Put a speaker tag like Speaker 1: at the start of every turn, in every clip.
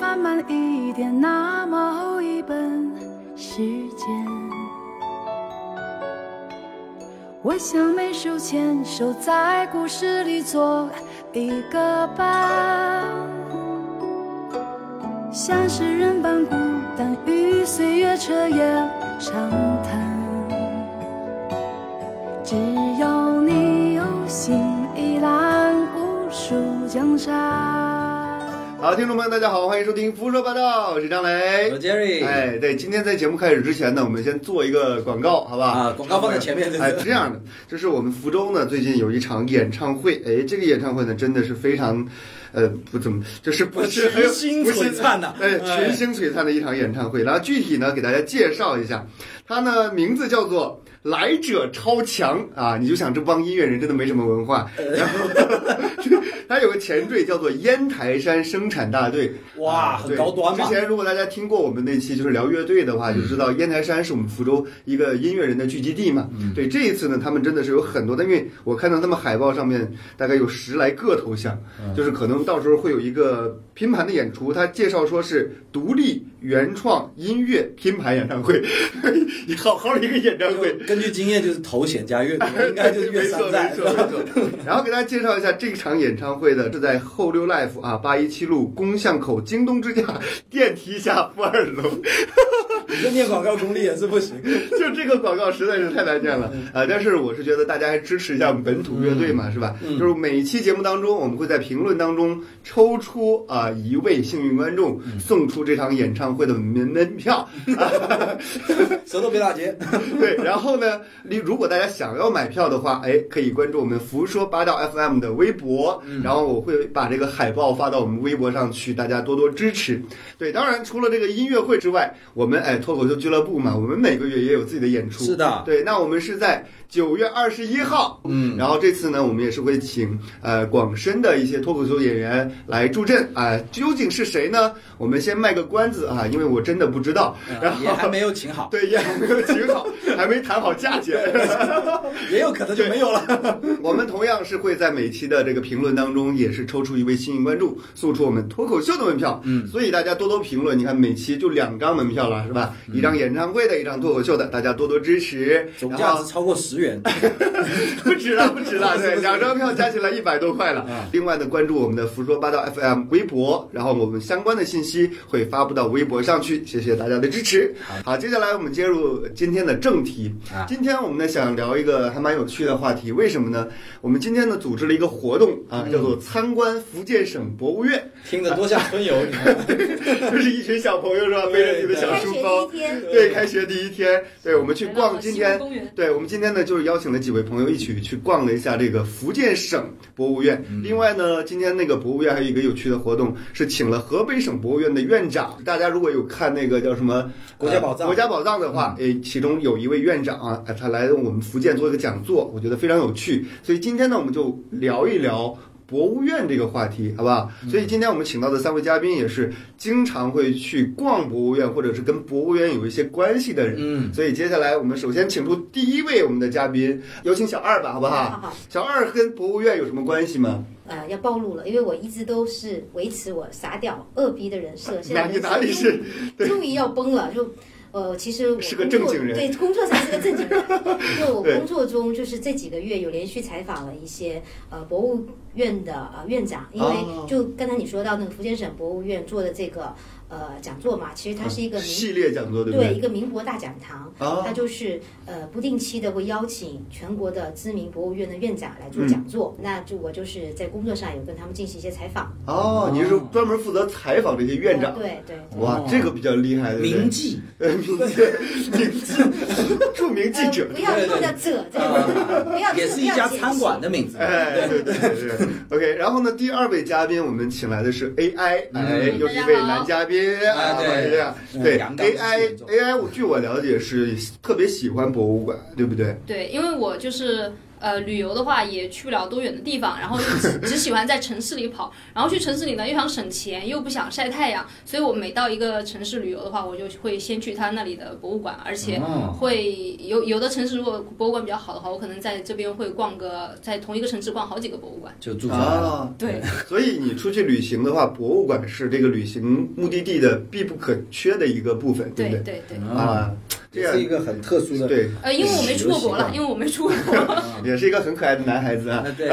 Speaker 1: 慢慢一点，那么一本时间。我想每手牵手，在故事里做一个伴，像诗人般孤单，与岁月彻夜长谈。只要你有心，一览无数江山。
Speaker 2: 好，听众朋友，大家好，欢迎收听《胡说八道》，我是张
Speaker 3: 我
Speaker 2: 雷。
Speaker 3: Jerry，
Speaker 2: 哎，对，今天在节目开始之前呢，我们先做一个广告，好吧？
Speaker 3: 啊广告放在前面对
Speaker 2: 哎，这样的，就是我们福州呢，最近有一场演唱会，哎，这个演唱会呢，真的是非常，呃，不怎么，就是不是很有
Speaker 3: 群星
Speaker 2: 不是
Speaker 3: 璀璨呐
Speaker 2: 哎，
Speaker 3: 哎
Speaker 2: 群星璀璨的一场演唱会。然后具体呢，给大家介绍一下，它呢名字叫做。来者超强啊！你就想这帮音乐人真的没什么文化。然后， 它有个前缀叫做烟台山生产大队，
Speaker 3: 哇，
Speaker 2: 啊
Speaker 3: 很
Speaker 2: 对
Speaker 3: 高端嘛
Speaker 2: 之，前如果大家听过我们那期就是聊乐队的话，就知道烟台山是我们福州一个音乐人的聚集地嘛。
Speaker 3: 嗯
Speaker 2: 对，这一次呢，他们真的是有很多的，因为我看到他们海报上面大概有十来个头像，
Speaker 3: 嗯
Speaker 2: 就是可能到时候会有一个拼盘的演出。他介绍说是独立原创音乐拼盘演唱会， 好好的一个演唱会，哎
Speaker 3: 根据经验就是头衔加阅读，应该就是越
Speaker 2: 没错
Speaker 3: 山
Speaker 2: 没
Speaker 3: 寨。
Speaker 2: 错没错。 然后给大家介绍一下这场演唱会的，是在后六 life 啊，八一七路宫巷口京东之家电梯下负二楼。
Speaker 3: 你这念广告功力也是不行。
Speaker 2: 就这个广告实在是太难念了啊、但是我是觉得大家还支持一下本土乐队嘛，是吧？就是每一期节目当中，我们会在评论当中抽出啊、一位幸运观众，送出这场演唱会的门门票。
Speaker 3: 舌头别打结，
Speaker 2: 对，然后呢，你如果大家想要买票的话，哎，可以关注我们“胡说八道 FM” 的微博，
Speaker 3: 嗯
Speaker 2: 然后我会把这个海报发到我们微博上去，大家多多支持。对，当然除了这个音乐会之外，我们哎脱口秀俱乐部嘛，我们每个月也有自己的演出。
Speaker 3: 是的
Speaker 2: 对，那我们是在九月二十一号，
Speaker 3: 嗯
Speaker 2: 然后这次呢，我们也是会请呃广深的一些脱口秀演员来助阵啊、究竟是谁呢？我们先卖个关子啊，因为我真的不知道。 然
Speaker 3: 啊
Speaker 2: 后
Speaker 3: 也还没有请好，
Speaker 2: 对，也还没有请好，还没谈好价钱。
Speaker 3: 也有可能就没有了。
Speaker 2: 我们同样是会在每期的这个评论当中，也是抽出一位幸运观众，送出我们脱口秀的门票。嗯，所以大家多多评论，你看每期就两张门票了，是吧？一张演唱会的，一张脱口秀的，大家多多支持。
Speaker 3: 嗯总
Speaker 2: 然
Speaker 3: 价
Speaker 2: 后
Speaker 3: 值超过十元，
Speaker 2: 不止 了，不止了，
Speaker 3: 不是
Speaker 2: 对，
Speaker 3: 不是
Speaker 2: 两张票加起来一百多块了
Speaker 3: 啊。
Speaker 2: 另外呢，关注我们的“胡说八道 FM” 微博，然后我们相关的信息会发布到微博上去。谢谢大家的支持。好，接下来我们接入今天的正题
Speaker 3: 啊。
Speaker 2: 今天我们呢想聊一个还蛮有趣的话题，为什么呢？我们今天呢组织了一个活动
Speaker 3: 嗯
Speaker 2: 啊，叫做“参观福建省博物院
Speaker 3: 听着多像春游。你看”，
Speaker 2: 就是一群小朋友是吧，背着自己的小
Speaker 4: 开
Speaker 2: 书
Speaker 4: 学
Speaker 2: 包
Speaker 4: 第一。天，
Speaker 2: 对，开学第一天，对我们去逛今天
Speaker 4: 来到了西湖公园，
Speaker 2: 对我们今天呢，就是邀请了几位朋友一起去逛了一下这个福建省博物院。
Speaker 3: 嗯
Speaker 2: 另外呢，今天那个博物院还有一个有趣的活动，是请了河北省博物院的院长。大家如果有看那个叫什么
Speaker 3: 国家宝
Speaker 2: 呃
Speaker 3: 藏
Speaker 2: 国家宝藏的话，诶，其中有一位院长啊，哎他来我们福建做一个讲座，我觉得非常有趣。所以今天呢，我们就聊一聊。博物院这个话题，好不好？所以今天我们请到的三位嘉宾也是经常会去逛博物院，或者是跟博物院有一些关系的人。
Speaker 3: 嗯，
Speaker 2: 所以接下来我们首先请出第一位我们的嘉宾，有请小二吧，好不好？
Speaker 4: 好好
Speaker 2: 小二跟博物院有什么关系吗？
Speaker 4: 呃，要暴露了，因为我一直都是维持我傻屌二逼的人设，现
Speaker 2: 哪
Speaker 4: 在
Speaker 2: 你
Speaker 4: 人设
Speaker 2: 哪里是？
Speaker 4: 终于要崩了，就。呃，其实我
Speaker 2: 是个
Speaker 4: 工作
Speaker 2: 正经人
Speaker 4: 对，工作上是个正经人。就我
Speaker 2: 对
Speaker 4: 工作中，就是这几个月有连续采访了一些呃博物院的呃院长，因为
Speaker 2: 哦
Speaker 4: 就刚才你说到那个福建省博物院做的这个呃讲座嘛，其
Speaker 2: 嗯
Speaker 4: 实它是一个民
Speaker 2: 系列讲座，对不
Speaker 4: 对
Speaker 2: 对？
Speaker 4: 一个民博大讲堂，
Speaker 2: 哦
Speaker 4: 它就是呃不定期的会邀请全国的知名博物院的院长
Speaker 2: 嗯
Speaker 4: 来做讲座。那就我就是在工作上有跟他们进行一些采访。
Speaker 2: 哦，你是专门负责采访这些院长。
Speaker 4: 对对对。
Speaker 2: 哇
Speaker 3: 哦，
Speaker 2: 这个比较厉害，对不对
Speaker 3: 铭记，
Speaker 2: 呃，名记，名记，著名记者
Speaker 4: 呃、，不要用到“ 者”这个字，不要
Speaker 3: 啊也是一家餐馆
Speaker 4: 的。
Speaker 3: 的名字。
Speaker 2: 哎，对对对对，OK。然后呢，第二位嘉宾我们请来的是 AI，哎，
Speaker 3: 嗯
Speaker 2: 又是一位男嘉宾啊，
Speaker 3: 啊对
Speaker 2: 这样
Speaker 3: 嗯
Speaker 2: 对
Speaker 3: 阳刚气
Speaker 2: ，AI
Speaker 3: 质
Speaker 2: AI，我据我了解是特别喜欢博物馆，对不对？
Speaker 5: 对，因为我就是呃，旅游的话也去不了多远的地方，然后就只 只喜欢在城市里跑，然后去城市里呢又想省钱，又不想晒太阳，所以我每到一个城市旅游的话，我就会先去他那里的博物馆，而且
Speaker 3: 哦
Speaker 5: 会有有的城市如果博物馆比较好的话，我可能在这边会逛个在同一个城市逛好几个博物馆。
Speaker 3: 就住房，
Speaker 2: 啊，
Speaker 5: 对，
Speaker 2: 所以你出去旅行的话，博物馆是这个旅行目的地的必不可缺的一个部分，
Speaker 5: 对
Speaker 2: 不对？
Speaker 5: 对嗯对，
Speaker 2: 啊，这
Speaker 3: 嗯也是一
Speaker 2: 样
Speaker 3: 个很特殊的，
Speaker 2: 对，
Speaker 5: 呃，因为我没出过国了，因为我没出过 国。
Speaker 3: 嗯
Speaker 2: 也是一个很可爱的男孩子啊。
Speaker 3: 啊 对，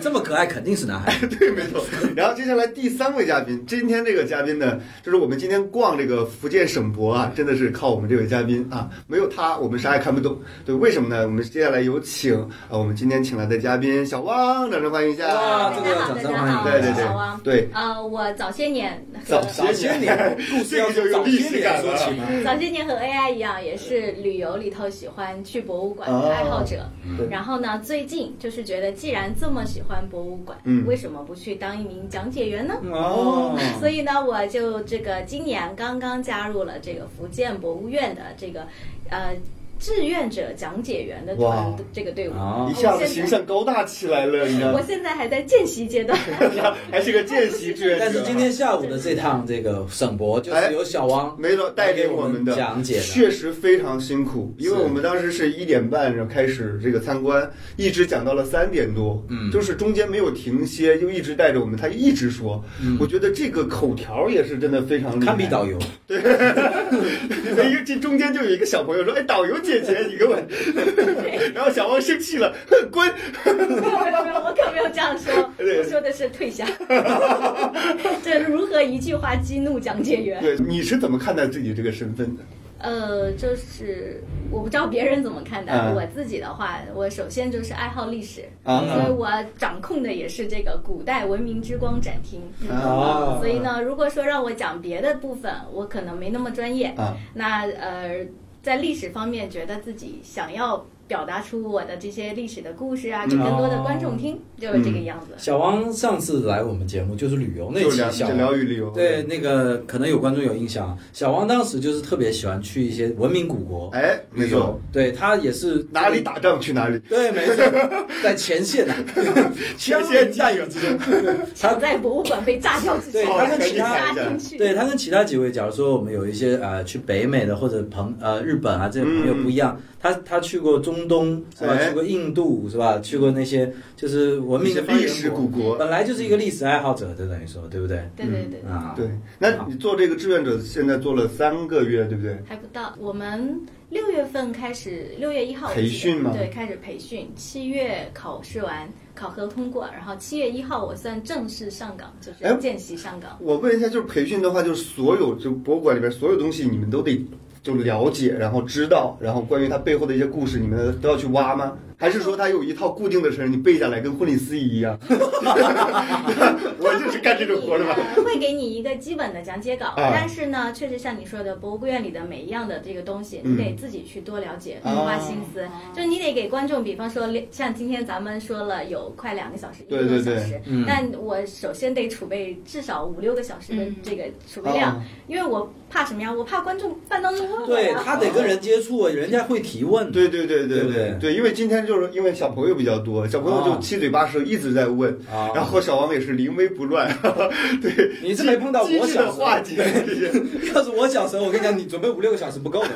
Speaker 3: 这么可爱肯定是男孩子，
Speaker 2: 对，没错。 然后接下来第三位嘉宾，今天这个嘉宾呢，就是我们今天逛这个福建省博啊，真的是靠我们这位嘉宾啊，没有他我们啥也看不懂。对，为什么呢？我们接下来有请啊，我们今天请来的嘉宾小汪，掌声欢迎一
Speaker 3: 哇
Speaker 2: 下。
Speaker 3: 这个掌声欢迎，
Speaker 2: 对对
Speaker 6: 小汪
Speaker 2: 对对，
Speaker 6: 啊、我早些年和
Speaker 2: 早
Speaker 3: 早些年，故事要
Speaker 2: 这个就有
Speaker 3: 从早
Speaker 2: 历史
Speaker 3: 些
Speaker 2: 感
Speaker 3: 年说
Speaker 2: 了
Speaker 3: 起嘛，
Speaker 6: 早些年和 AI 一样，也是旅游里头喜欢去博物馆
Speaker 2: 哦
Speaker 6: 的爱好者。
Speaker 2: 对
Speaker 6: 然后呢，最近就是觉得既然这么喜欢博物馆，
Speaker 2: 嗯
Speaker 6: 为什么不去当一名讲解员呢？
Speaker 3: 哦，
Speaker 6: 所以呢，我就这个今年刚刚加入了这个福建博物院的这个呃志愿者讲解员的团
Speaker 2: 哇哦
Speaker 6: 这个队伍。
Speaker 3: 啊
Speaker 2: 一下子形象高大起来了，你
Speaker 6: 我
Speaker 2: 看，
Speaker 6: 现在还在见习阶段，
Speaker 2: 还是个见习志愿者。
Speaker 3: 但是今天下午的这趟这个省博，就是由小汪
Speaker 2: 没错，带给我们的
Speaker 3: 讲解的
Speaker 2: 确实非常辛苦，因为我们当时是一点半开始这个参观，一直讲到了三点多，
Speaker 3: 嗯
Speaker 2: 就是中间没有停歇，又一直带着我们，他一直说，我觉得这个口条也是真的非常厉害。
Speaker 3: 嗯堪比导游，
Speaker 2: 所以这中间就有一个小朋友说：“哎，导游姐姐，你给我。”然后小王生气了，哼，滚！
Speaker 6: 没有没有没有，我可没有这样说，
Speaker 2: 对
Speaker 6: 我说的是退下。 这如何一句话激怒讲解员？
Speaker 2: 对，你是怎么看待自己这个身份的？
Speaker 6: 呃，就是我不知道别人怎么看待，
Speaker 2: 嗯
Speaker 6: 我自己的话，我首先就是爱好历史，
Speaker 2: 啊
Speaker 6: 所以我掌控的也是这个古代文明之光展厅。嗯
Speaker 2: 啊
Speaker 6: 所以呢，如果说让我讲别的部分，我可能没那么专业。
Speaker 2: 啊
Speaker 6: 那呃，在历史方面，觉得自己想要表达出我的这些历史的故事
Speaker 2: 嗯
Speaker 6: 啊，给更多的观众
Speaker 2: 哦
Speaker 6: 听，就是这个样子。
Speaker 3: 小汪上次来我们节目就是旅游那
Speaker 2: 就
Speaker 3: 期
Speaker 2: 聊，
Speaker 3: 小
Speaker 2: 就
Speaker 3: 汪
Speaker 2: 聊与旅游。
Speaker 3: 对，那个可能有观众有印象，小王当时就是特别喜欢去一些文明古国
Speaker 2: 哎，没
Speaker 3: 旅游
Speaker 2: 错，，
Speaker 3: 对他也是
Speaker 2: 哪里？打仗去哪里，
Speaker 3: 对，没 错，在前线呐、
Speaker 2: 前
Speaker 3: 枪
Speaker 2: 线
Speaker 3: 林
Speaker 2: 战
Speaker 3: 弹
Speaker 2: 友
Speaker 3: 雨之 间。
Speaker 6: 想在博物馆被炸掉之
Speaker 3: 对
Speaker 6: 前，
Speaker 3: 他跟
Speaker 6: 被
Speaker 3: 其他
Speaker 6: 扎进去。
Speaker 3: 对他跟其他几位，假如说我们有一些呃去北美的或者朋呃日本啊这些朋友不一样，他他去过中东是吧？
Speaker 2: 嗯哎
Speaker 3: 去过印度是吧？去过那些就是文明的发源
Speaker 2: 历史古国。
Speaker 3: 本来就是一个历史爱好者，就等于说对不对？
Speaker 6: 对对对。
Speaker 3: 啊，
Speaker 2: 对，那你做这个志愿者现在做了三个月，对不对？
Speaker 6: 还不到，我们六月份开始，六月一号我记得
Speaker 2: 培训吗
Speaker 6: 对，开始培训，七月考试完，考核通过，然后七月一号我算正式上岗，就
Speaker 2: 哎
Speaker 6: 是见习上岗。
Speaker 2: 我问一下，就是培训的话，就是所有就博物馆里边所有东西，你们都得就了解，然后知道，然后关于它背后的一些故事，你们都要去挖吗？还是说它有一套固定的程序，你背下来跟婚礼司仪一样？ 我 就是干这种活的嘛。
Speaker 6: 呃会给你一个基本的讲解稿，
Speaker 2: 啊
Speaker 6: 但是呢，确实像你说的，博物院里的每一样的这个东西，
Speaker 2: 嗯
Speaker 6: 你得自己去多了解，
Speaker 2: 啊
Speaker 6: 多花心思。就是你得给观众，比方说，像今天咱们说了有快两个小时，一
Speaker 2: 对
Speaker 6: 个
Speaker 2: 对
Speaker 6: 多小
Speaker 2: 对
Speaker 6: 时
Speaker 3: 嗯，
Speaker 6: 但我首先得储备至少五六个小时的
Speaker 5: 嗯
Speaker 6: 这个储备量
Speaker 2: 啊，
Speaker 6: 因为我怕什么呀？我怕观众半当中问我
Speaker 3: 对
Speaker 6: 呀。
Speaker 3: 他得跟人接触，啊人家会提问。
Speaker 2: 对对对
Speaker 3: 对不
Speaker 2: 对
Speaker 3: 对
Speaker 2: 对，因为今天就是因为小朋友比较多，小朋友就
Speaker 3: 啊
Speaker 2: 七嘴八舌一直在问，
Speaker 3: 啊，
Speaker 2: 然后小王也是临危不乱， 对，
Speaker 3: 你是没碰到
Speaker 2: 机
Speaker 3: 我
Speaker 2: 智的
Speaker 3: 小时候
Speaker 2: 化解这些，
Speaker 3: 要是我小时候，我跟你讲，你准备五六个小时不够的。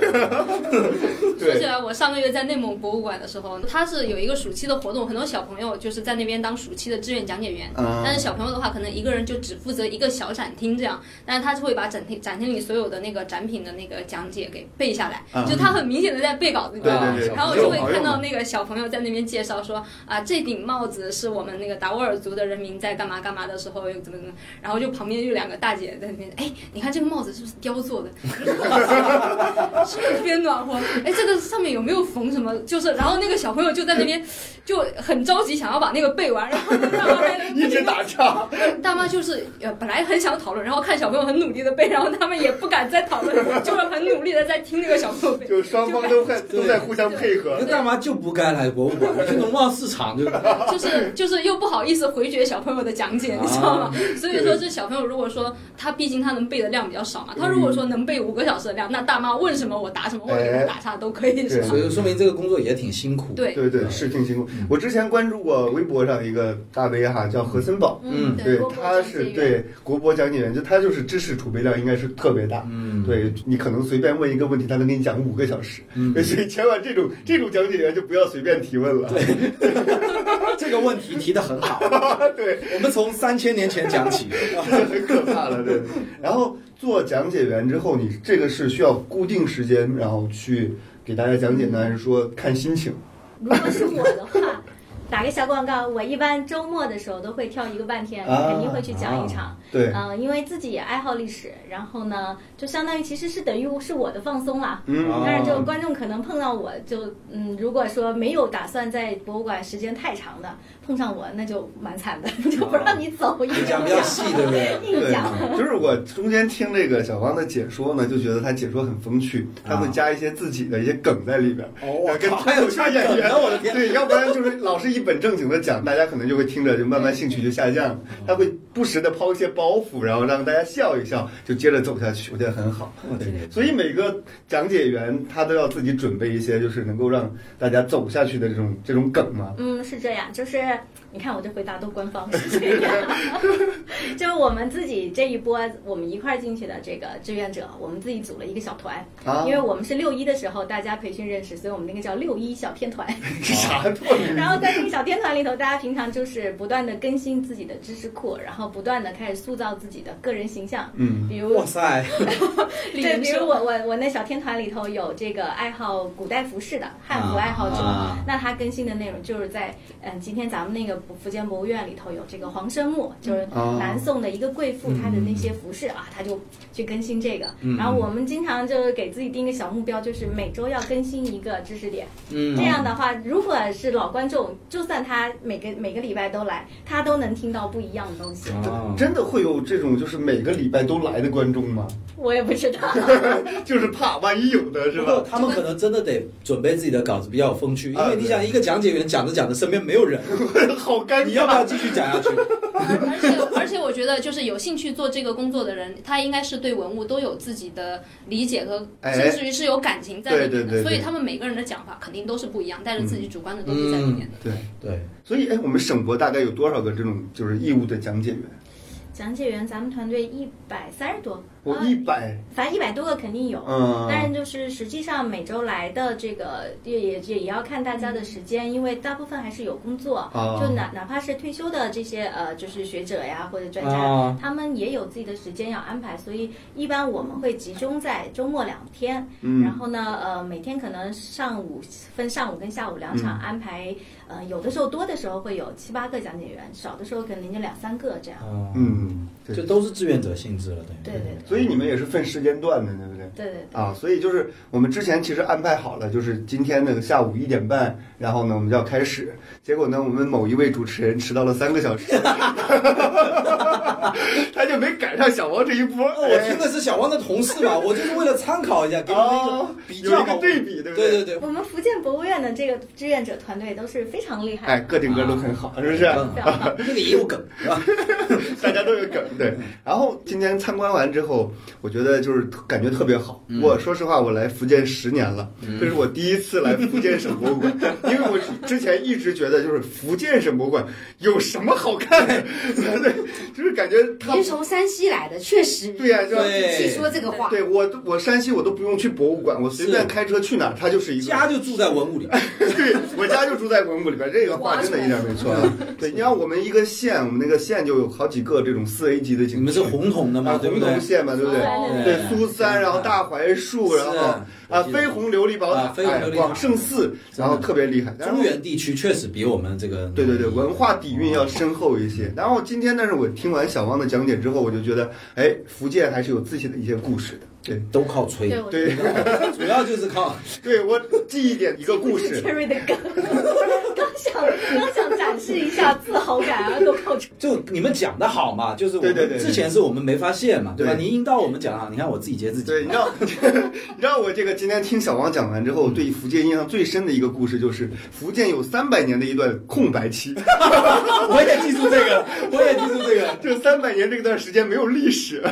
Speaker 5: 说
Speaker 2: 对，
Speaker 5: 起来，我上个月在内蒙博物馆的时候，它是有一个暑期的活动，很多小朋友就是在那边当暑期的志愿讲解员。
Speaker 2: 嗯
Speaker 5: 但是小朋友的话，可能一个人就只负责一个小展厅这样，但是他是会把展厅展厅里所有的那个展品的那个讲解给背下来，
Speaker 2: 嗯
Speaker 5: 就他很明显的在背稿子。
Speaker 2: 对
Speaker 5: 吧
Speaker 2: 对对
Speaker 5: 然后我就会
Speaker 2: 小朋友
Speaker 5: 看到
Speaker 2: 嘛
Speaker 5: 那个小朋友在那边介绍说啊，这顶帽子是我们那个达斡尔族的人民在干嘛干嘛的时候又怎么怎么，然后就旁边有两个大姐在那边，哎，你看这个帽子是不是雕做的？ 是不是特别暖和？哎，这个上面有没有缝什么？就是，然后那个小朋友就在那边就很着急，想要把那个背完，然后呢大妈在那
Speaker 2: 一直打岔。
Speaker 5: 大妈就是呃本来很想讨论，然后看小朋友很努力的背，然后他们也不敢再讨论，就是很努力的的在听那个小破杯，
Speaker 2: 就是双方都在都在互相配合
Speaker 3: 那。大妈就不该来博物馆，去农贸市场就。
Speaker 5: 就是就是又不好意思回绝小朋友的讲
Speaker 2: 啊
Speaker 5: 解，你知道吗？所以说，这小朋友如果说他毕竟他能背的量比较少嘛，
Speaker 2: 嗯
Speaker 5: 他如果说能背五个小时的量，那大妈问什么我答什么，我给他打岔都可以，是吧？
Speaker 3: 所以说明这个工作也挺辛苦。
Speaker 5: 对
Speaker 2: 对对，是挺辛苦。
Speaker 3: 嗯
Speaker 2: 我之前关注过微博上一个大 V 哈，叫何森宝，
Speaker 3: 嗯
Speaker 2: 对
Speaker 6: 国，博
Speaker 2: 他
Speaker 6: 讲
Speaker 2: 是
Speaker 6: 解员
Speaker 2: 对国博讲解员，就他就是知识储备量应该是特别大。
Speaker 3: 嗯，
Speaker 2: 对你可能随便问一个问题，他能给你讲五个小时，
Speaker 3: 嗯
Speaker 2: 所以千万这种这种讲解员就不要随便提问 了。
Speaker 3: 这个问题提得很好。
Speaker 2: 对，
Speaker 3: 我们从三千年前讲起。
Speaker 2: 很可怕了，对。然后做讲解员之后，你这个是需要固定时间，然后去给大家讲解呢，还是说看心情？
Speaker 6: 如果是我的话，打个小广告，我一般周末的时候都会挑一个半天，
Speaker 2: 啊
Speaker 6: 肯定会去讲一场。
Speaker 2: 对，
Speaker 6: 嗯、因为自己也爱好历史，然后呢，就相当于其实是等于是我的放松啦。
Speaker 2: 嗯，
Speaker 3: 啊
Speaker 6: 当然，就观众可能碰到我就，嗯，如果说没有打算在博物馆时间太长的，碰上我那就蛮惨的， 就不让你走，硬
Speaker 3: 你讲比较细，对不对？
Speaker 6: 硬讲。
Speaker 2: 就是我中间听这个小王的解说呢，就觉得他解说很风趣，他会加一些自己的一些梗在里边。呃
Speaker 3: 哦，我
Speaker 2: 跟
Speaker 3: 靠，还有
Speaker 2: 差
Speaker 3: 差演
Speaker 2: 演员
Speaker 3: 员，，我的天！
Speaker 2: 对，要不然就是老是一本正经的讲，大家可能就会听着就慢慢兴趣就下降。他会不时的抛一些包袱，然后让大家笑一笑，就接着走下去，我觉得很好。对，所以每个讲解员他都要自己准备一些，就是能够让大家走下去的这种这种梗嘛。
Speaker 6: 嗯，是这样，就是你看我这回答多官方，是这样， 就是我们自己这一波，我们一块儿进去的这个志愿者，我们自己组了一个小团，
Speaker 2: 啊
Speaker 6: 因为我们是六一的时候大家培训认识，所以我们那个叫六一小天团。
Speaker 2: 这
Speaker 3: 啊
Speaker 2: 啥破名
Speaker 6: 然后在这个小天团里头，大家平常就是不断的更新自己的知识库，然后不断的开始塑造自己的个人形象，
Speaker 2: 嗯，
Speaker 6: 比如
Speaker 3: 哇塞，
Speaker 6: 对，比如我我我那小天团里头有这个爱好古代服饰的汉服爱好者，
Speaker 3: 啊
Speaker 6: 那他更新的内容就是在嗯，今天咱们那个福建博物院里头有这个黄生木，就是
Speaker 2: 哦
Speaker 6: 南宋的一个贵妇她的那些服饰啊，他就去更新这个。
Speaker 3: 嗯
Speaker 6: 然后我们经常就是给自己定一个小目标，就是每周要更新一个知识点。
Speaker 3: 嗯，
Speaker 6: 这样的话，如果是老观众，就算他每个每个礼拜都来，他都能听到不一样的东西。
Speaker 3: 啊，
Speaker 2: 真的会有这种就是每个礼拜都来的观众吗？
Speaker 6: 我也不知道。
Speaker 2: 就是怕万一有的是
Speaker 3: 不
Speaker 2: 吧
Speaker 3: 过？ 他们可能真的得准备自己的稿子比较有风趣，因
Speaker 2: 啊
Speaker 3: 为你想一个讲解员讲着讲着身边没有 人，
Speaker 2: 好尴尬。
Speaker 3: 你要不要继续讲下去？
Speaker 5: 而 且而且我觉得，就是有兴趣做这个工作的人，他应该是对文物都有自己的理解和，
Speaker 2: 哎
Speaker 5: 甚至于是有感情在里面的，
Speaker 2: 对对对对
Speaker 5: 所以他们每个人的讲法肯定都是不一样，带着自己主观的东西在里面的。
Speaker 2: 对，
Speaker 3: 对，
Speaker 2: 所以哎，我们省博大概有多少个这种就是义务的讲解员？
Speaker 6: 讲解员，咱们团队一百三十多，
Speaker 2: 我
Speaker 6: 啊
Speaker 2: 一百，
Speaker 6: 反正一百多个肯定有。
Speaker 2: 嗯，
Speaker 6: 但是就是实际上每周来的这个也也也要看大家的时间，因为大部分还是有工作，
Speaker 2: 哦
Speaker 6: 就哪哪怕是退休的这些呃就是学者呀或者专家，
Speaker 3: 哦
Speaker 6: 他们也有自己的时间要安排，所以一般我们会集中在周末两天，
Speaker 2: 嗯
Speaker 6: 然后呢呃每天可能上午分上午跟下午两
Speaker 2: 嗯
Speaker 6: 场安排，呃有的时候多的时候会有七八个讲解员，少的时候可能就两三个这样。
Speaker 3: 啊，
Speaker 2: 嗯，
Speaker 3: 就
Speaker 2: 对，
Speaker 3: 都是志愿者性质了，等于。
Speaker 6: 对对对
Speaker 2: 所以你们也是分时间段的，对不对？
Speaker 6: 对对对。
Speaker 2: 啊，所以就是我们之前其实安排好了，就是今天那个下午一点半，然后呢我们就要开始。结果呢，我们某一位主持人迟到了三个小时， 他就没赶上小王这一波。
Speaker 3: 哦我
Speaker 2: 哎
Speaker 3: 听的是小汪的同事 嘛，我就是为了参考一下，给你们一
Speaker 2: 哦
Speaker 3: 个比较
Speaker 2: 有一
Speaker 3: 好
Speaker 2: 个对比对
Speaker 3: 对
Speaker 2: 不对
Speaker 3: 对对，
Speaker 6: 我们福建博物院的这个志愿者团队都是非常厉害的，
Speaker 2: 哎，个顶个都很好，是啊不是？
Speaker 3: 嗯那个也有梗，是吧？
Speaker 2: 大家都有梗，对。
Speaker 3: 嗯
Speaker 2: 然后今天参观完之后，我觉得就是感觉特别好。
Speaker 3: 嗯
Speaker 2: 我说实话，我来福建十年了，这是我第一次来福建省博物馆，因为我之前一直觉得就是福建省博物馆有什么好看的， 对，就是感觉它
Speaker 4: 您是从山西来的，确实，
Speaker 2: 对呀、就
Speaker 3: 对
Speaker 4: 你说这个话，
Speaker 2: 对我我山西我都不用去博物馆，我随便
Speaker 3: 是
Speaker 2: 开车去哪儿，它 就是一个
Speaker 3: 家就住在文 物里，
Speaker 2: 对，我家就住在文物里边，这个话真的一点没错啊。对，你像我们一个县，我们那个县就有好几个这种四 A 级的景区。
Speaker 3: 你们是红铜的
Speaker 2: 啊
Speaker 3: 嘛，对不
Speaker 2: 红
Speaker 3: 对
Speaker 2: 铜？县嘛，对不对
Speaker 6: 哦？
Speaker 2: 对，
Speaker 3: 对
Speaker 2: 苏三，然后大槐树，然
Speaker 3: 是
Speaker 2: 后啊
Speaker 3: 我，记得
Speaker 2: 飞鸿琉璃宝塔
Speaker 3: 啊，飞鸿
Speaker 2: 哎
Speaker 3: 琉璃宝塔嗯
Speaker 2: 广胜寺，然后特别厉害。但是
Speaker 3: 中原地区确实比我们这个
Speaker 2: 对对对，文化底蕴要深厚一些。然后今天，但是我听完小汪的讲解之后，我就觉得，哎，福建还是有自己的一些故事的。对，
Speaker 3: 都靠吹，
Speaker 6: 对我
Speaker 2: 对，
Speaker 3: 嗯 主要就是靠
Speaker 2: 对我记一点一个故事，
Speaker 3: 嗯
Speaker 6: Cherry 的梗，刚想刚想展示一下自豪感啊，都扣住。
Speaker 3: 就你们讲的好嘛，就是我
Speaker 2: 对对
Speaker 3: 们
Speaker 2: 对对
Speaker 3: 之前是我们没发现嘛，对吧？
Speaker 2: 对
Speaker 3: 你引导我们讲啊，你看我自己接自己，
Speaker 2: 对，你知道， 你知道我这个今天听小王讲完之后，对福建印象最深的一个故事就是，福建有三百年的一段空白期，
Speaker 3: 我也记住这个，我也记住这个。
Speaker 2: 这三百年这段时间没有历史。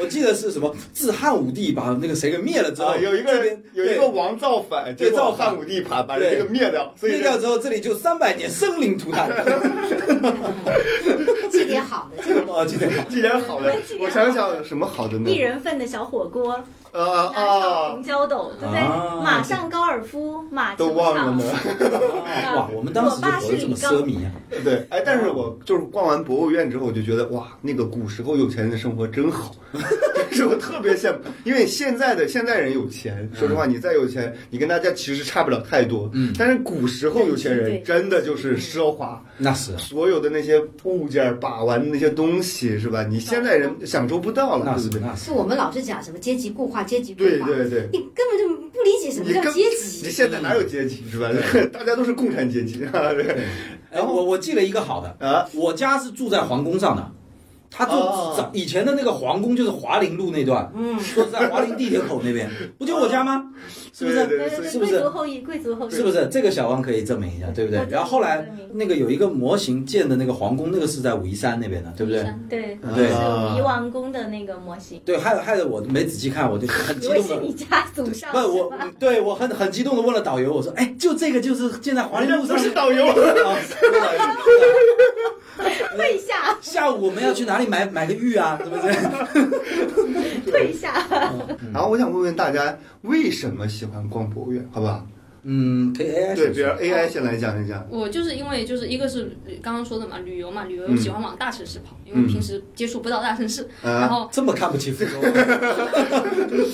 Speaker 3: 我记得是什么？自汉武帝把那个谁给灭了之后，
Speaker 2: 啊，有一个
Speaker 3: 这边
Speaker 2: 有一
Speaker 3: 对
Speaker 2: 个王造反，
Speaker 3: 对
Speaker 2: 结果
Speaker 3: 造反
Speaker 2: 汉武帝把把人这个灭掉，所以
Speaker 3: 灭掉之后，这里就三百年生灵涂 炭。
Speaker 4: 这点好的，这点
Speaker 3: 哦，记得好。
Speaker 2: 既然好的，我想想有什么好的呢
Speaker 6: 一？人份的小火锅，
Speaker 2: 呃
Speaker 6: 啊，
Speaker 2: 啊
Speaker 6: 红，椒斗，对不对？
Speaker 3: 哦啊
Speaker 6: 马上高尔夫，马
Speaker 2: 都
Speaker 6: 球
Speaker 2: 忘了
Speaker 6: 场
Speaker 2: 呢。
Speaker 3: 哇，我们当时就活得这么奢靡啊！
Speaker 2: 对，哎，但是我就是逛完博物院之后，我就觉得哇，那个古时候有钱人的生活真 好，是我特别羡慕。因为现在的现在人有钱，说实话，你再有钱，你跟大家其实差不了太多。
Speaker 3: 嗯
Speaker 2: 但是古时候有钱
Speaker 6: 对
Speaker 2: 人真的就是奢华，
Speaker 3: 那是啊，
Speaker 2: 所有的那些物件把玩的那些东西是吧？你现在人享受不到了，
Speaker 3: 那
Speaker 2: 对
Speaker 3: 是
Speaker 2: 不对？
Speaker 3: 那是
Speaker 4: 是。我们老是讲什么阶级固化、阶级固
Speaker 2: 对
Speaker 4: 化，
Speaker 2: 对对。
Speaker 4: 你根本就不理解什么
Speaker 2: 你
Speaker 4: 叫
Speaker 2: 根
Speaker 4: 阶
Speaker 2: 你
Speaker 4: 级。
Speaker 2: 现在哪有阶级是吧？ 大家都是共产阶级 啊！对
Speaker 3: 哎，我我记了一个好的，
Speaker 2: 啊，
Speaker 3: 我家是住在皇宫上的，他就
Speaker 2: 哦
Speaker 3: 早以前的那个皇宫就是华林路那段，
Speaker 4: 嗯，
Speaker 3: 说是在华林地铁口那 边，不就我家吗？是不
Speaker 2: 对
Speaker 3: 是？
Speaker 2: 对
Speaker 6: 对对
Speaker 3: 是
Speaker 6: 对，
Speaker 3: 不
Speaker 6: 贵
Speaker 3: 是
Speaker 6: 族后裔，贵族后裔，
Speaker 3: 是不是这个小王可以证明一下，对不对
Speaker 6: 我？
Speaker 3: 然后后来
Speaker 6: 证明
Speaker 3: 那个有一个模型建的那个皇宫，那个是在武夷山那边的，对不
Speaker 5: 啊
Speaker 3: 对？
Speaker 6: 对，
Speaker 3: 对
Speaker 2: 啊
Speaker 6: 是夷王宫的那个模型。
Speaker 3: 对，害害得我没仔细看，我就很激
Speaker 6: 以为
Speaker 3: 动
Speaker 6: 是你
Speaker 3: 的。
Speaker 6: 家祖上
Speaker 3: 不，
Speaker 6: 是
Speaker 3: 我
Speaker 6: 吧？
Speaker 3: 对我很很激动的问了导游，我说：“哎，就这个就是建在华
Speaker 2: 人家
Speaker 3: 林路
Speaker 2: 不
Speaker 3: 上
Speaker 2: 是
Speaker 3: 的。
Speaker 2: 导游，
Speaker 3: 哦是的
Speaker 6: 退下，
Speaker 3: 下午我们要去哪里买买个玉啊？是不是？
Speaker 6: 退下。
Speaker 3: 嗯
Speaker 2: 然后我想问问大家，为什么喜欢逛博物院，好不好？
Speaker 3: 嗯，可以 AI
Speaker 2: 对，
Speaker 3: 选
Speaker 2: 比如
Speaker 3: 手
Speaker 2: AI 先来讲一讲。
Speaker 5: 我就是因为就是一个是呃刚刚说的嘛，旅游嘛，旅游
Speaker 2: 嗯
Speaker 5: 喜欢往大城市跑，因
Speaker 2: 嗯
Speaker 5: 为平时接触不到大城市。然
Speaker 2: 啊，
Speaker 5: 后
Speaker 3: 这么看不起福州，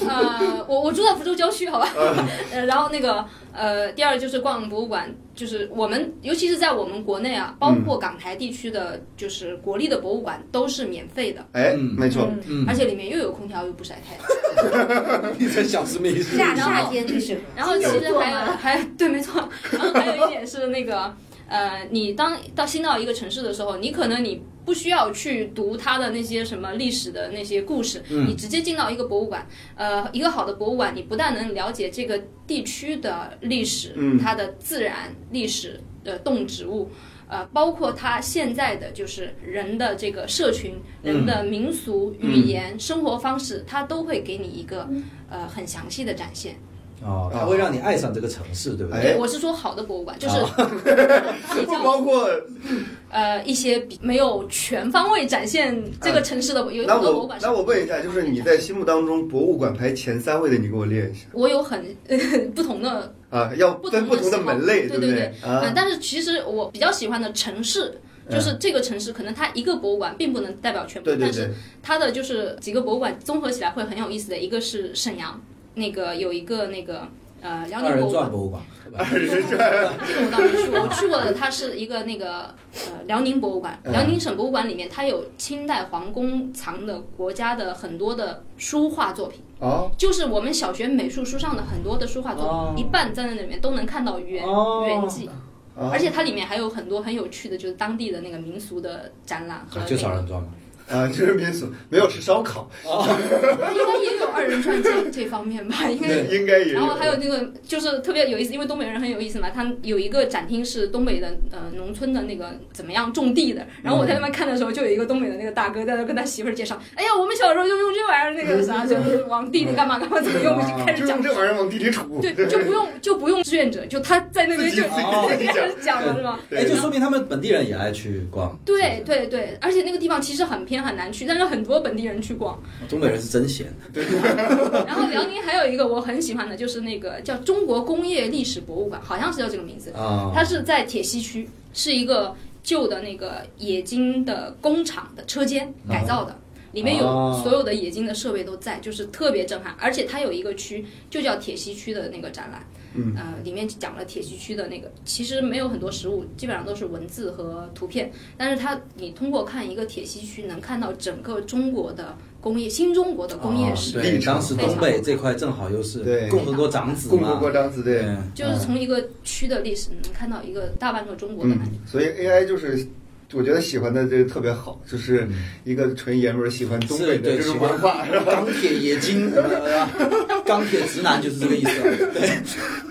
Speaker 5: 呃，我我住在福州郊区，好吧。 呃，然后那个呃，第二就是逛博物馆，就是我们尤其是在我们国内啊，包括港台地区的，就是国立的博物馆都是免费的，
Speaker 2: 哎，
Speaker 3: 嗯
Speaker 2: 没错，
Speaker 3: 嗯
Speaker 5: 而且里面又有空调又不晒太阳。
Speaker 3: 你这小史密斯，
Speaker 4: 夏
Speaker 5: 啊然后
Speaker 4: 夏天就是，
Speaker 5: 然后其实还
Speaker 6: 有座
Speaker 5: 有
Speaker 6: 吗
Speaker 5: 还对，没错。然后还有一点是那个，呃，你当到新到一个城市的时候，你可能你不需要去读它的那些什么历史的那些故事，
Speaker 3: 嗯
Speaker 5: 你直接进到一个博物馆，呃，一个好的博物馆，你不但能了解这个地区的历史，
Speaker 2: 嗯
Speaker 5: 它的自然历史的动植物。呃，包括它现在的就是人的这个社群、人的民俗、
Speaker 2: 嗯
Speaker 5: 语言、生活方式，它都会给你一个
Speaker 6: 嗯
Speaker 5: 呃很详细的展现。
Speaker 3: 哦，它会让你爱上这个城市，对不对？
Speaker 2: 哎
Speaker 5: 对，我是说好的博物馆，就是 比
Speaker 2: 不
Speaker 5: 较
Speaker 2: 包括
Speaker 5: 呃一些比没有全方位展现这个城市的有
Speaker 2: 啊那
Speaker 5: 很多博物
Speaker 2: 我
Speaker 5: 馆是
Speaker 2: 那我问一下，就是你在心目当中博物馆排前三位的，你给我列一下
Speaker 5: 我有很 不同的，
Speaker 2: 啊，要
Speaker 5: 不同的
Speaker 2: 分不同的
Speaker 5: 喜好
Speaker 2: 门类，
Speaker 5: 对
Speaker 2: 不
Speaker 5: 对
Speaker 2: 对？
Speaker 5: 呃
Speaker 2: 啊，
Speaker 5: 但是其实我比较喜欢的城市。就是这个城市，可能它一个博物馆并不能代表全部，
Speaker 2: 对对
Speaker 5: 但是
Speaker 2: 对，
Speaker 5: 它的就是几个博物馆综合起来会很有意思的。一个是沈阳，那个有一个那个呃辽
Speaker 3: 二
Speaker 5: 宁
Speaker 3: 人
Speaker 5: 博物
Speaker 3: 转
Speaker 5: 馆，
Speaker 3: 博物馆，对吧
Speaker 5: 这个我倒没去过，我去过的它是一个那个呃辽宁博物馆，
Speaker 2: 嗯
Speaker 5: 辽宁省博物馆里面它有清代皇宫藏的国家的很多的书画作品，
Speaker 2: 哦，
Speaker 5: 就是我们小学美术书上的很多的书画作
Speaker 3: 哦
Speaker 5: 品，一半在那里面都能看到原
Speaker 3: 哦
Speaker 5: 原迹，
Speaker 2: 啊
Speaker 5: 而且它里面还有很多很有趣的，就是当地的那个民俗的展览和
Speaker 3: 啊
Speaker 5: 那
Speaker 3: 就是二
Speaker 5: 个
Speaker 3: 人转嘛。
Speaker 2: 啊， 就是民俗，没有吃烧烤，
Speaker 5: 应该也有二人转这这方面吧，应该
Speaker 3: 对
Speaker 2: 应该也有。
Speaker 5: 然后还有那个就是特别有意思，因为东北人很有意思嘛，他有一个展厅是东北的呃农村的那个怎么样种地的。然后我在那
Speaker 2: 嗯
Speaker 5: 边看的时候，就有一个东北的那个大哥在那跟他媳妇儿介绍，哎呀，我们小时候就用这玩意儿那个啥，就是往地里干嘛干嘛怎么用，就开
Speaker 2: 就
Speaker 5: 始
Speaker 2: 用。
Speaker 5: 讲
Speaker 2: 这玩意儿往地里杵，
Speaker 5: 对，就不用就不用志愿者，就他在那边就
Speaker 2: 自己自己
Speaker 5: 开
Speaker 2: 自己讲
Speaker 5: 始讲了是吧？
Speaker 3: 哎，
Speaker 2: 对
Speaker 3: 就说明他们本地人也爱去逛。
Speaker 5: 对对对，而且那个地方其实很偏很难去，但是很多本地人去逛。
Speaker 3: 东北人是真闲。
Speaker 5: 然后辽宁还有一个我很喜欢的，就是那个叫中国工业历史博物馆，好像是叫这个名字。
Speaker 3: 啊
Speaker 5: 它是在铁西区，是一个旧的那个冶金的工厂的车间改造的，里面有
Speaker 3: 哦
Speaker 5: 所有的冶金的设备都在，就是特别震撼。而且它有一个区就叫铁西区的那个展览，
Speaker 2: 嗯
Speaker 5: 呃，里面啊讲了铁西区的那个，嗯其实没有很多实物，基本上都是文字和图片，但是它你通过看一个铁西区，能看到整个中国的工业，新中国的工业史。
Speaker 3: 啊对，
Speaker 2: 历程
Speaker 3: 当时东北这块正好又是
Speaker 2: 对
Speaker 3: 共和国长子嘛，
Speaker 2: 共和国长子对。
Speaker 3: 嗯
Speaker 5: 就是从一个区的历史能看到一个大半个中国的
Speaker 3: 嗯
Speaker 5: 感觉。
Speaker 2: 嗯所以 AI 就是。我觉得喜欢的这个特别好，就是
Speaker 3: 嗯
Speaker 2: 一个纯爷们儿喜欢东北的这种文化，是吧？
Speaker 3: 钢铁冶金，呃钢铁直男就是这个意思。啊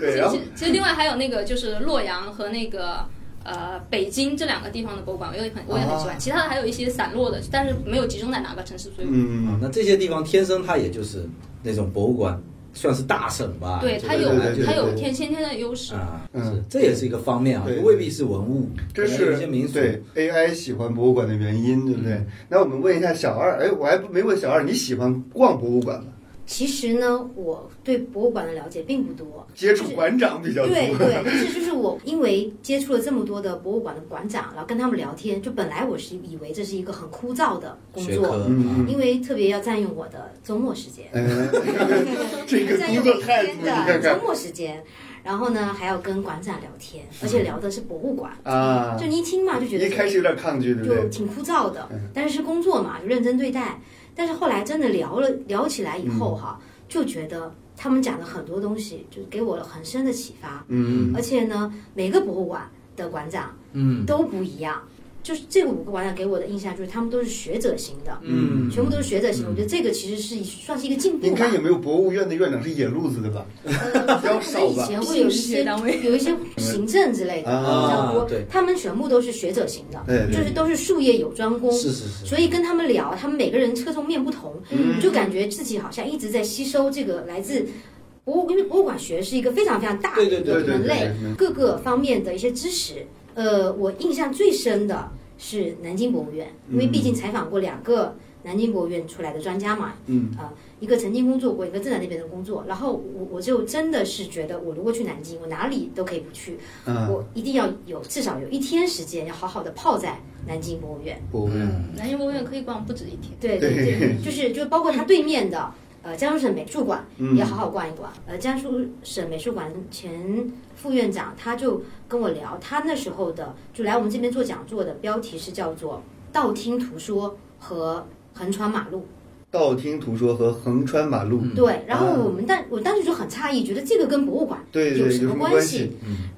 Speaker 3: 对，
Speaker 2: 对，然
Speaker 5: 其
Speaker 2: 后
Speaker 5: 实其实另外还有那个就是洛阳和那个呃北京这两个地方的博物馆，我也很我也很喜欢。
Speaker 2: 啊
Speaker 5: 其他的还有一些散落的，但是没有集中在哪个城市，所以、
Speaker 3: 嗯
Speaker 2: 嗯，
Speaker 3: 那这些地方天生它也就是那种博物馆，算是大省吧。
Speaker 5: 对
Speaker 3: 这个
Speaker 5: 它有
Speaker 2: 对对对
Speaker 5: 它有
Speaker 2: 对
Speaker 5: 天先天的优势。
Speaker 3: 啊，
Speaker 2: 嗯
Speaker 3: 是这也是一个方面啊
Speaker 2: 对，对
Speaker 3: 未必是文物，
Speaker 2: 这
Speaker 3: 可能有
Speaker 2: 是
Speaker 3: 一些民俗。嗯
Speaker 2: 对 AI 喜欢博物馆的原因，对不对？那我们问一下小二，哎，我还没问小二，你喜欢逛博物馆吗？
Speaker 4: 其实呢，我对博物馆的了解并不多，
Speaker 2: 接触馆长比较多，
Speaker 4: 对对，但是就是我因为接触了这么多的博物馆的馆长，然后跟他们聊天，就本来我是以为这是一个很枯燥的工
Speaker 3: 学科啊
Speaker 4: 作，
Speaker 2: 嗯
Speaker 4: 因为特别要占用我的周末时间，
Speaker 2: 哎， 这个
Speaker 4: 占
Speaker 2: 工
Speaker 4: 用
Speaker 2: 作
Speaker 4: 每
Speaker 2: 态度，
Speaker 4: 天
Speaker 2: 你看
Speaker 4: 的周
Speaker 2: 看
Speaker 4: 末时间，然后呢还要跟馆长聊天，而且聊的是博物馆，
Speaker 2: 啊
Speaker 4: 就，你一听嘛就觉得
Speaker 2: 一开始有点抗拒，对不
Speaker 4: 就
Speaker 2: 对？
Speaker 4: 挺枯燥的
Speaker 2: 嗯，
Speaker 4: 但是是工作嘛，就认真对待。但是后来真的聊了聊起来以后哈、
Speaker 2: 嗯
Speaker 4: 就觉得他们讲的很多东西，就给我了很深的启发。
Speaker 2: 嗯，
Speaker 4: 而且呢，每个博物馆的馆长
Speaker 3: 嗯
Speaker 4: 都不一样，就是这五个馆长给我的印象就是他们都是学者型的，
Speaker 3: 嗯，
Speaker 4: 全部都是学者型。我觉得这个其实是算是一个进步
Speaker 2: 应
Speaker 4: 吧
Speaker 2: 该。有没有博物院的院长是野路子的吧？
Speaker 4: 呃
Speaker 2: 比较
Speaker 4: 可能
Speaker 2: 少
Speaker 4: 以
Speaker 2: 吧
Speaker 4: 前会有一些
Speaker 5: 信息单位
Speaker 4: 有一些行政之类的，
Speaker 2: 啊
Speaker 4: 你知道不
Speaker 3: 对
Speaker 4: 他们全部都是学者型的，
Speaker 2: 哎对对
Speaker 4: 就是都是术业有专攻。
Speaker 3: 是是是，
Speaker 4: 所以跟他们聊，他们每个人侧重面不同，
Speaker 2: 嗯
Speaker 4: 就感觉自己好像一直在吸收这个来自博物，因为博物馆学是一个非常非常大的
Speaker 3: 对
Speaker 4: 一
Speaker 3: 对
Speaker 4: 个
Speaker 3: 对
Speaker 2: 对
Speaker 4: 门
Speaker 2: 对
Speaker 4: 类
Speaker 2: 对对，
Speaker 4: 各个方面的一些知识。呃，我印象最深的是南京博物院，
Speaker 3: 嗯
Speaker 4: 因为毕竟采访过两个南京博物院出来的专家嘛，
Speaker 2: 嗯，
Speaker 4: 啊、一个曾经工作过，一个正在那边的工作。然后我我就真的是觉得，我如果去南京，我哪里都可以不去，
Speaker 2: 啊，
Speaker 3: 嗯
Speaker 4: 我一定要有至少有一天时间要好好的泡在南京博物院。
Speaker 2: 博物院，
Speaker 5: 南京博物院可以逛不止一天。
Speaker 4: 对对对，就是就包括它对面的呃江苏省美术馆
Speaker 2: 嗯
Speaker 4: 也好好逛一逛。呃，江苏省美术馆前副院长他就跟我聊，他那时候的就来我们这边做讲座的标题是叫做“道听途说和横穿马路”。
Speaker 2: 道听途说和横穿马路，
Speaker 4: 对，然后
Speaker 2: 啊
Speaker 4: 我们当我当时就很诧异，觉得这个跟博物馆
Speaker 2: 对对，
Speaker 4: 有
Speaker 2: 有
Speaker 4: 什
Speaker 2: 什
Speaker 4: 么
Speaker 2: 么
Speaker 4: 关
Speaker 2: 系？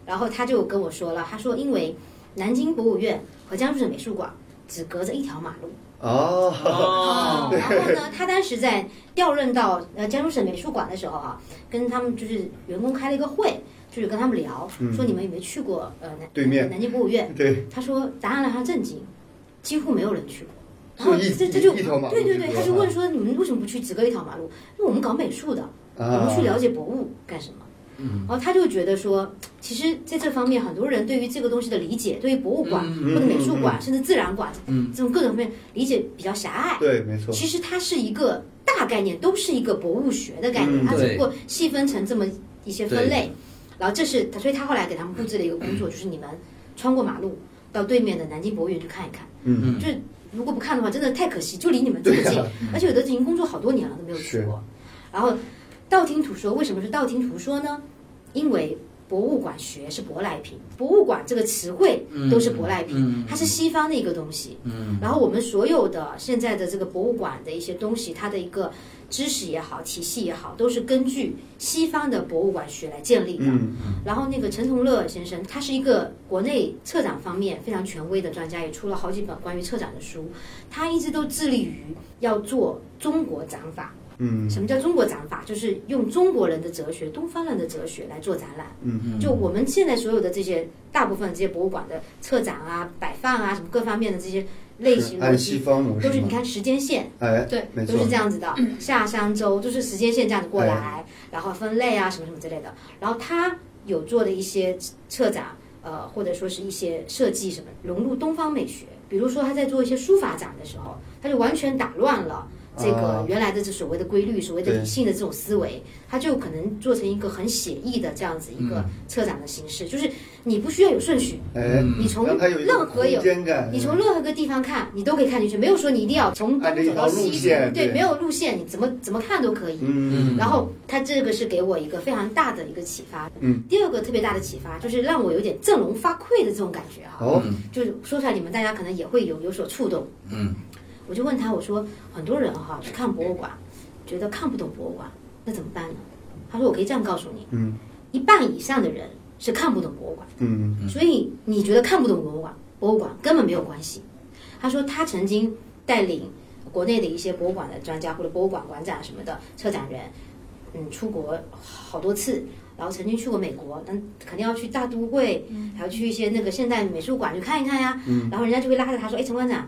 Speaker 4: 然后他就跟我说了，他说因为南京博物院和江苏省美术馆只隔着一条马路。
Speaker 2: 哦，
Speaker 3: 哦
Speaker 4: 然后呢，他当时在调任到呃江苏省美术馆的时候啊，跟他们就是员工开了一个会，就是跟他们聊，
Speaker 2: 嗯
Speaker 4: 说你们有没有去过呃南
Speaker 2: 对面
Speaker 4: 南京博物院？
Speaker 2: 对，
Speaker 4: 他说答案让他震惊，几乎没有人去过。然
Speaker 2: 就
Speaker 4: 后
Speaker 2: 一
Speaker 4: 哦这这就
Speaker 2: 一条马路
Speaker 4: 对对
Speaker 2: 就
Speaker 4: 对，
Speaker 2: 是
Speaker 4: 他
Speaker 2: 吧
Speaker 4: 就问说你们为什么不去只隔一条马路？因为我们搞美术的，我
Speaker 2: 啊嗯
Speaker 4: 们去了解博物干什么？然后他就觉得说，其实在这方面，很多人对于这个东西的理解，对于博物馆
Speaker 2: 嗯
Speaker 4: 或者美术
Speaker 2: 嗯
Speaker 4: 馆，甚至自然馆这种各种方面理解比较狭隘。
Speaker 2: 对，没错，
Speaker 4: 其实它是一个大概念，都是一个博物学的概念，
Speaker 2: 嗯
Speaker 4: 它只
Speaker 3: 对
Speaker 4: 不过细分成这么一些分类。然后这是，所以他后来给他们布置了一个工作，就是你们穿过马路到对面的南京博物院去看一看。
Speaker 2: 嗯，
Speaker 4: 就是如果不看的话，真的太可惜，就离你们这么
Speaker 2: 对
Speaker 4: 近
Speaker 2: 啊，
Speaker 4: 而且有的已经工作好多年了都没有去
Speaker 2: 是
Speaker 4: 过。然后道听途说，为什么是道听途说呢？因为博物馆学是舶来品，博物馆这个词汇都是舶来品，
Speaker 3: 嗯嗯
Speaker 4: 它是西方的一个东西。
Speaker 3: 嗯，
Speaker 4: 然后我们所有的现在的这个博物馆的一些东西，它的一个知识也好，体系也好，都是根据西方的博物馆学来建立的。
Speaker 2: 嗯，
Speaker 4: 然后那个陈同乐先生，他是一个国内策展方面非常权威的专家，也出了好几本关于策展的书。他一直都致力于要做中国展法。
Speaker 2: 嗯，
Speaker 4: 什么叫中国展法？就是用中国人的哲学、东方人的哲学来做展览。
Speaker 2: 嗯，
Speaker 4: 就我们现在所有的这些大部分这些博物馆的策展啊、摆放啊什么各方面的这些类型
Speaker 2: 按
Speaker 4: 逻
Speaker 2: 西
Speaker 4: 辑，
Speaker 2: 方模式
Speaker 4: 都是你
Speaker 2: 嘛，
Speaker 4: 看时间线。
Speaker 2: 哎，
Speaker 5: 对
Speaker 2: 没
Speaker 4: 都
Speaker 2: 错
Speaker 4: 是这，样子的，下商周就是时间线这样子过来，然后分类啊什么什么之类的。然后他有做的一些策展，呃，或者说是一些设计什么，融入东方美学。比如说他在做一些书法展的时候，他就完全打乱了这个
Speaker 2: 啊
Speaker 4: 原来的这所谓的规律、所谓的
Speaker 2: 对
Speaker 4: 理性的这种思维，它就可能做成一个很写意的这样子一
Speaker 2: 嗯
Speaker 4: 个策展的形式，就是你不需要有顺序，
Speaker 2: 哎，
Speaker 4: 你从
Speaker 2: 让它有一
Speaker 4: 任
Speaker 2: 个
Speaker 4: 何有
Speaker 2: 空间感，
Speaker 4: 你从任何个地方看，你都可以看进去，没有说你一定要从
Speaker 2: 按
Speaker 4: 东
Speaker 2: 着一
Speaker 4: 走
Speaker 2: 条
Speaker 4: 到
Speaker 2: 路
Speaker 4: 西，
Speaker 2: 线
Speaker 4: 对，
Speaker 2: 对
Speaker 4: 没有路线，你怎么怎么看都可以。
Speaker 2: 嗯，
Speaker 4: 然后他这个是给我一个非常大的一个启发。
Speaker 2: 嗯，
Speaker 4: 第二个特别大的启发就是让我有点振聋发聩的这种感觉哈、
Speaker 2: 哦，
Speaker 4: 就是说出来你们大家可能也会有有所触动。
Speaker 3: 嗯，
Speaker 4: 我就问他，我说很多人哈、去看博物馆，觉得看不懂博物馆，那怎么办呢？他说我可以这样告诉你，
Speaker 2: 嗯
Speaker 4: 一半以上的人是看不懂博物馆。
Speaker 2: 嗯
Speaker 4: 所以你觉得看不懂博物馆，博物馆根本没有关系。他说他曾经带领国内的一些博物馆的专家或者博物馆馆长什么的策展人，嗯，出国好多次，然后曾经去过美国，但肯定要去大都会，还要去一些那个现代美术馆去看一看呀。
Speaker 2: 嗯
Speaker 4: 然后人家就会拉着他说：“哎，陈馆长，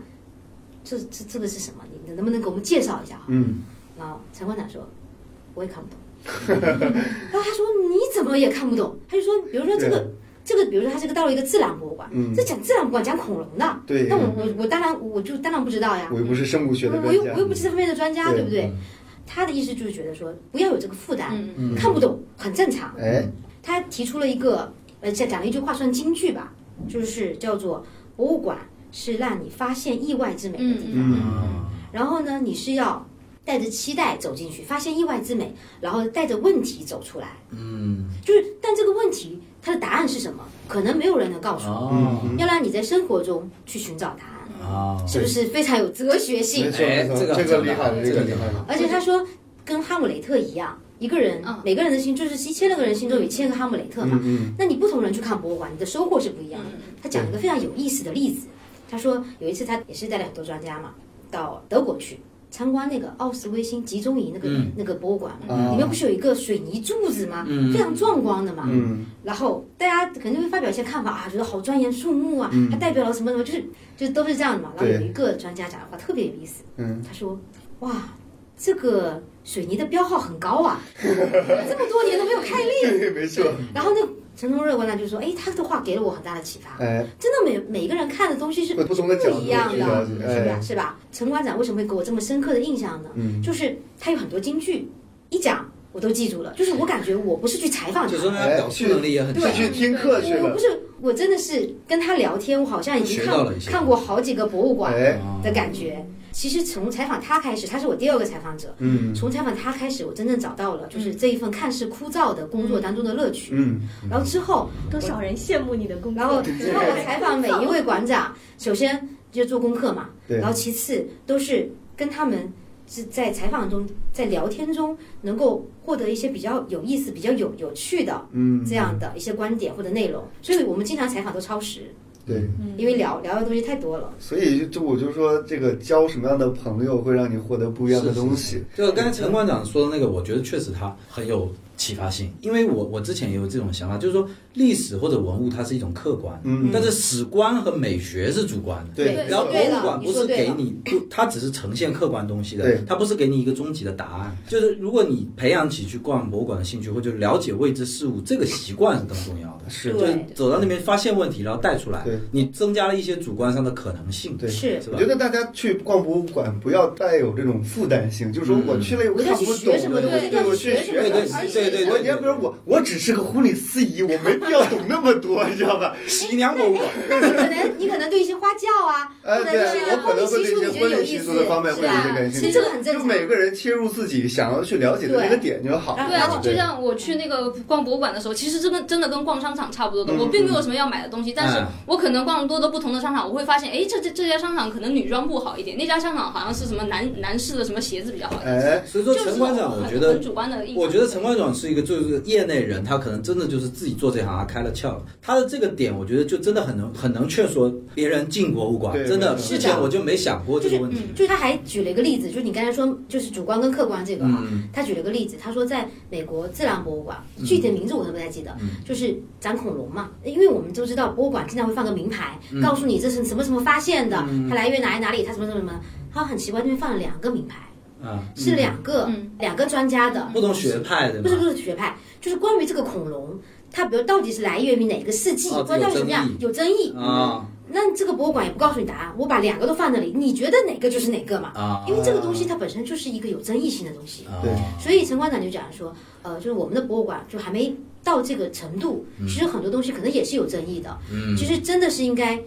Speaker 4: 这这这个是什么？你能不能给我们介绍一下？”
Speaker 2: 嗯，
Speaker 4: 然后陈馆长说：“我也看不懂。” 然后他说：“你怎么也看不懂？”他就说：“比如说这个
Speaker 2: 对，
Speaker 4: 这个，比如说他这个到了一个自然博物馆，
Speaker 2: 嗯
Speaker 4: 这讲自然博物馆讲恐龙的，
Speaker 2: 对
Speaker 4: 那我我我当然我就当然不知道呀，
Speaker 2: 我又不是生物学的
Speaker 4: 我
Speaker 2: 专
Speaker 4: 我又
Speaker 2: 家
Speaker 4: 我又不是这方面的专家，
Speaker 2: 对嗯
Speaker 4: 对不对？”他的意思就是觉得说不要有这个负担，
Speaker 5: 嗯
Speaker 3: 嗯
Speaker 4: 看不懂很正常。
Speaker 2: 哎，
Speaker 4: 他提出了一个呃讲讲了一句话算金句吧，就是叫做博物馆是让你发现意外之美的地方。
Speaker 2: 嗯
Speaker 4: 然后呢，你是要带着期待走进去，发现意外之美，然后带着问题走出来。
Speaker 3: 嗯，
Speaker 4: 就是，但这个问题它的答案是什么，可能没有人能告
Speaker 2: 啊
Speaker 4: 诉你。
Speaker 3: 哦
Speaker 4: 要让你在生活中去寻找答案，
Speaker 3: 啊，
Speaker 4: 是不是非常有哲学性
Speaker 2: 没？错
Speaker 3: 哎
Speaker 2: 没错，
Speaker 3: 这个
Speaker 2: 这个厉害了，
Speaker 3: 这个
Speaker 2: 这个厉害了，
Speaker 4: 而且他说，跟哈姆雷特一样，一个人
Speaker 5: 嗯，
Speaker 4: 每个人的心就是一千个人心中有一千个哈姆雷特嘛。
Speaker 2: 嗯
Speaker 4: 那你不同人去看博物馆，你的收获是不一样的。
Speaker 5: 嗯
Speaker 4: 他讲了一个非常有意思的例子，他说有一次他也是带了很多专家嘛，到德国去参观那个奥斯威辛集中营那个、
Speaker 3: 嗯
Speaker 4: 那个博物馆嘛，
Speaker 2: 嗯
Speaker 4: 里面不是有一个水泥柱子吗？
Speaker 3: 嗯
Speaker 4: 非常壮观的嘛。
Speaker 2: 嗯
Speaker 4: 然后大家肯定会发表一些看法啊，觉得好庄严肃穆啊，
Speaker 2: 嗯
Speaker 4: 它代表了什么什么，就是就都是这样的嘛。然后
Speaker 2: 对
Speaker 4: 有一个专家讲的话特别有意思，
Speaker 2: 嗯
Speaker 4: 他说：“哇，这个水泥的标号很高啊， 这么多年都没有开裂。”
Speaker 2: 嗯，没错，
Speaker 4: 然后那陈同瑞馆长就说：“哎，他的话给了我很大的启发。
Speaker 2: 哎，
Speaker 4: 真的每每个人看的东西是
Speaker 2: 不同的角度
Speaker 4: 一样
Speaker 2: 去了
Speaker 4: 的，
Speaker 2: 解
Speaker 4: 是吧？
Speaker 2: 哎
Speaker 4: 是吧？陈馆长为什么会给我这么深刻的印象呢？
Speaker 2: 嗯
Speaker 4: 就是他有很多金句，一讲我都记住了。就是我感觉我不是去采访他
Speaker 3: 就，说明他表述能力也很强啊
Speaker 2: 是，去听课去
Speaker 4: 我不
Speaker 2: 了，
Speaker 4: 是，我真的是跟他聊天，我好像已经
Speaker 3: 学到了一
Speaker 4: 看
Speaker 3: 些
Speaker 4: 看过好几个博物馆
Speaker 2: 哎，
Speaker 4: 的感觉。其实从采访他开始，他是我第二个采访者。
Speaker 2: 嗯
Speaker 4: 从采访他开始，我真正找到了就是这一份看似枯燥的工作当中的乐趣。
Speaker 2: 嗯
Speaker 4: 然后之后，
Speaker 6: 多少人羡慕你的工作。
Speaker 4: 然后之后我采访每一位馆长，首先就做功课嘛，
Speaker 2: 对
Speaker 4: 然后其次都是跟他们是在采访中、在聊天中能够获得一些比较有意思、比较有有趣的
Speaker 2: 嗯，
Speaker 4: 这样的一些观点或者内容。所以我们经常采访都超时，
Speaker 2: 对，
Speaker 4: 因为聊聊的东西太多了。
Speaker 2: 所以就就我就说这个交什么样的朋友会让你获得不一样的东西，
Speaker 3: 就刚才陈馆长说的那个，我觉得确实他很有启发性，因为我我之前也有这种想法，就是说历史或者文物它是一种客观，
Speaker 2: 嗯
Speaker 3: 但是史观和美学是主观的。
Speaker 2: 对
Speaker 5: 对
Speaker 3: 然后博
Speaker 4: 对
Speaker 3: 物
Speaker 4: 了
Speaker 3: 馆不
Speaker 4: 你说
Speaker 3: 是
Speaker 4: 对
Speaker 3: 给
Speaker 4: 了
Speaker 3: 你，不，它只是呈现客观东西的
Speaker 2: 对，
Speaker 3: 它不是给你一个终极的答案。就是如果你培养起去逛博物馆的兴趣，或者了解未知事物这个习惯是更重要的。
Speaker 2: 是
Speaker 3: 就是
Speaker 6: 对
Speaker 3: 走到那边发现问题，然后带出来
Speaker 2: 对，
Speaker 3: 你增加了一些主观上的可能性，
Speaker 2: 对
Speaker 4: 是
Speaker 3: 是
Speaker 2: 我
Speaker 3: 吧
Speaker 2: 觉？得大家去逛博物馆不要带有这种负担性，就是说我去了我
Speaker 4: 我要
Speaker 2: 看
Speaker 4: 去
Speaker 2: 不
Speaker 4: 学
Speaker 2: 懂
Speaker 4: 什
Speaker 2: 的
Speaker 4: 么
Speaker 2: 东
Speaker 5: 东
Speaker 2: 西，
Speaker 5: 西
Speaker 2: 对
Speaker 5: 对
Speaker 2: 我去
Speaker 5: 对
Speaker 2: 学
Speaker 5: 对
Speaker 2: 它
Speaker 5: 对
Speaker 2: 而且
Speaker 5: 对对对
Speaker 2: 我你要比如我我只是个婚礼司仪，我没必要懂那么多，你知道吧？
Speaker 3: 喜娘博物馆，
Speaker 4: 但你可能你可能对一些花轿啊，
Speaker 2: 哎，
Speaker 4: 或者
Speaker 2: 对，
Speaker 4: 一些
Speaker 2: 我可能
Speaker 4: 婚礼
Speaker 2: 会对一些婚
Speaker 4: 习俗，你觉得有
Speaker 2: 礼
Speaker 4: 意
Speaker 2: 习
Speaker 4: 思啊
Speaker 2: 俗的方面会有一些
Speaker 5: 是吧
Speaker 2: 感兴趣，
Speaker 4: 其实这个很正
Speaker 2: 就
Speaker 4: 常
Speaker 2: 每个人切入自己想要去了解的那个点就好
Speaker 4: 对
Speaker 5: 对啊，
Speaker 2: 了。
Speaker 5: 就像我去那个逛博物馆的时候，其实这个真的跟逛商场差不多
Speaker 2: 嗯
Speaker 5: 的。我并没有什么要买的东西，但是
Speaker 3: 嗯
Speaker 5: 我可能逛多的不同的商场，我会发现，哎，这这这家商场可能女装部好一点，那家商场好像是什么男男士的什么鞋子比较好。
Speaker 2: 哎，
Speaker 3: 所以说
Speaker 5: 就是
Speaker 3: 陈馆长，
Speaker 5: 很
Speaker 3: 我觉得
Speaker 5: 很主观的印象。
Speaker 3: 我觉得陈馆长是一个就是业内人，他可能真的就是自己做这行，他啊开了窍了。他的这个点，我觉得就真的很能很能劝说别人进博物馆
Speaker 2: 对。
Speaker 3: 真的，
Speaker 2: 没错
Speaker 3: 之前我就没想过这个问题。
Speaker 4: 就是他还举了一个例子，就是你刚才说就是主观跟客观这个
Speaker 2: 嗯
Speaker 4: 啊，
Speaker 3: 嗯
Speaker 4: 他举了个例子，他说在美国自然博物馆，具体的名字我都不太记得，就是展恐龙嘛，因为我们都知道博物馆经常会放个名牌，告诉你这是什么什么发现的，它来源哪里哪里，它什么什么什么，他很奇怪，那边放了两个名牌，
Speaker 3: 啊，
Speaker 4: 是两个、
Speaker 5: 嗯
Speaker 4: 两个专家的，
Speaker 3: 不同学派对
Speaker 4: 不是不
Speaker 3: 吧？
Speaker 4: 是学派，就是关于这个恐龙，它比如到底是来源于哪个世纪，
Speaker 3: 哦
Speaker 4: 或者到底怎么样，有争议
Speaker 3: 啊，
Speaker 4: 那这个博物馆也不告诉你答案，我把两个都放那里，你觉得哪个就是哪个嘛？
Speaker 3: 啊，
Speaker 4: 因为这个东西它本身就是一个有争议性的东西，
Speaker 3: 啊，
Speaker 2: 对
Speaker 4: 所以陈馆长就讲说，呃，就是我们的博物馆就还没到这个程度，
Speaker 2: 嗯
Speaker 4: 其实很多东西可能也是有争议的，
Speaker 3: 嗯，
Speaker 4: 其实真的是应该。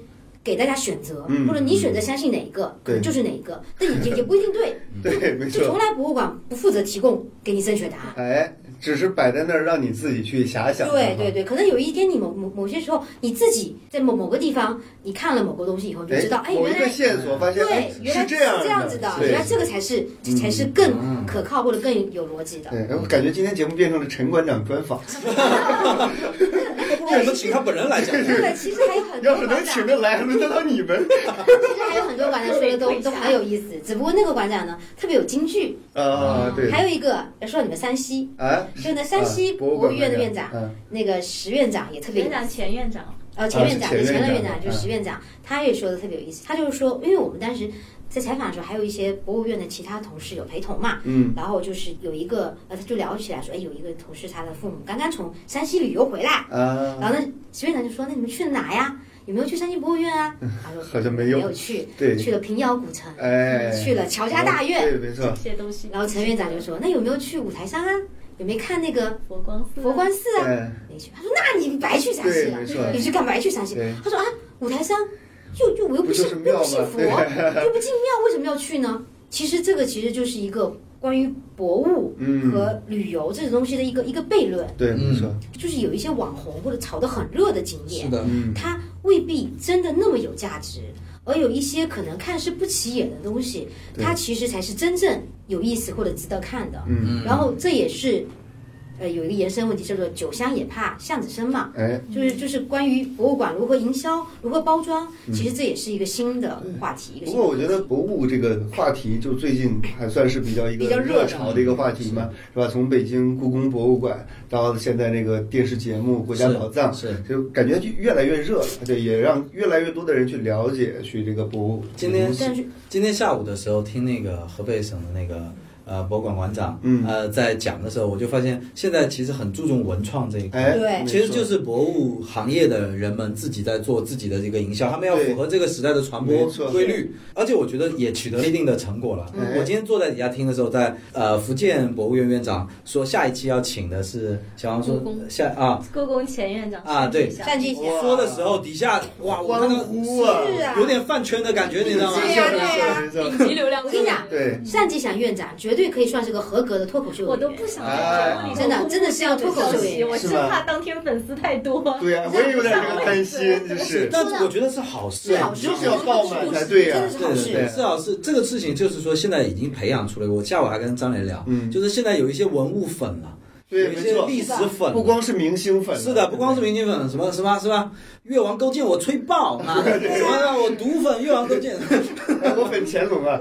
Speaker 4: 给大家选择，
Speaker 2: 嗯
Speaker 4: 或者你选择相信哪一个，可
Speaker 2: 对
Speaker 4: 能就是哪一个，但 也也不一定对。
Speaker 2: 对，没
Speaker 4: 就从
Speaker 2: 错。
Speaker 4: 来博物馆不负责提供给你正确答案。
Speaker 2: 哎，只是摆在那儿让你自己去遐 想。
Speaker 4: 对对对，可能有一天你某某某些时候，你自己在某某个地方，你看了某个东西以后，你就知道，哎，
Speaker 2: 某
Speaker 4: 原
Speaker 2: 一个
Speaker 4: 来
Speaker 2: 线索发现，哎
Speaker 4: 对，，原来
Speaker 2: 这
Speaker 4: 是这样子的，
Speaker 2: 对
Speaker 4: 原来这个才是
Speaker 2: 嗯
Speaker 4: 才是更可靠或者更有逻辑的。
Speaker 2: 对，哎我感觉今天节目变成了陈馆长专访。
Speaker 3: 不如我们请他本人来讲。
Speaker 4: 对，其实还有很多
Speaker 2: 要是
Speaker 4: 馆
Speaker 2: 能
Speaker 4: 长，
Speaker 2: 请得来，还轮得到你 们。
Speaker 4: 其实还有很多馆长说的都都很有意思，只不过那个馆长呢特别有京剧，
Speaker 2: 啊，对，
Speaker 4: 还有一个要说你们山西，
Speaker 2: 哎，
Speaker 4: 就呢山西
Speaker 2: 啊
Speaker 4: 博物院的院长
Speaker 2: 嗯
Speaker 4: 那个石院长也特别有
Speaker 6: 院
Speaker 4: 意思
Speaker 6: 长、嗯前院长，
Speaker 4: 呃，前院长，
Speaker 2: 啊是
Speaker 4: 对
Speaker 2: 前
Speaker 4: 前任
Speaker 2: 院
Speaker 4: 院
Speaker 2: 长
Speaker 4: 长就
Speaker 2: 嗯
Speaker 4: 是石院长，他也说的特别有意思。他就是说，因为我们当时在采访的时候，还有一些博物院的其他同事有陪同嘛，
Speaker 2: 嗯，
Speaker 4: 然后就是有一个呃，他就聊起来说，哎，有一个同事他的父母刚刚从山西旅游回来，
Speaker 2: 啊，
Speaker 4: 然后呢，石院长就说，那你们去了哪呀？有没有去山西博物院啊？他说
Speaker 2: 好像没
Speaker 4: 没
Speaker 2: 有
Speaker 4: 去，
Speaker 2: 对
Speaker 4: 去了平遥古城，
Speaker 2: 哎，
Speaker 4: 去了乔家大院。
Speaker 2: 对，没错
Speaker 6: 这，些东西。
Speaker 4: 嗯然后陈院长就说，那有没有去五台山啊？有没有看那个
Speaker 6: 佛光寺啊，
Speaker 4: 佛光寺啊？
Speaker 2: 哎，
Speaker 4: 没去。他说，那你白去山西
Speaker 2: 对，
Speaker 4: 了
Speaker 2: 没。错，
Speaker 4: 你去干嘛去山西
Speaker 2: 对？
Speaker 4: 他说啊，五台山，又又我又不信
Speaker 2: 不就是
Speaker 4: 又
Speaker 2: 庙
Speaker 4: 不
Speaker 2: 吗
Speaker 4: 信佛，
Speaker 2: 对
Speaker 4: 又不进庙，为什么要去呢？其实这个其实就是一个关于博物
Speaker 2: 嗯，
Speaker 4: 和旅游这个东西的一个一个悖论，
Speaker 2: 对，没
Speaker 4: 嗯
Speaker 2: 错，
Speaker 4: 就是有一些网红或者炒得很热的景
Speaker 3: 是
Speaker 4: 点，
Speaker 3: 的，
Speaker 2: 嗯，
Speaker 4: 它未必真的那么有价值，而有一些可能看似不起眼的东西，
Speaker 2: 对
Speaker 4: 它其实才是真正有意思或者值得看的。
Speaker 2: 嗯，
Speaker 3: 嗯，
Speaker 4: 然后这也是，呃，有一个延伸问题叫做“酒香也怕巷子深”嘛，
Speaker 2: 哎，
Speaker 4: 就是就是关于博物馆如何营销、如何包装，其实这也是一个新的
Speaker 6: 嗯
Speaker 4: 话题，一
Speaker 2: 嗯不
Speaker 4: 个新
Speaker 2: 过我
Speaker 4: 的
Speaker 2: 觉得
Speaker 4: 话题
Speaker 2: 博物这个话题，就最近还算是比较一个
Speaker 4: 比较热
Speaker 2: 热
Speaker 4: 的
Speaker 2: 潮的一个话题嘛，是吧？从北京故宫博物馆到现在那个电视节目《国家宝藏》，
Speaker 3: 是。
Speaker 2: 就感觉就越来越热，对，也让越来越多的人去了解去这个博物。
Speaker 3: 今天
Speaker 4: 但是
Speaker 3: 今天下午的时候听那个河北省的那个呃博物馆馆长，
Speaker 2: 嗯
Speaker 3: 呃在讲的时候，我就发现现在其实很注重文创这一块。
Speaker 2: 哎，
Speaker 4: 对
Speaker 2: 没错
Speaker 3: 其实就是博物行业的人们自己在做自己的这个营销，他们要
Speaker 2: 对
Speaker 3: 符合这个时代的传播
Speaker 2: 没错
Speaker 3: 规律，而且我觉得也取得了一定的成果了。
Speaker 2: 哎
Speaker 3: 我今天坐在底下听的时候，在呃福建博物院院长说下一期要请的是小王说
Speaker 5: 故宫
Speaker 3: 下啊
Speaker 6: 故宫前院长
Speaker 3: 啊对
Speaker 4: 占据一些
Speaker 2: 哇
Speaker 3: 说的时候底下哇我看
Speaker 2: 欢
Speaker 3: 到
Speaker 2: 呼啊！
Speaker 4: 是啊
Speaker 3: 有点饭圈的感觉，你知道吗？
Speaker 4: 对呀对呀
Speaker 2: 没错，没
Speaker 5: 顶
Speaker 2: 错
Speaker 5: 级流量
Speaker 4: 我
Speaker 5: 歌
Speaker 4: 跟
Speaker 5: 手，
Speaker 4: 你讲
Speaker 2: 对，
Speaker 4: 单霁翔院长绝对可以算是个合格的脱口秀演员
Speaker 6: 我都不想在
Speaker 3: 哎
Speaker 6: 节目里头
Speaker 4: 真的真的是要
Speaker 6: 公布这
Speaker 4: 脱
Speaker 6: 样
Speaker 4: 口
Speaker 6: 的
Speaker 4: 秀
Speaker 6: 消息，
Speaker 4: 演员
Speaker 6: 我
Speaker 2: 是
Speaker 6: 真
Speaker 2: 吧
Speaker 6: 怕当天粉丝太多。
Speaker 2: 对呀，我也有点这个担心，就是是，
Speaker 3: 但我觉得是好事
Speaker 4: 是
Speaker 3: 啊
Speaker 4: 好，事，
Speaker 2: 就是要爆满才对呀
Speaker 4: 真的是好啊
Speaker 3: 对
Speaker 4: 事。
Speaker 3: 对，是好事。这个事情就是说，现在已经培养出来。我下午还跟张磊聊，
Speaker 2: 嗯
Speaker 3: 就是现在有一些文物粉了，
Speaker 2: 对，
Speaker 3: 有一
Speaker 2: 没
Speaker 3: 些
Speaker 2: 错，
Speaker 3: 历史粉，
Speaker 2: 不光是明星粉，
Speaker 3: 是的，不光是明星粉，什么什么是吧？越王勾践我吹爆，妈的，什么我毒粉越王勾践，
Speaker 2: 我粉乾隆啊，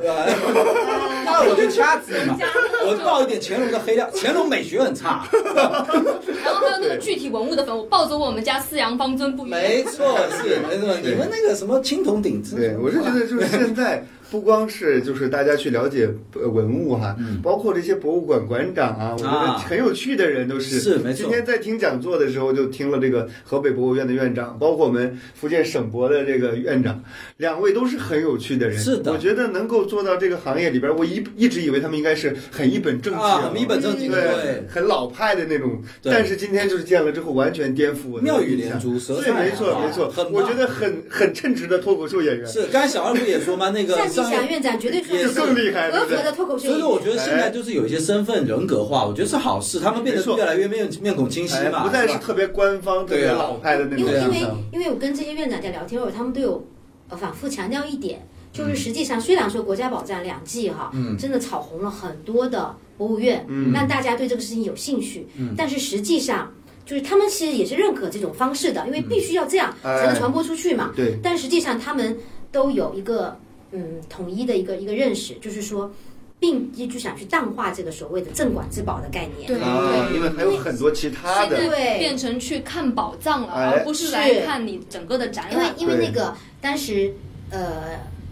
Speaker 3: 那我就掐死你嘛！我爆一点乾隆的黑料，乾隆美学很差，
Speaker 5: 然后还有那个具体文物的粉，我抱走我们家四羊方尊不渝。
Speaker 3: 没错，是没错。你们那个什么青铜鼎之，
Speaker 2: 对，我是觉得就是现 在不光是就是大家去了解呃文物哈、
Speaker 3: 嗯
Speaker 2: 包括这些博物馆馆长啊，我觉得
Speaker 3: 啊
Speaker 2: 很有趣的人都是。
Speaker 3: 是没错
Speaker 2: 今天在听讲座的时候，就听了这个河北博物院的院长，包括我们福建省博的这个院长，两位都是很有趣的人。
Speaker 3: 是的
Speaker 2: 我觉得能够做到这个行业里边，我一一直以为他们应该是很一本正经、嗯
Speaker 3: 啊，一本正经的，
Speaker 2: 对
Speaker 3: 对，，
Speaker 2: 很老派的那种。
Speaker 3: 对
Speaker 2: 但是今天就是见了之后，完全颠覆我的
Speaker 3: 妙语
Speaker 2: 印象
Speaker 3: 连珠舌
Speaker 2: 对，
Speaker 3: 灿
Speaker 2: 没错
Speaker 3: 啊
Speaker 2: 没错
Speaker 3: 很，棒
Speaker 2: 我觉得很很称职的脱口秀演员。
Speaker 3: 是。刚才小二不也说吗？那个
Speaker 4: 单霁
Speaker 3: 上
Speaker 4: 翔院长绝对算
Speaker 3: 也
Speaker 2: 就是更厉害，对
Speaker 4: 合
Speaker 2: 不对
Speaker 4: 格？的脱口
Speaker 3: 所
Speaker 4: 秀
Speaker 3: 以
Speaker 4: 演
Speaker 3: 说，我
Speaker 4: 员。
Speaker 3: 觉得现
Speaker 2: 哎
Speaker 3: 在就是有一些身份人格化，我觉得是好事，他们变得越来越面面孔清晰
Speaker 2: 哎，
Speaker 3: 嘛，
Speaker 2: 不再是
Speaker 3: 吧
Speaker 2: 特别官方、特
Speaker 3: 对啊啊
Speaker 2: 别老派的那
Speaker 4: 因
Speaker 2: 种
Speaker 4: 为因
Speaker 2: 印
Speaker 4: 为
Speaker 2: 象。
Speaker 4: 因为我跟这些院长在聊天会儿，他们都有呃反复强调一点，就是实际上虽然说《国家宝藏》两季哈，
Speaker 3: 嗯
Speaker 4: 真的炒红了很多的博物院，
Speaker 2: 嗯
Speaker 4: 让大家对这个事情有兴趣，
Speaker 3: 嗯
Speaker 4: 但是实际上。就是他们其实也是认可这种方式的，因为必须要这样
Speaker 3: 嗯
Speaker 2: 哎
Speaker 4: 才能传播出去嘛。
Speaker 2: 对，
Speaker 4: 但实际上他们都有一个嗯统一的一个一个认识，就是说，并就想去淡化这个所谓的镇馆之宝的概念。
Speaker 5: 对
Speaker 2: 啊，
Speaker 5: 对
Speaker 2: 因为还有很多其他
Speaker 5: 现
Speaker 2: 的，
Speaker 5: 在
Speaker 4: 对
Speaker 5: 变成去看宝藏了，
Speaker 2: 哎
Speaker 5: 而不是来
Speaker 4: 是
Speaker 5: 看你整个的展
Speaker 4: 因为
Speaker 5: 览。
Speaker 4: 因为
Speaker 2: 对
Speaker 4: 那个当时呃，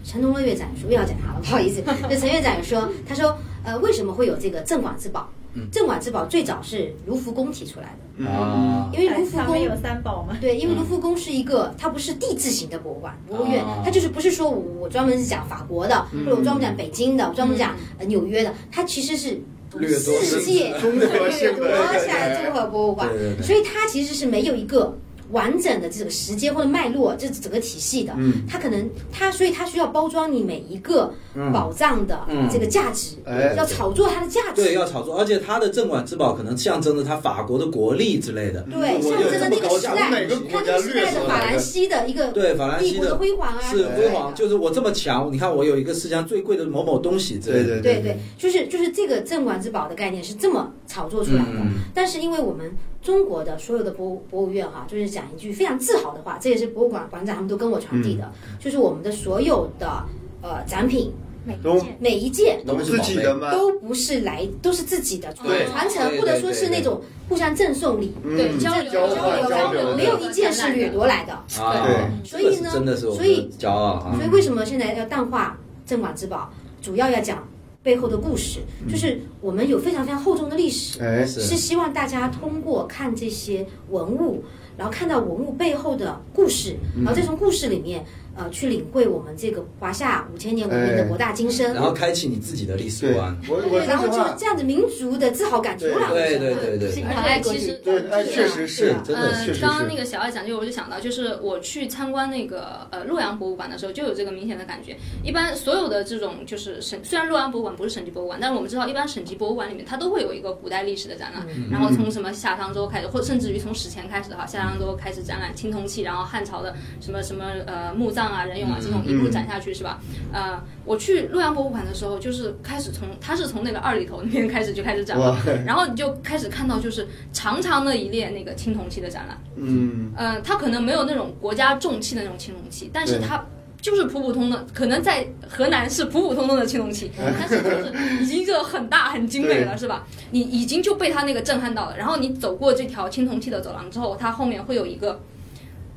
Speaker 4: 陈同乐院长说又要讲他了，不好意思，就陈院长说，他说呃，为什么会有这个镇馆之宝？镇馆之宝最早是卢浮宫提出来的，
Speaker 3: 啊
Speaker 4: 因为卢浮
Speaker 6: 咱们
Speaker 4: 宫
Speaker 6: 有三宝嘛，
Speaker 4: 对，因为卢浮宫是一个，它不是地质型的博物馆、博物院
Speaker 3: 哦，
Speaker 4: 它就是不是说我我专门讲法国的，或者我专门讲北京的，我专门讲呃纽约的，它其实是
Speaker 3: 掠夺
Speaker 4: 世界
Speaker 2: 综合性的
Speaker 4: 掠夺下来综合博物馆
Speaker 3: 对对，对
Speaker 4: 所以它其实是没有一个。完整的这个时间或者脉络，这整个体系的，
Speaker 3: 嗯
Speaker 4: 它可能它，所以它需要包装你每一个宝藏的
Speaker 3: 嗯
Speaker 4: 这个价值，
Speaker 2: 哎
Speaker 4: 要炒作它的价值，
Speaker 3: 对，要炒作，而且它的镇馆之宝可能象征着它法国的国力之类的。
Speaker 4: 对，
Speaker 3: 我
Speaker 4: 象
Speaker 3: 有这么
Speaker 4: 征着那个
Speaker 3: 高
Speaker 4: 时
Speaker 3: 价
Speaker 4: 代，
Speaker 2: 哪个
Speaker 4: 它
Speaker 2: 国
Speaker 4: 那
Speaker 2: 家
Speaker 4: 个时代
Speaker 2: 掠
Speaker 4: 的
Speaker 2: 夺
Speaker 4: 法
Speaker 2: 了
Speaker 4: 兰西的一个
Speaker 3: 对法兰西
Speaker 4: 帝国的
Speaker 3: 的
Speaker 4: 辉煌啊，
Speaker 3: 是
Speaker 4: 什么之类
Speaker 3: 辉
Speaker 4: 的
Speaker 3: 煌，就是我这么强，你看我有一个世界上最贵的某某东西之类
Speaker 2: 对
Speaker 3: 的。
Speaker 2: 对
Speaker 4: 对对，就是就是这个镇馆之宝的概念是这么炒作出来的。
Speaker 3: 嗯
Speaker 4: 但是因为我们中国的所有的博物博物院哈、啊就是讲一句非常自豪的话，这也是博物馆馆长他们都跟我传递的，
Speaker 3: 嗯
Speaker 4: 就是我们的所有的呃展品
Speaker 6: 每一
Speaker 2: 都
Speaker 6: 件
Speaker 4: 每一件。
Speaker 2: 都是自己的吗？
Speaker 4: 都不是来，都是自己的
Speaker 5: 对
Speaker 4: 传承，
Speaker 3: 对
Speaker 4: 或者说是那种互相赠送礼，
Speaker 2: 嗯
Speaker 5: 对交流
Speaker 2: 交
Speaker 5: 交
Speaker 2: 换
Speaker 5: 流
Speaker 2: 交流
Speaker 5: 流
Speaker 2: 的，
Speaker 4: 没有一件是掠夺来的。
Speaker 3: 啊，
Speaker 2: 对
Speaker 4: 所以呢
Speaker 3: 这个是真的是我
Speaker 4: 所以
Speaker 3: 骄傲啊
Speaker 4: 所以！为什么现在要淡化镇馆之宝，主要要讲背后的故事，就是我们有非常非常厚重的历史，
Speaker 2: 哎，
Speaker 3: 嗯是
Speaker 4: 是希望大家通过看这些文物，然后看到文物背后的故事，
Speaker 3: 嗯
Speaker 4: 然后再从故事里面呃去领会我们这个华夏五千年文明的博大精深，
Speaker 3: 嗯哎然后开启你自己的历史
Speaker 2: 对，
Speaker 3: 观。
Speaker 2: 我我
Speaker 4: 对，
Speaker 2: 说
Speaker 4: 然后
Speaker 2: 实
Speaker 4: 就
Speaker 2: 话，
Speaker 4: 这样子民族的自豪感出来了。
Speaker 3: 对对对对
Speaker 6: 是一
Speaker 3: 对，
Speaker 6: 个
Speaker 5: 哎其实
Speaker 2: 对，哎，确实是，
Speaker 4: 对啊
Speaker 2: 真
Speaker 5: 嗯，
Speaker 2: 的确实是。
Speaker 5: 刚刚那个小爱讲这个，我就想到，就是我去参观那个呃洛阳博物馆的时候，就有这个明显的感觉。一般所有的这种就是省，虽然洛阳博物馆不是省级博物馆，但是我们知道，一般省级博物馆里面它都会有一个古代历史的展览，
Speaker 2: 嗯
Speaker 5: 然后从什么夏商周开始，或甚至于从史前开始哈，夏商周开始展览青铜器，然后汉朝的什么什么呃墓葬啊、人俑
Speaker 2: 嗯
Speaker 5: 啊这种一路展下去是吧？呃，我去洛阳博物馆的时候，就是开始从它是从那个二里头那边开始就开始展了
Speaker 2: 哇，
Speaker 5: 然后你就开始看到就是长长的一列那个青铜器的展览，
Speaker 2: 嗯，
Speaker 5: 呃，它可能没有那种国家重器的那种青铜器，但是
Speaker 2: 对
Speaker 5: 它。就是普普通的，可能在河南是普普通通的青 铜器，但是就是已经就很大很精美了，
Speaker 2: 对
Speaker 5: 是吧？你已经就被它那个震撼到了。然后你走过这条青铜器的走廊之后，它后面会有一个，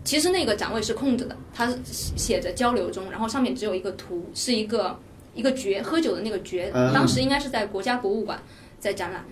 Speaker 5: 其实那个展位是空着的，它是写着交流中，然后上面只有一个图，是一个一个爵，喝酒的那个爵，
Speaker 2: 嗯
Speaker 5: 当时应该是在国家博物馆在展览。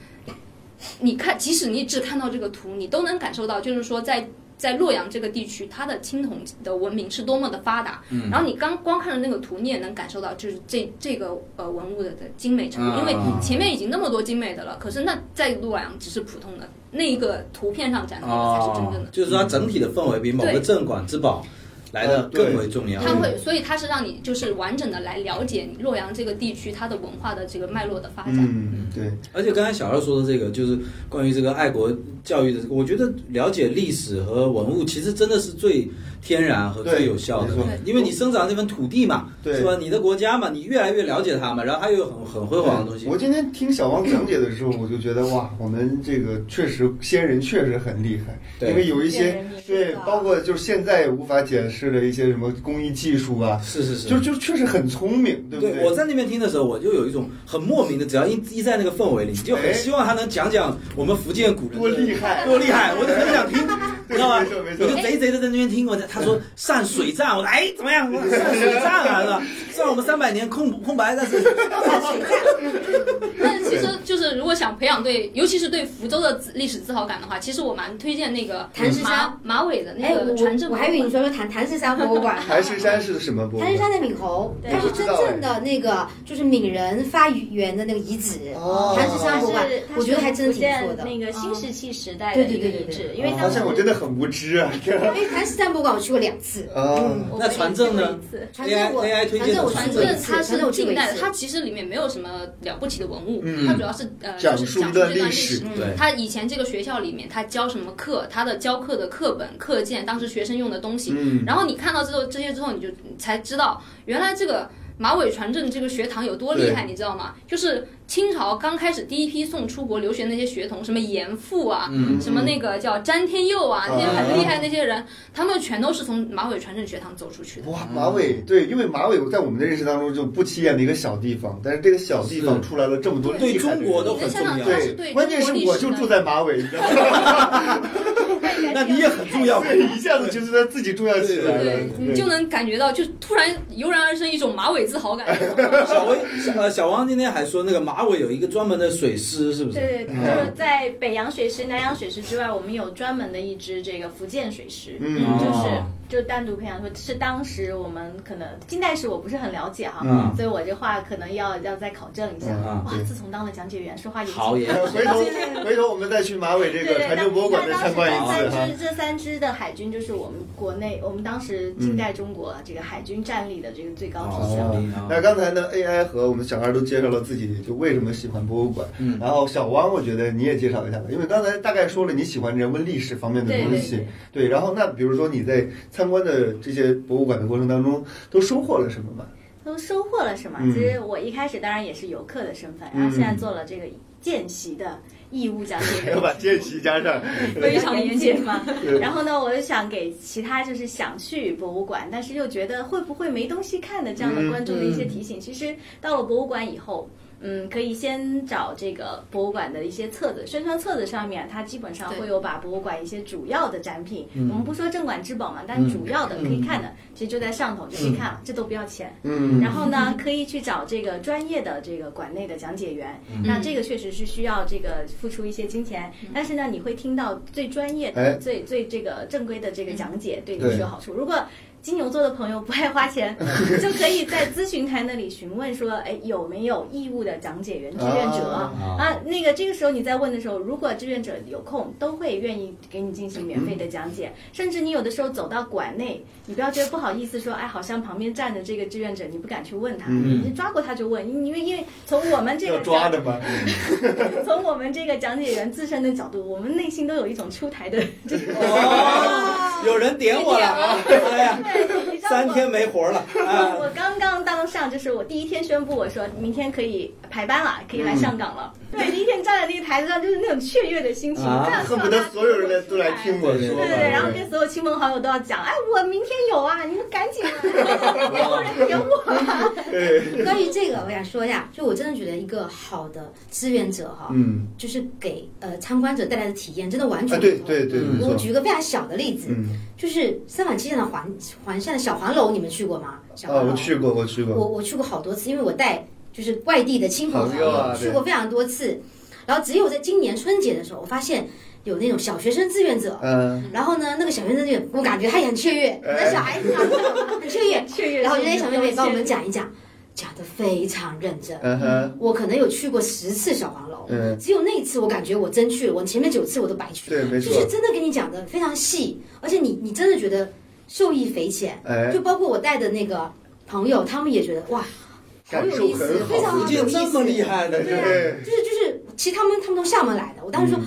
Speaker 5: 你看，即使你只看到这个图，你都能感受到，就是说在。在洛阳这个地区，它的青铜的文明是多么的发达。嗯、然后你刚光看了那个图，你也能感受到，就是这这个呃文物的的精美程度，
Speaker 3: 啊
Speaker 5: 因为前面已经那么多精美的了，可是那在洛阳只是普通的那一个图片上展示的才是真正的。
Speaker 3: 哦就是说它整体的氛围比某个
Speaker 5: 对
Speaker 3: 镇馆之宝来
Speaker 2: 啊
Speaker 3: 的更为重要。
Speaker 5: 它会，所以它是让你就是完整的来了解你洛阳这个地区它的文化的这个脉络的发展。
Speaker 2: 嗯，对，
Speaker 3: 而且刚才小二说的这个，就是关于这个爱国教育的，我觉得了解历史和文物，其实真的是最天然和最有效
Speaker 2: 对
Speaker 3: 的
Speaker 2: 没错，
Speaker 3: 因为你生长在这份土地嘛，
Speaker 2: 对
Speaker 3: 是吧？你的国家嘛，你越来越了解它嘛，然后它又有很很辉煌的东西。
Speaker 2: 我今天听小王讲解的时候，我就觉得哇，我们这个确实先人确实很厉害，
Speaker 3: 对
Speaker 2: 因为有一
Speaker 6: 先
Speaker 2: 些
Speaker 6: 人民
Speaker 2: 对，包括就是现在无法解释的一些什么工艺技术啊，
Speaker 3: 是是是，
Speaker 2: 就就确实很聪明，对不
Speaker 3: 我在那边听的时候，我就有一种很莫名的，只要一一在那个氛围里，你就
Speaker 2: 哎
Speaker 3: 很希望他能讲讲我们福建古人
Speaker 2: 多厉害
Speaker 3: 的 多厉害，我就很 想听，你知道吧？
Speaker 2: 没错没错
Speaker 3: 我就贼贼的在那边听，我在他说上水战，我说 哎怎么样？我说上水战啊，是吧？虽然我们三百年空空白，但是
Speaker 5: 但其实就是如果想培养对，尤其是对福州的自历史自豪感的话，其实我蛮推荐那个
Speaker 4: 谭石
Speaker 5: 马
Speaker 4: 山
Speaker 5: 马尾的
Speaker 4: 哎，
Speaker 5: 那
Speaker 4: 我
Speaker 5: 个船政
Speaker 4: 我
Speaker 5: 博物馆。
Speaker 4: 我还以为你说说谭谭石山博物馆呢，
Speaker 2: 谭石山是什么博物
Speaker 4: 它是
Speaker 2: 馆？
Speaker 4: 山在闽侯，
Speaker 6: 对
Speaker 4: 它是真正
Speaker 3: 哎
Speaker 4: 的那个就是闽人发源的那个遗址，
Speaker 2: 哦
Speaker 4: 磐石山博物馆
Speaker 6: 它是它，是
Speaker 4: 我觉得还真的挺不错
Speaker 6: 福建
Speaker 4: 的。
Speaker 6: 那个新石器时代
Speaker 4: 对
Speaker 6: 的
Speaker 4: 对
Speaker 6: 一个
Speaker 4: 对
Speaker 6: 遗
Speaker 4: 对
Speaker 6: 址，
Speaker 4: 对
Speaker 6: 因为
Speaker 3: 哦
Speaker 2: 发
Speaker 6: 当时
Speaker 2: 现我真的很无知 啊！
Speaker 4: 因为磐石山博物馆我去过两次，
Speaker 2: 啊，
Speaker 6: 我
Speaker 3: 那
Speaker 6: 们
Speaker 3: 船
Speaker 6: 也
Speaker 3: 政
Speaker 6: 去过
Speaker 3: 呢
Speaker 6: 一次
Speaker 4: 反正我
Speaker 3: AI 推
Speaker 4: 反
Speaker 3: 荐的
Speaker 4: 正我
Speaker 5: 反
Speaker 4: 去过
Speaker 5: 正
Speaker 4: 一
Speaker 5: 它
Speaker 4: 次，反正
Speaker 5: 是
Speaker 4: 我去过
Speaker 5: 近
Speaker 4: 一
Speaker 5: 代的，它
Speaker 4: 次。
Speaker 5: 其实里面没有什么了不起的文物，
Speaker 2: 嗯
Speaker 5: 它主要是呃，
Speaker 2: 讲
Speaker 5: 就是
Speaker 2: 述
Speaker 5: 讲述这
Speaker 2: 的
Speaker 5: 段
Speaker 2: 历
Speaker 5: 历
Speaker 2: 史
Speaker 5: 史。
Speaker 3: 对
Speaker 5: 它以前这个学校里面，它教什么课，它的教课的课本、课件，当时学生用的东西。
Speaker 2: 嗯
Speaker 5: 然后你看到之后这些之后，你就你才知道原来这个马尾船政这个学堂有多厉害，你知道吗？就是清朝刚开始第一批送出国留学那些学童，什么严复啊，
Speaker 3: 嗯
Speaker 5: 什么那个叫詹天佑啊，那些很厉害那些人，他们全都是从马尾船政学堂走出去的。
Speaker 2: 哇，马尾对，因为马尾在我们的认识当中就不起眼的一个小地方，但是这个小地方出来了这么多
Speaker 3: 对
Speaker 2: 厉害
Speaker 3: 中国都
Speaker 5: 你在
Speaker 3: 很重
Speaker 5: 香港，
Speaker 3: 要
Speaker 5: 它是对
Speaker 2: 关键
Speaker 5: 中
Speaker 2: 是
Speaker 5: 国历
Speaker 2: 我
Speaker 5: 史
Speaker 2: 就
Speaker 5: 的
Speaker 2: 住在马尾，你知道吗？
Speaker 3: 那你也很重要。
Speaker 2: 对，一下子就是他自己重要起来了
Speaker 5: 对，，你就能感觉到，就突然油然而生一种马尾自豪感。
Speaker 3: 小薇，小呃，小王今天还说那个马尾有一个专门的水师，是不是？
Speaker 6: 对对对，就是在北洋水师、南洋水师之外，我们有专门的一支这个福建水师，
Speaker 2: 嗯
Speaker 6: 就是
Speaker 3: 哦
Speaker 6: 就单独培养出，是当时我们可能近代史我不是很了解哈，
Speaker 3: 嗯
Speaker 6: 所以我这话可能要要再考证一下。
Speaker 3: 嗯
Speaker 6: 哇
Speaker 2: 对，
Speaker 6: 自从当了讲解员，说话有
Speaker 3: 好
Speaker 6: 劲
Speaker 3: 也
Speaker 2: 回头回头我们再去马尾这个
Speaker 6: 对对，
Speaker 2: 船政博物馆再参观一次
Speaker 6: 那当
Speaker 2: 哈
Speaker 6: 时。这三支这三支的海军就是我们国内，我们当时近代中国这个海军战力的这个最高体现。
Speaker 3: 哦
Speaker 2: 那刚才呢，AI 和我们小二都介绍了自己就为什么喜欢博物馆，
Speaker 3: 嗯
Speaker 2: 然后小汪我觉得你也介绍一下吧，因为刚才大概说了你喜欢人文历史方面的东西，对然后那比如说你在参观的这些博物馆的过程当中都收获了什么吧？
Speaker 6: 都收获了什么？
Speaker 2: 嗯
Speaker 6: 其实我一开始当然也是游客的身份，
Speaker 2: 嗯
Speaker 6: 然后现在做了这个见习的义务讲解
Speaker 2: 还要
Speaker 6: 员，
Speaker 2: 把见习加上，
Speaker 5: 非常严谨
Speaker 6: 嘛
Speaker 2: 对。
Speaker 6: 然后呢，我就想给其他就是想去博物馆，但是又觉得会不会没东西看的这样的观众的一些提醒。其实到了博物馆以后。嗯，可以先找这个博物馆的一些册子，宣传册子上面它基本上
Speaker 5: 对
Speaker 6: 会有把博物馆一些主要的展品，
Speaker 3: 嗯
Speaker 6: 我们不说镇馆之宝嘛，但主要的可以看的，其实就在上头就可以看了，这都不要钱。
Speaker 2: 嗯，
Speaker 6: 然后呢，可以去找这个专业的这个馆内的讲解员。
Speaker 3: 嗯
Speaker 6: 那这个确实是需要这个付出一些金钱，但是呢，你会听到最专业
Speaker 2: 嗯
Speaker 6: 的、
Speaker 2: 哎嗯
Speaker 6: 最最这个正规的这个讲解，对你
Speaker 2: 对
Speaker 6: 是有好处。如果金牛座的朋友不爱 花钱，就可以在咨询台那里询问说，哎，有没有义务的讲解员、志愿者
Speaker 2: 啊
Speaker 6: 啊？那个这个时候你在问的时候，如果志愿者有空，都会愿意给你进行免费的讲
Speaker 2: 嗯
Speaker 6: 解，甚至你有的时候走到馆内，你不要觉得不好意思说，哎，好像旁边站着这个志愿者，你不敢去问他，
Speaker 2: 嗯
Speaker 6: 你抓过他就问，因为因为从我们这
Speaker 2: 要
Speaker 6: 个
Speaker 2: 抓的吧？
Speaker 6: 从我们这个讲解员自身的角度，我们内心都有一种出台的这个。
Speaker 3: 哦，有人点我了啊！哎呀，
Speaker 6: 对，你知道
Speaker 3: 三
Speaker 6: 我
Speaker 3: 天没活了
Speaker 6: 我
Speaker 3: 啊！
Speaker 6: 我刚刚当上，就是我第一天宣布，我说明天可以排班了，可以来上岗了。
Speaker 2: 嗯
Speaker 6: 对，第一天站在那个台子上，就是那种雀跃的心情，
Speaker 3: 啊
Speaker 6: 这样
Speaker 2: 恨不得所有人都来听我
Speaker 6: 对
Speaker 2: 说吧。
Speaker 6: 对对，然后跟所有亲朋好友都要讲，哎，我明天有啊，你们赶 紧来，没有人点我啊。
Speaker 4: 关于这个，我想说一 下，就我真的觉得一个好的志愿者哈、
Speaker 2: 嗯，
Speaker 4: 就是给呃参观者带来的体验真的完
Speaker 2: 啊
Speaker 4: 全不同。
Speaker 2: 对对对，
Speaker 3: 嗯
Speaker 2: 没
Speaker 4: 我
Speaker 2: 错，
Speaker 4: 举个非常小的例子，
Speaker 2: 嗯，
Speaker 4: 就是三坊七巷的环环巷的小黄楼，你们去过吗？小
Speaker 2: 啊，
Speaker 4: 黄楼，
Speaker 2: 我去过，我去
Speaker 4: 我
Speaker 2: 过，
Speaker 4: 我去过好多次，因为我带就是外地的亲朋好
Speaker 2: 朋友啊
Speaker 4: 友
Speaker 2: 对
Speaker 4: 去过非常多次。然后只有在今年春节的时候，我发现有那种小学生志愿者。
Speaker 2: 嗯，
Speaker 4: 然后呢，那个小学生志愿者，我感觉他也很雀跃，那小孩子啊，很雀跃。
Speaker 6: 雀跃。
Speaker 4: 然后就那小妹妹帮我们，讲一讲，讲得非常认真。
Speaker 2: 嗯哼，
Speaker 4: 我可能有去过十次小黄楼，
Speaker 2: 嗯
Speaker 4: 只有那一次我感觉我真去了，我前面九次我都白去了。
Speaker 2: 对，没
Speaker 4: 就
Speaker 2: 错，
Speaker 4: 是真的给你讲的非常细，而且你你真的觉得受益匪浅。
Speaker 2: 哎，
Speaker 4: 就包括我带的那个朋友，他们也觉得哇，好
Speaker 2: 感
Speaker 4: 有
Speaker 2: 受
Speaker 4: 意思
Speaker 2: 很，好
Speaker 4: 非常
Speaker 3: 福
Speaker 4: 好有
Speaker 3: 建
Speaker 4: 意思。
Speaker 3: 这么厉害的，
Speaker 4: 对
Speaker 3: 对
Speaker 4: 啊，就是就是，其实他们他们从厦门来的，我当时说。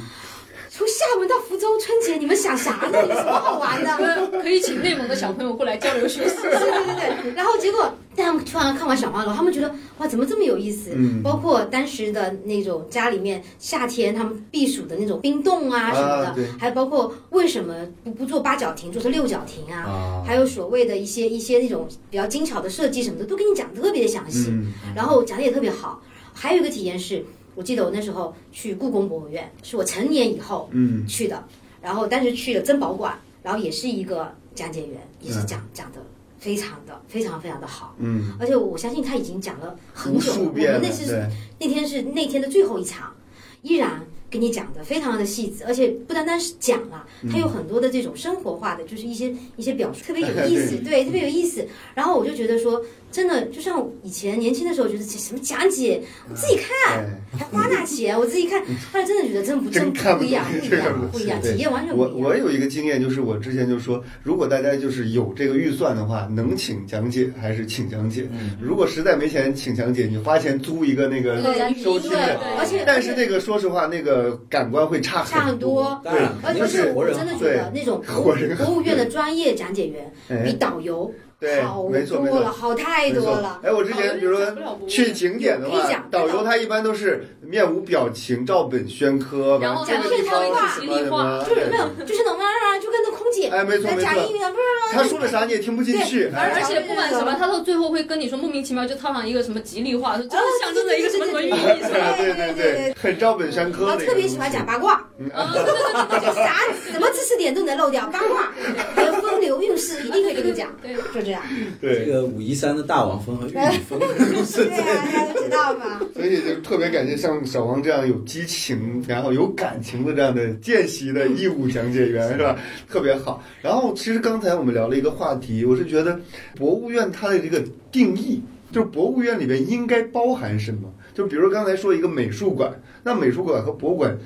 Speaker 4: 从厦门到福州春节，你们想啥呢？有什么好玩的？
Speaker 5: 可以请内蒙的小朋友过来交流学习。
Speaker 4: 对对对。然后结果带他们突然看完小花楼，他们觉得哇，怎么这么有意思？
Speaker 2: 嗯
Speaker 4: 包括当时的那种家里面夏天他们避暑的那种冰冻啊
Speaker 2: 啊
Speaker 4: 什么的，
Speaker 2: 对
Speaker 4: 还有包括为什么不不做八角亭，做成六角亭啊，
Speaker 3: 啊
Speaker 4: 还有所谓的一些一些那种比较精巧的设计什么的，都给你讲得特别的详细，
Speaker 2: 嗯，
Speaker 4: 然后讲的也特别好。还有一个体验是，我记得我那时候去故宫博物院，是我成年以后
Speaker 2: 嗯，
Speaker 4: 去的，然后当时去了珍宝馆，然后也是一个讲解员，也是讲、讲的非常的非常非常的好，
Speaker 2: 嗯，
Speaker 4: 而且我相信他已经讲了很
Speaker 2: 无
Speaker 4: 久了，
Speaker 2: 数
Speaker 4: 我们
Speaker 2: 遍了，
Speaker 4: 那次是
Speaker 2: 对，
Speaker 4: 那天是那天的最后一场，依然。给你讲的非常的细致，而且不单单是讲了，它
Speaker 2: 嗯
Speaker 4: 有很多的这种生活化的，就是一些一些表述，特别
Speaker 2: 哎
Speaker 4: 有意思，对，特别有意思。然后我就觉得说，真的，就像以前年轻的时候，觉得这什么讲解，我自己看，
Speaker 2: 哎
Speaker 4: 还花大钱，我自己看，后来真的觉得真不
Speaker 2: 真嗯看
Speaker 4: 不
Speaker 2: 不
Speaker 4: 一样，
Speaker 2: 懂
Speaker 4: 不一
Speaker 2: 真看不
Speaker 4: 样，
Speaker 2: 懂
Speaker 4: 不一样，
Speaker 2: 对
Speaker 4: 体验完全不
Speaker 2: 我
Speaker 4: 一
Speaker 2: 我
Speaker 4: 样。
Speaker 2: 有一个经验，就是我之前就说，如果大家就是有这个预算的话，能请讲解还是请讲解。如果实在没钱请讲解，你花钱租一个那个
Speaker 5: 对
Speaker 2: 收听
Speaker 5: 对
Speaker 2: 的
Speaker 5: 对，
Speaker 4: 而且
Speaker 2: 但是那个说实话，那个感官会差
Speaker 4: 差很多。
Speaker 3: 当然，
Speaker 4: 而
Speaker 3: 肯定
Speaker 4: 且而且
Speaker 3: 是
Speaker 4: 我
Speaker 3: 活人
Speaker 4: 真的
Speaker 3: 好
Speaker 4: 觉得那种
Speaker 2: 活人好
Speaker 4: 博物院的专业讲解员
Speaker 2: 哎
Speaker 4: 比导游
Speaker 2: 对
Speaker 4: 好，
Speaker 2: 没错没
Speaker 4: 多了，
Speaker 2: 错。
Speaker 4: 好太
Speaker 2: 没
Speaker 4: 多
Speaker 2: 错
Speaker 4: 了。
Speaker 2: 哎，我之前比如
Speaker 5: 讲不了
Speaker 2: 说
Speaker 5: 不
Speaker 2: 去景点的
Speaker 4: 有
Speaker 2: 话
Speaker 4: 可以讲，
Speaker 2: 导游他一般都是面无表情，照本宣科，
Speaker 6: 然后
Speaker 2: 这个地方是什么什么，
Speaker 4: 就是
Speaker 2: 对
Speaker 4: 没有，就是能啊，就跟那空姐，
Speaker 2: 哎没错
Speaker 4: 那
Speaker 2: 没
Speaker 4: 贾
Speaker 2: 错
Speaker 4: 一鸣啊，不是
Speaker 2: 他说了啥你也听不进去。
Speaker 4: 对
Speaker 5: 而
Speaker 2: 哎
Speaker 5: 而且不管什么，他到最后会跟你说莫名其妙就套上一个什么吉利话，说这是象征着一个什么什么寓意是吧？
Speaker 2: 啊对
Speaker 4: 对对
Speaker 2: 对
Speaker 4: 对
Speaker 2: 对，很照本宣科
Speaker 4: 我
Speaker 2: 的。
Speaker 4: 特别喜欢讲八卦，
Speaker 5: 啊，
Speaker 4: 哦
Speaker 5: 对对对对
Speaker 4: 就啥什么知识点都能漏掉，八卦、还有风流韵事啊一定会跟你讲，
Speaker 5: 啊对
Speaker 4: 就 这样。
Speaker 3: 这
Speaker 2: 对，
Speaker 3: 个武夷山的大王峰和玉女 峰是
Speaker 4: 对啊，大家都知道嘛。
Speaker 2: 所以就特别感谢像小王这样有激情，然后有感情的这样的见习的义务讲解员，是吧？特别好。然后其实刚才我们聊了一个话题，我是觉得博物院它的这个定义。就是博物院里边应该包含什么？就比如刚才说一个美术馆，那美术馆和博物馆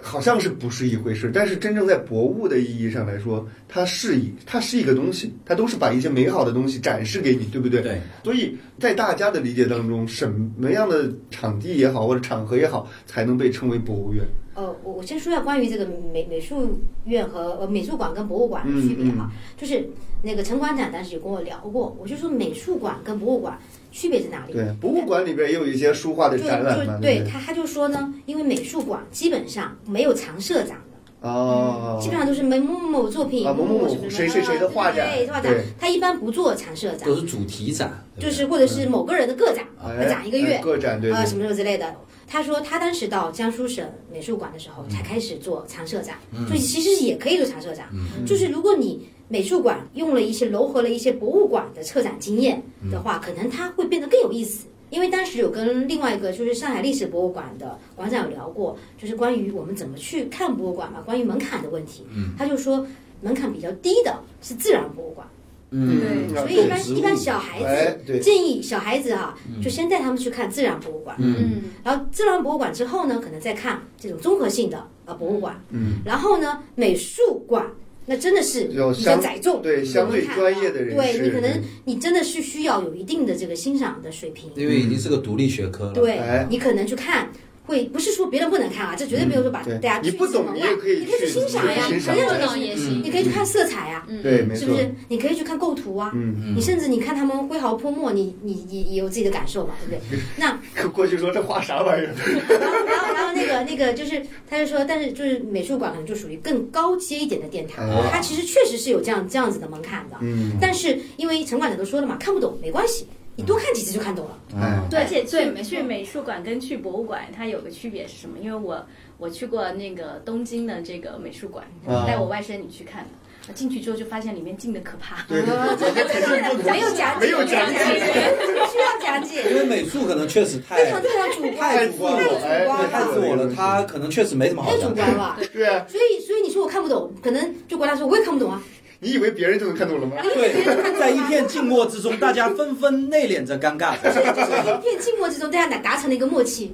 Speaker 2: 好像是不是一回事，但是真正在博物的意义上来说，它是一它是一个东西，它都是把一些美好的东西展示给你，对不对？
Speaker 3: 对。
Speaker 2: 所以在大家的理解当中，什么样的场地也好，或者场合也好，才能被称为博物院？
Speaker 4: 呃，我我先说一下关于这个美美术院和呃美术馆跟博物馆的区别
Speaker 2: 嗯
Speaker 4: 哈，就是那个陈馆长当时有跟我聊过，我就说美术馆跟博物馆区别在哪里？
Speaker 2: 对，博物馆里边也有一些书画的
Speaker 4: 就
Speaker 2: 展览嘛，
Speaker 4: 就
Speaker 2: 不
Speaker 4: 他他就说呢，因为美术馆基本上没有常设展的，
Speaker 2: 哦
Speaker 4: 基，本上都是某某某作品、
Speaker 2: 啊，某某
Speaker 4: 什么
Speaker 2: 某
Speaker 4: 的
Speaker 2: 谁谁谁的画展
Speaker 4: 对，画展
Speaker 2: 对，，
Speaker 4: 他一般不做常设展
Speaker 3: 都，是主题展，对
Speaker 4: 就
Speaker 3: 不对
Speaker 4: 是或者是某个人的个展，
Speaker 2: 嗯哎
Speaker 4: 展一个月
Speaker 2: 哎个展对
Speaker 4: 啊、
Speaker 2: 对
Speaker 4: 什么什么之类的。他说他当时到江苏省美术馆的时候
Speaker 2: 嗯
Speaker 4: 才开始做常设展，所以其实也可以做常设展。
Speaker 2: 嗯
Speaker 4: 就是如果你美术馆用了一些糅合了一些博物馆的策展经验的
Speaker 2: 嗯
Speaker 4: 话，可能它会变得更有意思。因为当时有跟另外一个就是上海历史博物馆的馆长有聊过，就是关于我们怎么去看博物馆嘛，关于门槛的问题。
Speaker 2: 嗯
Speaker 4: 他就说门槛比较低的是自然博物馆。
Speaker 3: 嗯，
Speaker 5: 对
Speaker 2: 啊
Speaker 4: 所以一
Speaker 3: 动
Speaker 4: 般
Speaker 3: 植物
Speaker 4: 一般小孩
Speaker 2: 哎
Speaker 4: 子
Speaker 2: 对嗯
Speaker 4: 建议小孩子哈、就先带他们去看自然博物馆，
Speaker 5: 嗯，
Speaker 4: 然后自然博物馆之后呢，可能再看这种综合性的呃博物馆，
Speaker 2: 嗯，
Speaker 4: 然后呢美术馆。那真的是比
Speaker 2: 有
Speaker 4: 较
Speaker 2: 相
Speaker 4: 载重，
Speaker 2: 对相对
Speaker 4: 你看
Speaker 2: 专业的人
Speaker 4: 对
Speaker 2: 士
Speaker 4: 你可能你真的是需要有一定的这个欣赏的水平，
Speaker 3: 因为已经是个独立学科了，
Speaker 4: 对
Speaker 2: 哎
Speaker 4: 你可能去看会不是说别人不能看啊，这绝对没有说把
Speaker 2: 嗯对
Speaker 4: 大家
Speaker 2: 你
Speaker 4: 拒
Speaker 2: 不
Speaker 4: 之
Speaker 2: 懂
Speaker 4: 门
Speaker 2: 你
Speaker 4: 外
Speaker 2: 也可以
Speaker 4: 你可以去
Speaker 2: 去
Speaker 4: 欣赏呀，
Speaker 2: 欣赏
Speaker 4: 同样
Speaker 5: 热
Speaker 4: 的
Speaker 5: 闹
Speaker 4: 东西
Speaker 5: 也嗯行，
Speaker 4: 你可以去看色彩呀，
Speaker 2: 对，没
Speaker 4: 是
Speaker 2: 错
Speaker 4: 不，是？你可以去看构图啊，
Speaker 2: 嗯，
Speaker 4: 你甚至你看他们挥毫泼墨，你你你也有自己的感受嘛，对不 对？那
Speaker 2: 可过去说这画啥玩意儿？
Speaker 4: 然后然后然后那个那个就是，他就说，但是就是美术馆可能就属于更高阶一点的殿堂
Speaker 2: 哦，
Speaker 4: 它其实确实是有这样这样子的门槛的。
Speaker 2: 嗯，
Speaker 4: 但是因为陈馆长都说了嘛，看不懂没关系，你多看几次就看懂了。
Speaker 2: 哎，
Speaker 6: 而且
Speaker 5: 对
Speaker 6: 去
Speaker 5: 没错
Speaker 6: 去美术馆跟去博物馆，它有个区别是什么？因为我我去过那个东京的这个美术馆，
Speaker 2: 啊
Speaker 6: 带我外甥女去看的。我进去之后就发现里面静的可怕，
Speaker 2: 对对对，这这这
Speaker 4: 没有讲解，
Speaker 2: 没有讲
Speaker 4: 解，
Speaker 2: 解，
Speaker 4: 需要讲
Speaker 3: 因
Speaker 4: 解，
Speaker 3: 为美术可能确实太
Speaker 4: 非常非常主
Speaker 3: 太
Speaker 4: 观，
Speaker 3: 主观了，
Speaker 2: 哎
Speaker 3: 对太自我了，他可能确实没 什么好
Speaker 4: 太主
Speaker 3: 讲的。
Speaker 4: 观了。
Speaker 2: 对啊，
Speaker 4: 所以所以你说我看不懂，可能就国家说我也看不懂啊，
Speaker 2: 你以为别人就能看懂了吗？
Speaker 3: 对，在一片静默之中，大家纷纷内敛着尴尬。
Speaker 4: 就是一片静默之中，大家达达成了一个默契。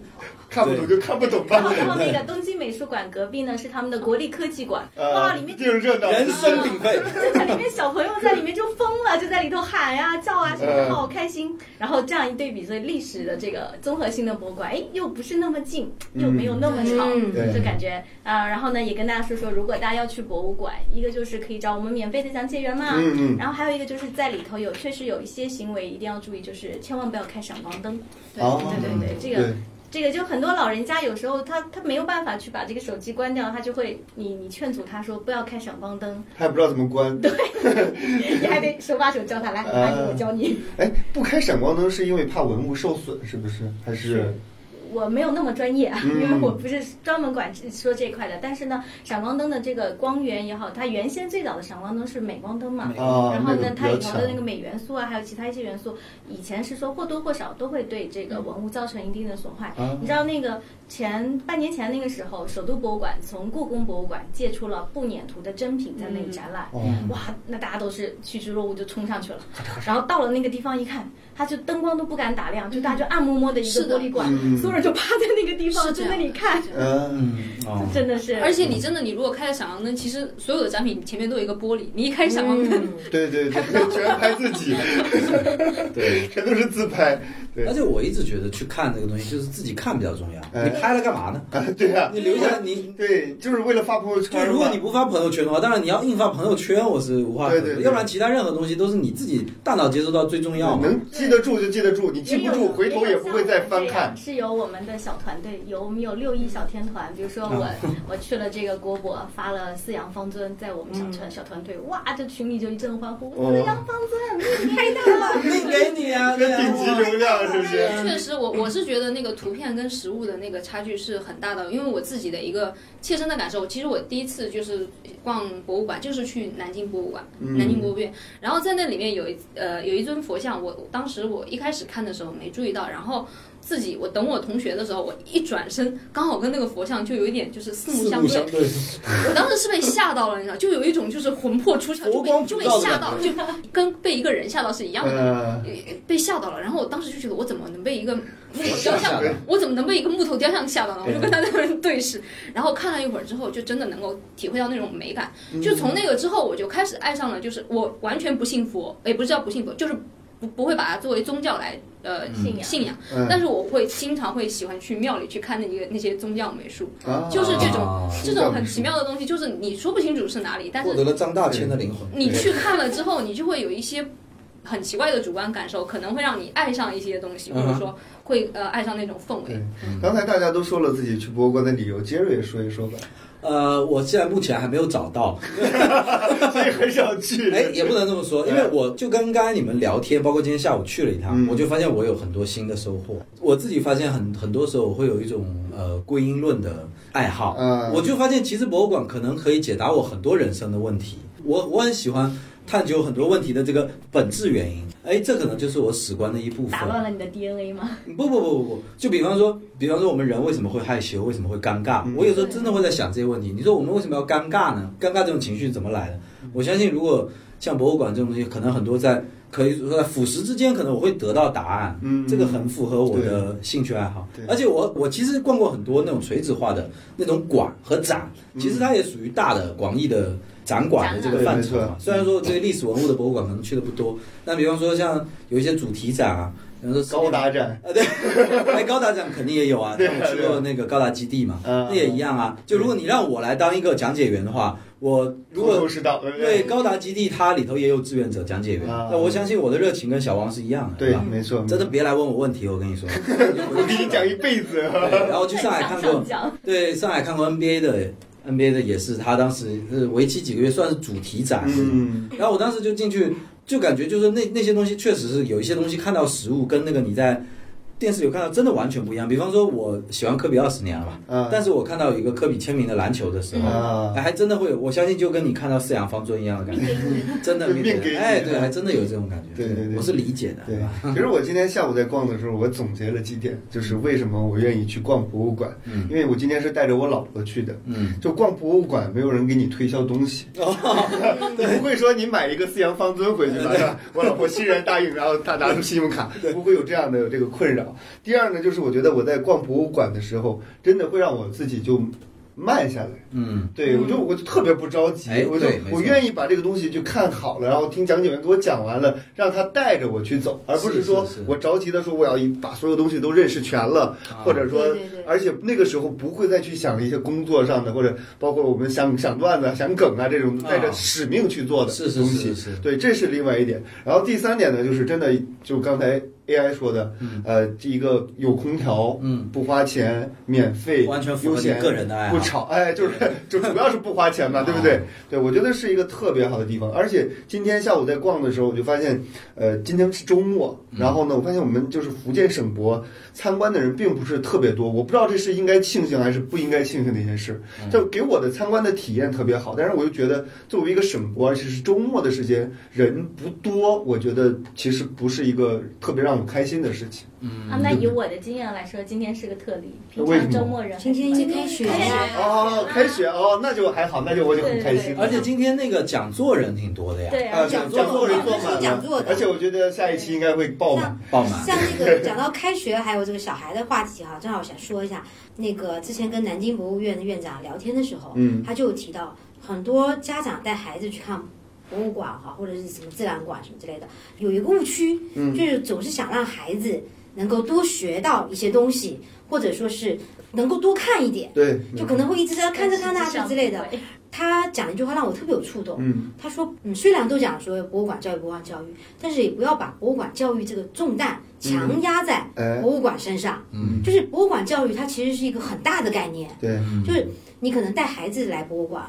Speaker 2: 看不懂就看不懂吧
Speaker 6: 然。后然后那个东京美术馆隔壁呢是他们的国立科技馆，
Speaker 4: 啊
Speaker 6: 哇，
Speaker 2: 呃
Speaker 6: 里，面
Speaker 2: 就是热闹，
Speaker 3: 人声鼎 沸，
Speaker 6: 真的里面小朋友在里面就疯了，就在里头喊呀、叫啊什么的，
Speaker 2: 嗯
Speaker 6: 好开心。然后这样一对比，所以历史的这个综合性的博物馆，哎，又不是那么近，又没有那么吵，
Speaker 4: 嗯
Speaker 2: 对
Speaker 6: 就感觉啊、呃然后呢，也跟大家说说，如果大家要去博物馆，一个就是可以找我们免费的讲解员嘛，
Speaker 2: 嗯嗯
Speaker 6: 然后还有一个就是在里头有确实有一些行为一定要注意，就是千万不要开闪光灯。对
Speaker 2: 哦
Speaker 6: 对对对，这个。这个就很多老人家有时候他他没有办法去把这个手机关掉，他就会你你劝阻他说不要开闪光灯，
Speaker 2: 还不知道怎么关。
Speaker 6: 你还得手把手教他来，阿姨我教你。
Speaker 2: 哎，不开闪光灯是因为怕文物受损，是不是？还是
Speaker 6: 我没有那么专业啊，
Speaker 2: 嗯
Speaker 6: 因为我不是专门管说这一块的。但是呢，闪光灯的这个光源也好，它原先最早的闪光灯是镁光灯嘛，
Speaker 2: 啊
Speaker 6: 然后
Speaker 2: 那
Speaker 6: 呢
Speaker 2: 个，
Speaker 6: 它里
Speaker 2: 比较
Speaker 6: 头的那个
Speaker 2: 强
Speaker 6: 镁元素啊，还有其他一些元素，以前是说或多或少都会对这个文物造成一定的损坏。
Speaker 2: 嗯啊
Speaker 6: 你知道那个前半年前那个时候，首都博物馆从故宫博物馆借出了不粘图的珍品在那
Speaker 5: 嗯
Speaker 6: 里展览，
Speaker 2: 哦
Speaker 6: 哇，那大家都是趋之若鹜就冲上去了。然后到了那个地方一看，它就灯光都不敢打亮，就大家就暗摸摸的一个
Speaker 5: 嗯是的
Speaker 6: 玻璃馆，
Speaker 2: 嗯
Speaker 6: 所有人就趴在那个地方
Speaker 5: 是
Speaker 6: 就
Speaker 5: 这样
Speaker 6: 那里看，
Speaker 2: 嗯，
Speaker 3: 嗯哦，
Speaker 6: 真的是。
Speaker 5: 而且你真的，你如果开了闪光灯，其实所有的展品前面都有一个玻璃，你一开闪光灯，
Speaker 4: 嗯
Speaker 2: 对 对对，居然拍自己，
Speaker 3: 对。
Speaker 2: 全都是自拍，对
Speaker 3: 而且我一直觉得去看这个东西，就是自己看比较重要。
Speaker 2: 哎
Speaker 3: 你拍了干嘛 呢？
Speaker 2: 啊，对啊，
Speaker 3: 你留下你。
Speaker 2: 对，就是为了发朋友圈
Speaker 3: 就
Speaker 2: 嘛。
Speaker 3: 如果你不发朋友圈的话，当然你要硬发朋友圈，我是无话可
Speaker 2: 对对
Speaker 3: 说。
Speaker 2: 对
Speaker 3: 要不然其他任何东西都是你自己大脑接收到最重要嘛。
Speaker 2: 能记得住就记得住，你记不
Speaker 6: 也有
Speaker 2: 住，回头也不会再翻看。。
Speaker 6: 也有像我们这样是有我们的小团队，有我们有六一小天团。比如说我，
Speaker 3: 啊
Speaker 6: 我去了这个国博，发了四羊方尊，在我们小
Speaker 3: 嗯
Speaker 6: 团小团队，哇，这群里就一阵欢呼，
Speaker 2: 哦
Speaker 6: 四羊方尊，你拍到 了。
Speaker 3: 命给你啊，
Speaker 2: 这
Speaker 3: 对啊
Speaker 2: 顶级流量是不是？
Speaker 5: 确
Speaker 3: 嗯
Speaker 5: 实我，我是觉得那个图片跟实物的那个差距是很大的，因为我自己的一个切身的感受。其实我第一次就是逛博物馆，就是去南京博物馆，
Speaker 2: 嗯
Speaker 5: 南京国务院，然后在那里面有一呃有一尊佛像，我我当时我一开始看的时候没注意到，然后。自己我等我同学的时候，我一转身，刚好跟那个佛像就有一点就是四目相对，
Speaker 3: 对，
Speaker 5: 我当时是被吓到了，你知道，就有一种就是魂魄出窍，就
Speaker 3: 佛光
Speaker 5: 被就被
Speaker 3: 普照的
Speaker 5: 吓
Speaker 3: 感
Speaker 5: 到，就跟被一个人吓到是一样的。
Speaker 2: 呃，
Speaker 5: 被吓到了，然后我当时就觉得我怎么能被一个木头雕
Speaker 3: 吓
Speaker 5: 像
Speaker 3: 吓的，
Speaker 5: 我怎么能被一个木头雕像吓到呢？我
Speaker 3: 对
Speaker 5: 就跟他那个人对视，然后看了一会儿之后，就真的能够体会到那种美感。
Speaker 3: 嗯
Speaker 5: 就从那个之后，我就开始爱上了，就是我完全不信佛，也不是叫不信佛，就是不不会把它作为宗教来呃
Speaker 3: 嗯
Speaker 6: 信仰
Speaker 5: 信仰，
Speaker 2: 嗯
Speaker 5: 但是我会经常会喜欢去庙里去看那个那些宗教美术，
Speaker 2: 啊
Speaker 5: 就是这种、
Speaker 3: 啊
Speaker 5: 这种很奇妙的东西，就是你说不清楚是哪里，但是嗯
Speaker 3: 获得了张大千的灵魂。
Speaker 5: 你去看了之后，你就会有一些很奇怪的主观感受，可能会让你爱上一些东西，
Speaker 3: 嗯
Speaker 5: 或
Speaker 3: 哼
Speaker 5: 者说会呃爱上那种氛
Speaker 2: 对
Speaker 5: 围。
Speaker 2: 刚才大家都说了自己去博物馆的理由，杰瑞也说一说吧，
Speaker 3: 呃，我现在目前还没有找到，
Speaker 2: 所以很少去。
Speaker 3: 哎，也不能这么说，因为我就跟刚才你们聊天，包括今天下午去了一趟，
Speaker 2: 嗯
Speaker 3: 我就发现我有很多新的收获。我自己发现很很多时候我会有一种呃归因论的爱好，
Speaker 2: 嗯
Speaker 3: 我就发现其实博物馆可能可以解答我很多人生的问题。我我很喜欢探究很多问题的这个本质原因，哎，这可能就是我史观的一部分
Speaker 6: 打。乱了你的 DNA 吗？
Speaker 3: 不不不不不，就比方说，比方说我们人为什么会害羞，为什么会尴
Speaker 2: 嗯
Speaker 3: 尬？我有时候真的会在想这些问题。你说我们为什么要尴尬呢？尴尬这种情绪怎么来的？
Speaker 2: 嗯
Speaker 3: 我相信，如果像博物馆这种东西，可能很多在可以呃说在腐蚀之间，可能我会得到答案。
Speaker 2: 嗯
Speaker 3: 这个很符合我的兴趣爱好
Speaker 2: 对。
Speaker 3: 而且我我其实逛过很多那种垂直化的那种馆和展，
Speaker 2: 嗯
Speaker 3: 其实它也属于大的广义的展馆的这个
Speaker 2: 展览
Speaker 3: 范畴
Speaker 2: 对没
Speaker 3: 嘛
Speaker 2: 错。
Speaker 3: 虽然说对历史文物的博物馆可能去的不多，那比方说像有一些主题展啊，比方说
Speaker 2: 高达展，
Speaker 3: 啊，对， 哎，高达展肯定也有啊，
Speaker 2: 对啊
Speaker 3: 我去过那个高达基地嘛，
Speaker 2: 嗯
Speaker 3: 那也一样啊。就如果你让我来当一个讲解员的话，我如
Speaker 2: 头头
Speaker 3: 果
Speaker 2: 是道，对不
Speaker 3: 对高达基地它里头也有志愿者讲解员，
Speaker 2: 啊
Speaker 3: 那我相信我的热情跟小王是一样的，
Speaker 2: 对
Speaker 3: 吧？
Speaker 2: 没错，
Speaker 3: 真的别来问我问题，我跟你说。
Speaker 2: 我给你讲一辈子。
Speaker 3: 对，然后哦去上海看过
Speaker 6: 上，讲
Speaker 3: 对，上海看过 NBA 的 NBA 的也是，他当时是为期几个月，算是主题展，
Speaker 2: 嗯，
Speaker 3: 然后我当时就进去，就感觉就是那那些东西确实是有一些东西看到实物跟那个你在电视有看到真的完全不一样。比方说，我喜欢科比二十年了吧，
Speaker 2: 嗯
Speaker 3: 但是我看到有一个科比签名的篮球的时候，
Speaker 2: 啊
Speaker 3: 哎还真的会有，我相信就跟你看到四羊方尊一样的感觉，真的
Speaker 2: 命给你
Speaker 3: 给你哎，对，还真的有这种感觉，
Speaker 2: 对对对
Speaker 3: 我是理解的，
Speaker 2: 对
Speaker 3: 对吧？，
Speaker 2: 其实我今天下午在逛的时候，我总结了几点，就是为什么我愿意去逛博物馆，
Speaker 3: 嗯
Speaker 2: 因为我今天是带着我老婆去的，
Speaker 3: 嗯，
Speaker 2: 就逛博物馆，没有人给你推销东西， 不会说你买一个四羊方尊回去吧？是吧我老婆欣然答应，然后她拿出信用卡，不会有这样的这个困扰。第二呢，就是我觉得我在逛博物馆的时候，真的会让我自己就慢下来。
Speaker 3: 嗯，
Speaker 2: 对，我就我就特别不着急
Speaker 3: 哎，
Speaker 2: 我就
Speaker 3: 对没错
Speaker 2: 我愿意把这个东西就看好了，然后听讲解员给我讲完了，让他带着我去走，而不
Speaker 3: 是
Speaker 2: 说
Speaker 3: 是是
Speaker 2: 我着急的说我要一把所有东西都认识全了，
Speaker 3: 啊
Speaker 2: 或者说
Speaker 4: 对对对，
Speaker 2: 而且那个时候不会再去想一些工作上的，或者包括我们想想段子啊、想梗啊这种
Speaker 3: 啊
Speaker 2: 带着使命去做的
Speaker 3: 是是
Speaker 2: 东
Speaker 3: 是
Speaker 2: 西
Speaker 3: 是。是，
Speaker 2: 对，这是另外一点。然后第三点呢，就是真的就刚才 AI 说的，
Speaker 3: 嗯
Speaker 2: 呃，一个有空调，
Speaker 3: 嗯，
Speaker 2: 不花钱，免费，
Speaker 3: 完全符
Speaker 2: 悠
Speaker 3: 合你
Speaker 2: 闲
Speaker 3: 个人的爱
Speaker 2: 不
Speaker 3: 好。
Speaker 2: 吵，哎，就是 就主要是不花
Speaker 3: 啊
Speaker 2: 钱嘛，对不对？对，我觉得是一个特别好的地方。而且今天下午在逛的时候，我就发现，呃，今
Speaker 3: 嗯
Speaker 2: 天是周末，然后呢，我发现我们就是福建省博参观的人并不是特别多。我不知知道这是应该庆幸还是不应该庆幸的一件事。
Speaker 3: 嗯
Speaker 2: 就给我的参观的体验特别好，但是我又觉得作为一个省博，其实周末的时间人不多，我觉得其实不是一个特别让我开心的事情。
Speaker 3: 嗯
Speaker 6: 啊，那以我的经验来说，今天是个特例，平
Speaker 2: 为什
Speaker 6: 常
Speaker 2: 么
Speaker 6: 周末人
Speaker 4: 今天
Speaker 6: 很
Speaker 4: 一
Speaker 6: 少
Speaker 4: 开学
Speaker 5: 开
Speaker 4: 呀，
Speaker 5: 学
Speaker 2: 哦，开学哦，那就还好，那就我就很开心。
Speaker 3: 而且今天那个讲座人挺多的呀，
Speaker 6: 对
Speaker 2: 啊，
Speaker 6: 啊，
Speaker 2: 讲座人坐满
Speaker 4: 讲座
Speaker 2: 了
Speaker 4: 的，
Speaker 2: 而且我觉得下一期应该会爆满。
Speaker 3: 爆满。
Speaker 4: 像那 个讲到开学，还有这个小孩的话题哈，正好想说一下，那个之前跟南京博物院的院长聊天的时候，
Speaker 2: 嗯
Speaker 4: 他就有提到很多家长带孩子去看博物馆哈，或者是什么自然馆什么之类的，有一个误区，
Speaker 2: 嗯
Speaker 4: 就是总是想让孩子能够多学到一些东西，或者说是能够多看一点，
Speaker 2: 对，
Speaker 4: 就可能会一直在看这看那
Speaker 6: 嗯实际
Speaker 4: 这
Speaker 6: 上
Speaker 4: 之类 的
Speaker 6: 不。会
Speaker 4: 他讲一句话让我特别有触动，
Speaker 2: 嗯
Speaker 4: 他说，嗯，虽然都讲说博物馆教育、博物馆教育，但是也不要把博物馆教育这个重担强压在
Speaker 2: 哎
Speaker 4: 博物馆身上。
Speaker 3: 嗯，
Speaker 4: 就是博物馆教育，它其实是一个很大的概念。
Speaker 2: 对，
Speaker 3: 嗯
Speaker 4: 就是你可能带孩子来博物馆，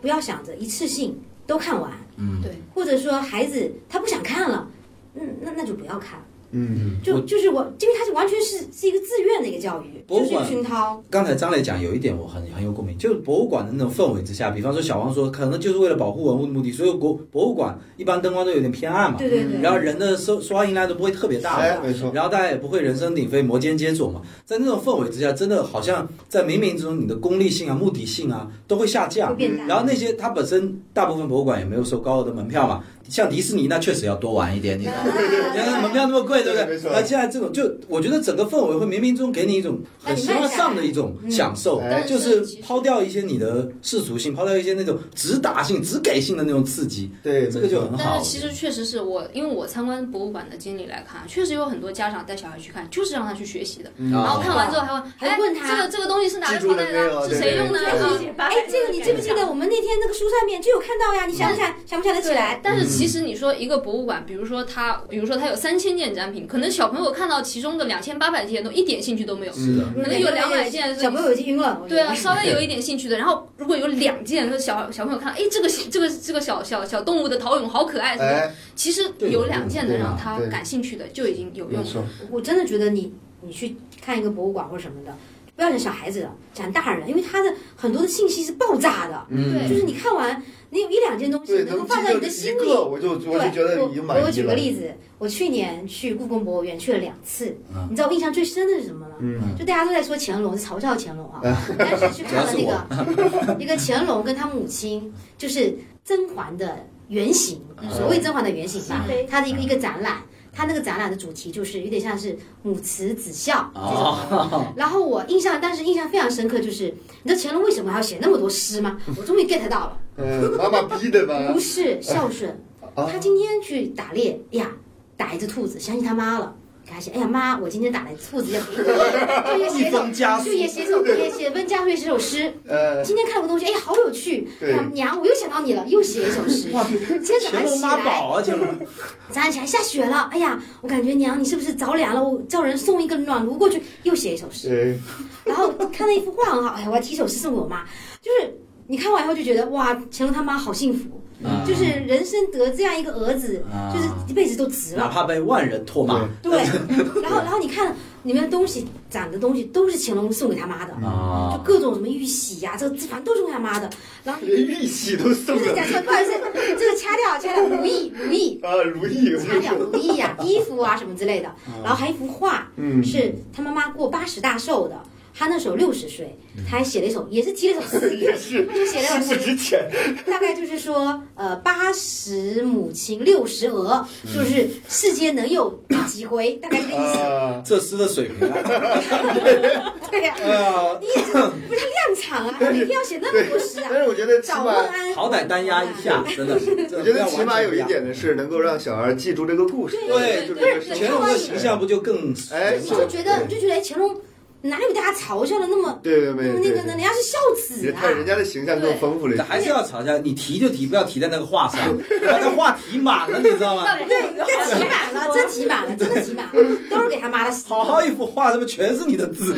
Speaker 4: 不要想着一次性都看完，
Speaker 3: 嗯
Speaker 6: 对，
Speaker 4: 或者说孩子他不想看了，嗯，那那就不要看。
Speaker 2: 嗯
Speaker 4: 就
Speaker 3: 我
Speaker 4: 就是我，因为它是完全是是一个自愿的一个教育，
Speaker 3: 博
Speaker 4: 就
Speaker 3: 物
Speaker 4: 是一
Speaker 3: 馆
Speaker 4: 个熏陶。
Speaker 3: 刚才张磊讲有一点我很很有共鸣，就是博物馆的那种氛围之下，比方说小王说，可能就是为了保护文物的目的，所以国博物馆一般灯光都有点偏暗嘛，
Speaker 4: 对对对。
Speaker 3: 嗯然后人的收收发迎来都不会特别大嘛，
Speaker 2: 哎，没错，
Speaker 3: 然后大家也不会人声鼎沸、摩肩接踵嘛。在那种氛围之下，真的好像在冥冥之中，你的功利性啊、目的性啊都会下
Speaker 4: 会
Speaker 3: 降。
Speaker 4: 变大
Speaker 3: 然后那些它本身大部分博物馆也没有收高额的门票嘛，像迪士尼那确实要多玩一点，你知道吗？原来门票那么贵，对不
Speaker 2: 对
Speaker 3: 对
Speaker 2: 没？错
Speaker 3: 那现在这种就我觉得整个氛围会冥冥中给你一种很向上的一种享受
Speaker 2: 哎，
Speaker 3: 就是抛掉一些你的世俗性，抛掉一些那种直达性、直给性的那种刺激，
Speaker 2: 对，
Speaker 3: 这个就很
Speaker 5: 但
Speaker 3: 好
Speaker 5: 是。其实确实是我，因为我参观博物馆的经历来看，确实有很多家长带小孩去看，就是让他去学习的。
Speaker 2: 嗯
Speaker 5: 然后看完之后还问，
Speaker 4: 还
Speaker 5: 哎，
Speaker 4: 问他
Speaker 5: 这个这个东西是哪个
Speaker 2: 记住
Speaker 5: 朝
Speaker 2: 了
Speaker 5: 代
Speaker 2: 没有
Speaker 5: 的？
Speaker 2: 对
Speaker 5: 是谁用的
Speaker 2: 对
Speaker 5: 啊？
Speaker 2: 对
Speaker 6: 八
Speaker 4: 哎，这个你记不记得我们那天那个书上面就有看到呀？你想不
Speaker 3: 嗯
Speaker 4: 想想不想得起来？
Speaker 5: 但是其实你说一个博物馆，比如说它，比如说它有三千件展品，可能小朋友看到其中的两千八百件都一点兴趣都没有，
Speaker 2: 是的
Speaker 5: 可能有两百件
Speaker 4: 小朋友已经晕了。
Speaker 2: 哦
Speaker 4: 我觉
Speaker 5: 对
Speaker 4: 得
Speaker 5: 啊，稍微有一点兴趣的，然后如果有两件，那 小小朋友看，哎，这个这个这个小小小动物的陶俑好可爱什么的，
Speaker 2: 哎，
Speaker 5: 其实有两件能让他
Speaker 2: 对
Speaker 5: 感兴趣的就已经有
Speaker 2: 没
Speaker 5: 用了。
Speaker 2: 错，
Speaker 4: 我真的觉得你你去看一个博物馆或者什么的，不要讲小孩子了，讲大人，因为他的很多的信息是爆炸的，
Speaker 2: 嗯
Speaker 5: 对
Speaker 3: 嗯
Speaker 4: 就是你看完，你有一两件东西
Speaker 2: 对，
Speaker 4: 能够
Speaker 2: 能
Speaker 4: 放
Speaker 2: 记
Speaker 4: 在
Speaker 2: 得
Speaker 4: 你的心
Speaker 2: 一
Speaker 4: 里。
Speaker 2: 个，我就
Speaker 4: 对，
Speaker 2: 我
Speaker 4: 我
Speaker 2: 就觉得已经满
Speaker 4: 我
Speaker 2: 意
Speaker 4: 举个
Speaker 2: 了。
Speaker 4: 例子，我去年去故宫博物院去了两次，
Speaker 3: 嗯
Speaker 4: 你知道我印象最深的是什么吗？
Speaker 2: 嗯，
Speaker 4: 就大家都在说乾隆，嘲笑乾隆啊，但是去看了那个一个 乾隆跟他母亲，就是甄嬛的原型，所谓甄嬛的原型吧
Speaker 6: 嗯，
Speaker 4: 他的一个一个展览。他那个展览的主题就是有点像是母慈子孝这种， 然后我印象当时印象非常深刻，就是你知道乾隆为什么还要写那么多诗吗？我终于 get 到了，
Speaker 2: 嗯，妈妈逼的吧
Speaker 4: 不？是孝顺，
Speaker 2: 啊
Speaker 4: 他，今天去打猎哎呀，打一只兔子，想起他妈了。给他写，哎呀妈，我今天打了一只兔子，要 就也写
Speaker 3: 一
Speaker 4: 首
Speaker 3: 封家，书
Speaker 4: 就也写首，也写温家瑞写首诗。
Speaker 2: 呃，
Speaker 4: 今天看了个东西，哎呀，好有趣！
Speaker 2: 对
Speaker 4: 啊娘，我又想到你了，又写一首 诗。今天
Speaker 3: 乾
Speaker 4: 早上
Speaker 3: 隆
Speaker 4: 起
Speaker 3: 妈
Speaker 4: 来，
Speaker 3: 宝啊，乾隆。
Speaker 4: 早上起来下雪了，哎呀，我感觉娘你是不是着凉了？我叫人送一个暖炉过去，又写一首诗。
Speaker 2: 对，
Speaker 4: 然后看到一幅画很好，哎呀，我要提首诗送给我妈。就是你看完以后就觉得哇，乾隆他妈好幸福，
Speaker 3: 嗯
Speaker 4: 就是人生得这样一个儿子，
Speaker 3: 啊
Speaker 4: 就是一辈子都值
Speaker 3: 哪
Speaker 4: 了。
Speaker 3: 怕被万人唾骂
Speaker 4: 对，然后然后你看里面的东西展的东西都是乾隆送给他妈的，就
Speaker 3: 啊，
Speaker 4: 各种什么玉玺呀、这个反正都是送给他妈的。然后
Speaker 2: 连玉玺都送
Speaker 4: 不是
Speaker 2: 了
Speaker 4: 讲错，不好意思，这个掐掉掐掉，如意如意，
Speaker 2: 啊，如意，
Speaker 4: 掐掉如意呀、衣服啊什么之类的。然后还有一幅画，
Speaker 2: 嗯
Speaker 4: 是他妈妈过八十大寿的。他那时候六十岁，他还写了一首，也是提了一首诗，
Speaker 2: 嗯 也是
Speaker 4: 就写了一
Speaker 2: 是
Speaker 4: 首
Speaker 2: 不
Speaker 4: 诗，
Speaker 2: 值钱，
Speaker 4: 大概就是说，呃，八十母亲，六十鹅，就是世间能有几回，大概这个意思。
Speaker 2: 嗯啊，
Speaker 3: 这诗的水平啊，
Speaker 4: 对呀、
Speaker 3: 哎呀，
Speaker 4: 你也是不是量产啊？你一定要写那么多诗
Speaker 2: 但
Speaker 4: 啊？
Speaker 2: 是我觉得起
Speaker 4: 找
Speaker 2: 码
Speaker 4: 温。安，
Speaker 3: 好歹单压一下，真的。
Speaker 2: 我
Speaker 3: 我
Speaker 2: 觉得起码有一点的是能够让小孩记住这个故事，
Speaker 3: 对
Speaker 2: 就这
Speaker 5: 对
Speaker 2: 个
Speaker 5: 对
Speaker 2: 事
Speaker 5: 对
Speaker 2: 情
Speaker 3: 乾隆的形象不就更
Speaker 2: 哎
Speaker 4: 你就觉得你就觉得哎乾隆哪有大家嘲笑的那么
Speaker 2: 对对
Speaker 4: 那么
Speaker 2: 对
Speaker 4: 那
Speaker 2: 对
Speaker 4: 个呢？人
Speaker 2: 对，
Speaker 4: 家是孝子
Speaker 2: 人
Speaker 4: 啊
Speaker 2: 看。人家的形象更丰富了一些，
Speaker 3: 还是要吵架？你提就提，不要提在那个话上，把那话提满了，你知道吗？
Speaker 4: 对，这题满了，真题满了，真的题满了，都是给他妈的洗。
Speaker 3: 好好一幅画，怎么全是你的字？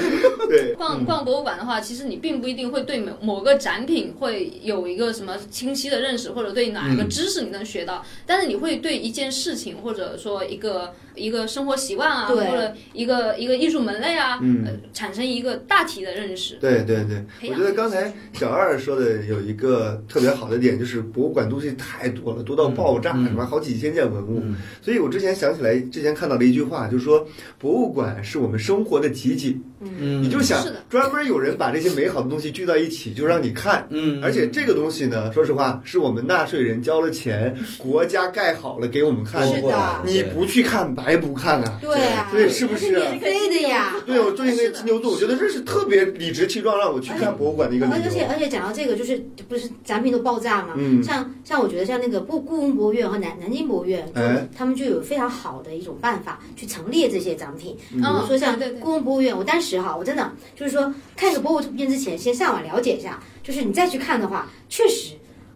Speaker 2: 对，
Speaker 5: 逛逛博物馆的话，其实你并不一定会对某某个展品会有一个什么清晰的认识，或者对哪一个知识你能学到，
Speaker 2: 嗯
Speaker 5: 但是你会对一件事情，或者说一个一个生活习惯啊，或
Speaker 4: 对
Speaker 5: 者一个一个艺术门类啊，
Speaker 2: 嗯
Speaker 5: 呃，产生一个大体的认识。
Speaker 2: 对对对，
Speaker 5: 培
Speaker 2: 我
Speaker 5: 养
Speaker 2: 觉得刚才小二说的有一个特别好的点，就是博物馆东西太多了，多到爆炸，
Speaker 3: 嗯嗯
Speaker 2: 什么好几千件文物。
Speaker 3: 嗯
Speaker 2: 所以我之前想起来，之前看到的一句话，就是说博物馆是我们生活的集锦。
Speaker 3: 嗯
Speaker 2: 你就想
Speaker 5: 是的
Speaker 2: 专门有人把这些美好的东西聚到一起，就让你看。
Speaker 3: 嗯
Speaker 2: 而且这个东西呢，说实话，是我们纳税人交了钱，国家盖好了给我们看
Speaker 4: 是
Speaker 2: 的。
Speaker 4: 的
Speaker 2: 你不去看白不看啊！
Speaker 4: 对啊，
Speaker 2: 对，是不是？
Speaker 4: 对的呀。
Speaker 2: 对，我最近那金牛座，我觉得这是特别理直气壮让我去看博物馆的一个理
Speaker 4: 而且
Speaker 2: 由。
Speaker 4: 而且讲到这个，就是不是展品都爆炸嘛？
Speaker 2: 嗯
Speaker 4: 像像我觉得像那个故故宫博物院和南南京博物院，
Speaker 2: 哎
Speaker 4: 他们就有非常好的一种办法去陈列这些展品。
Speaker 5: 嗯
Speaker 4: 比如说像
Speaker 5: 对对对
Speaker 4: 故宫博物院，我当时哈，我真的就是说看个博物片之前，先上网了解一下，就是你再去看的话，确实。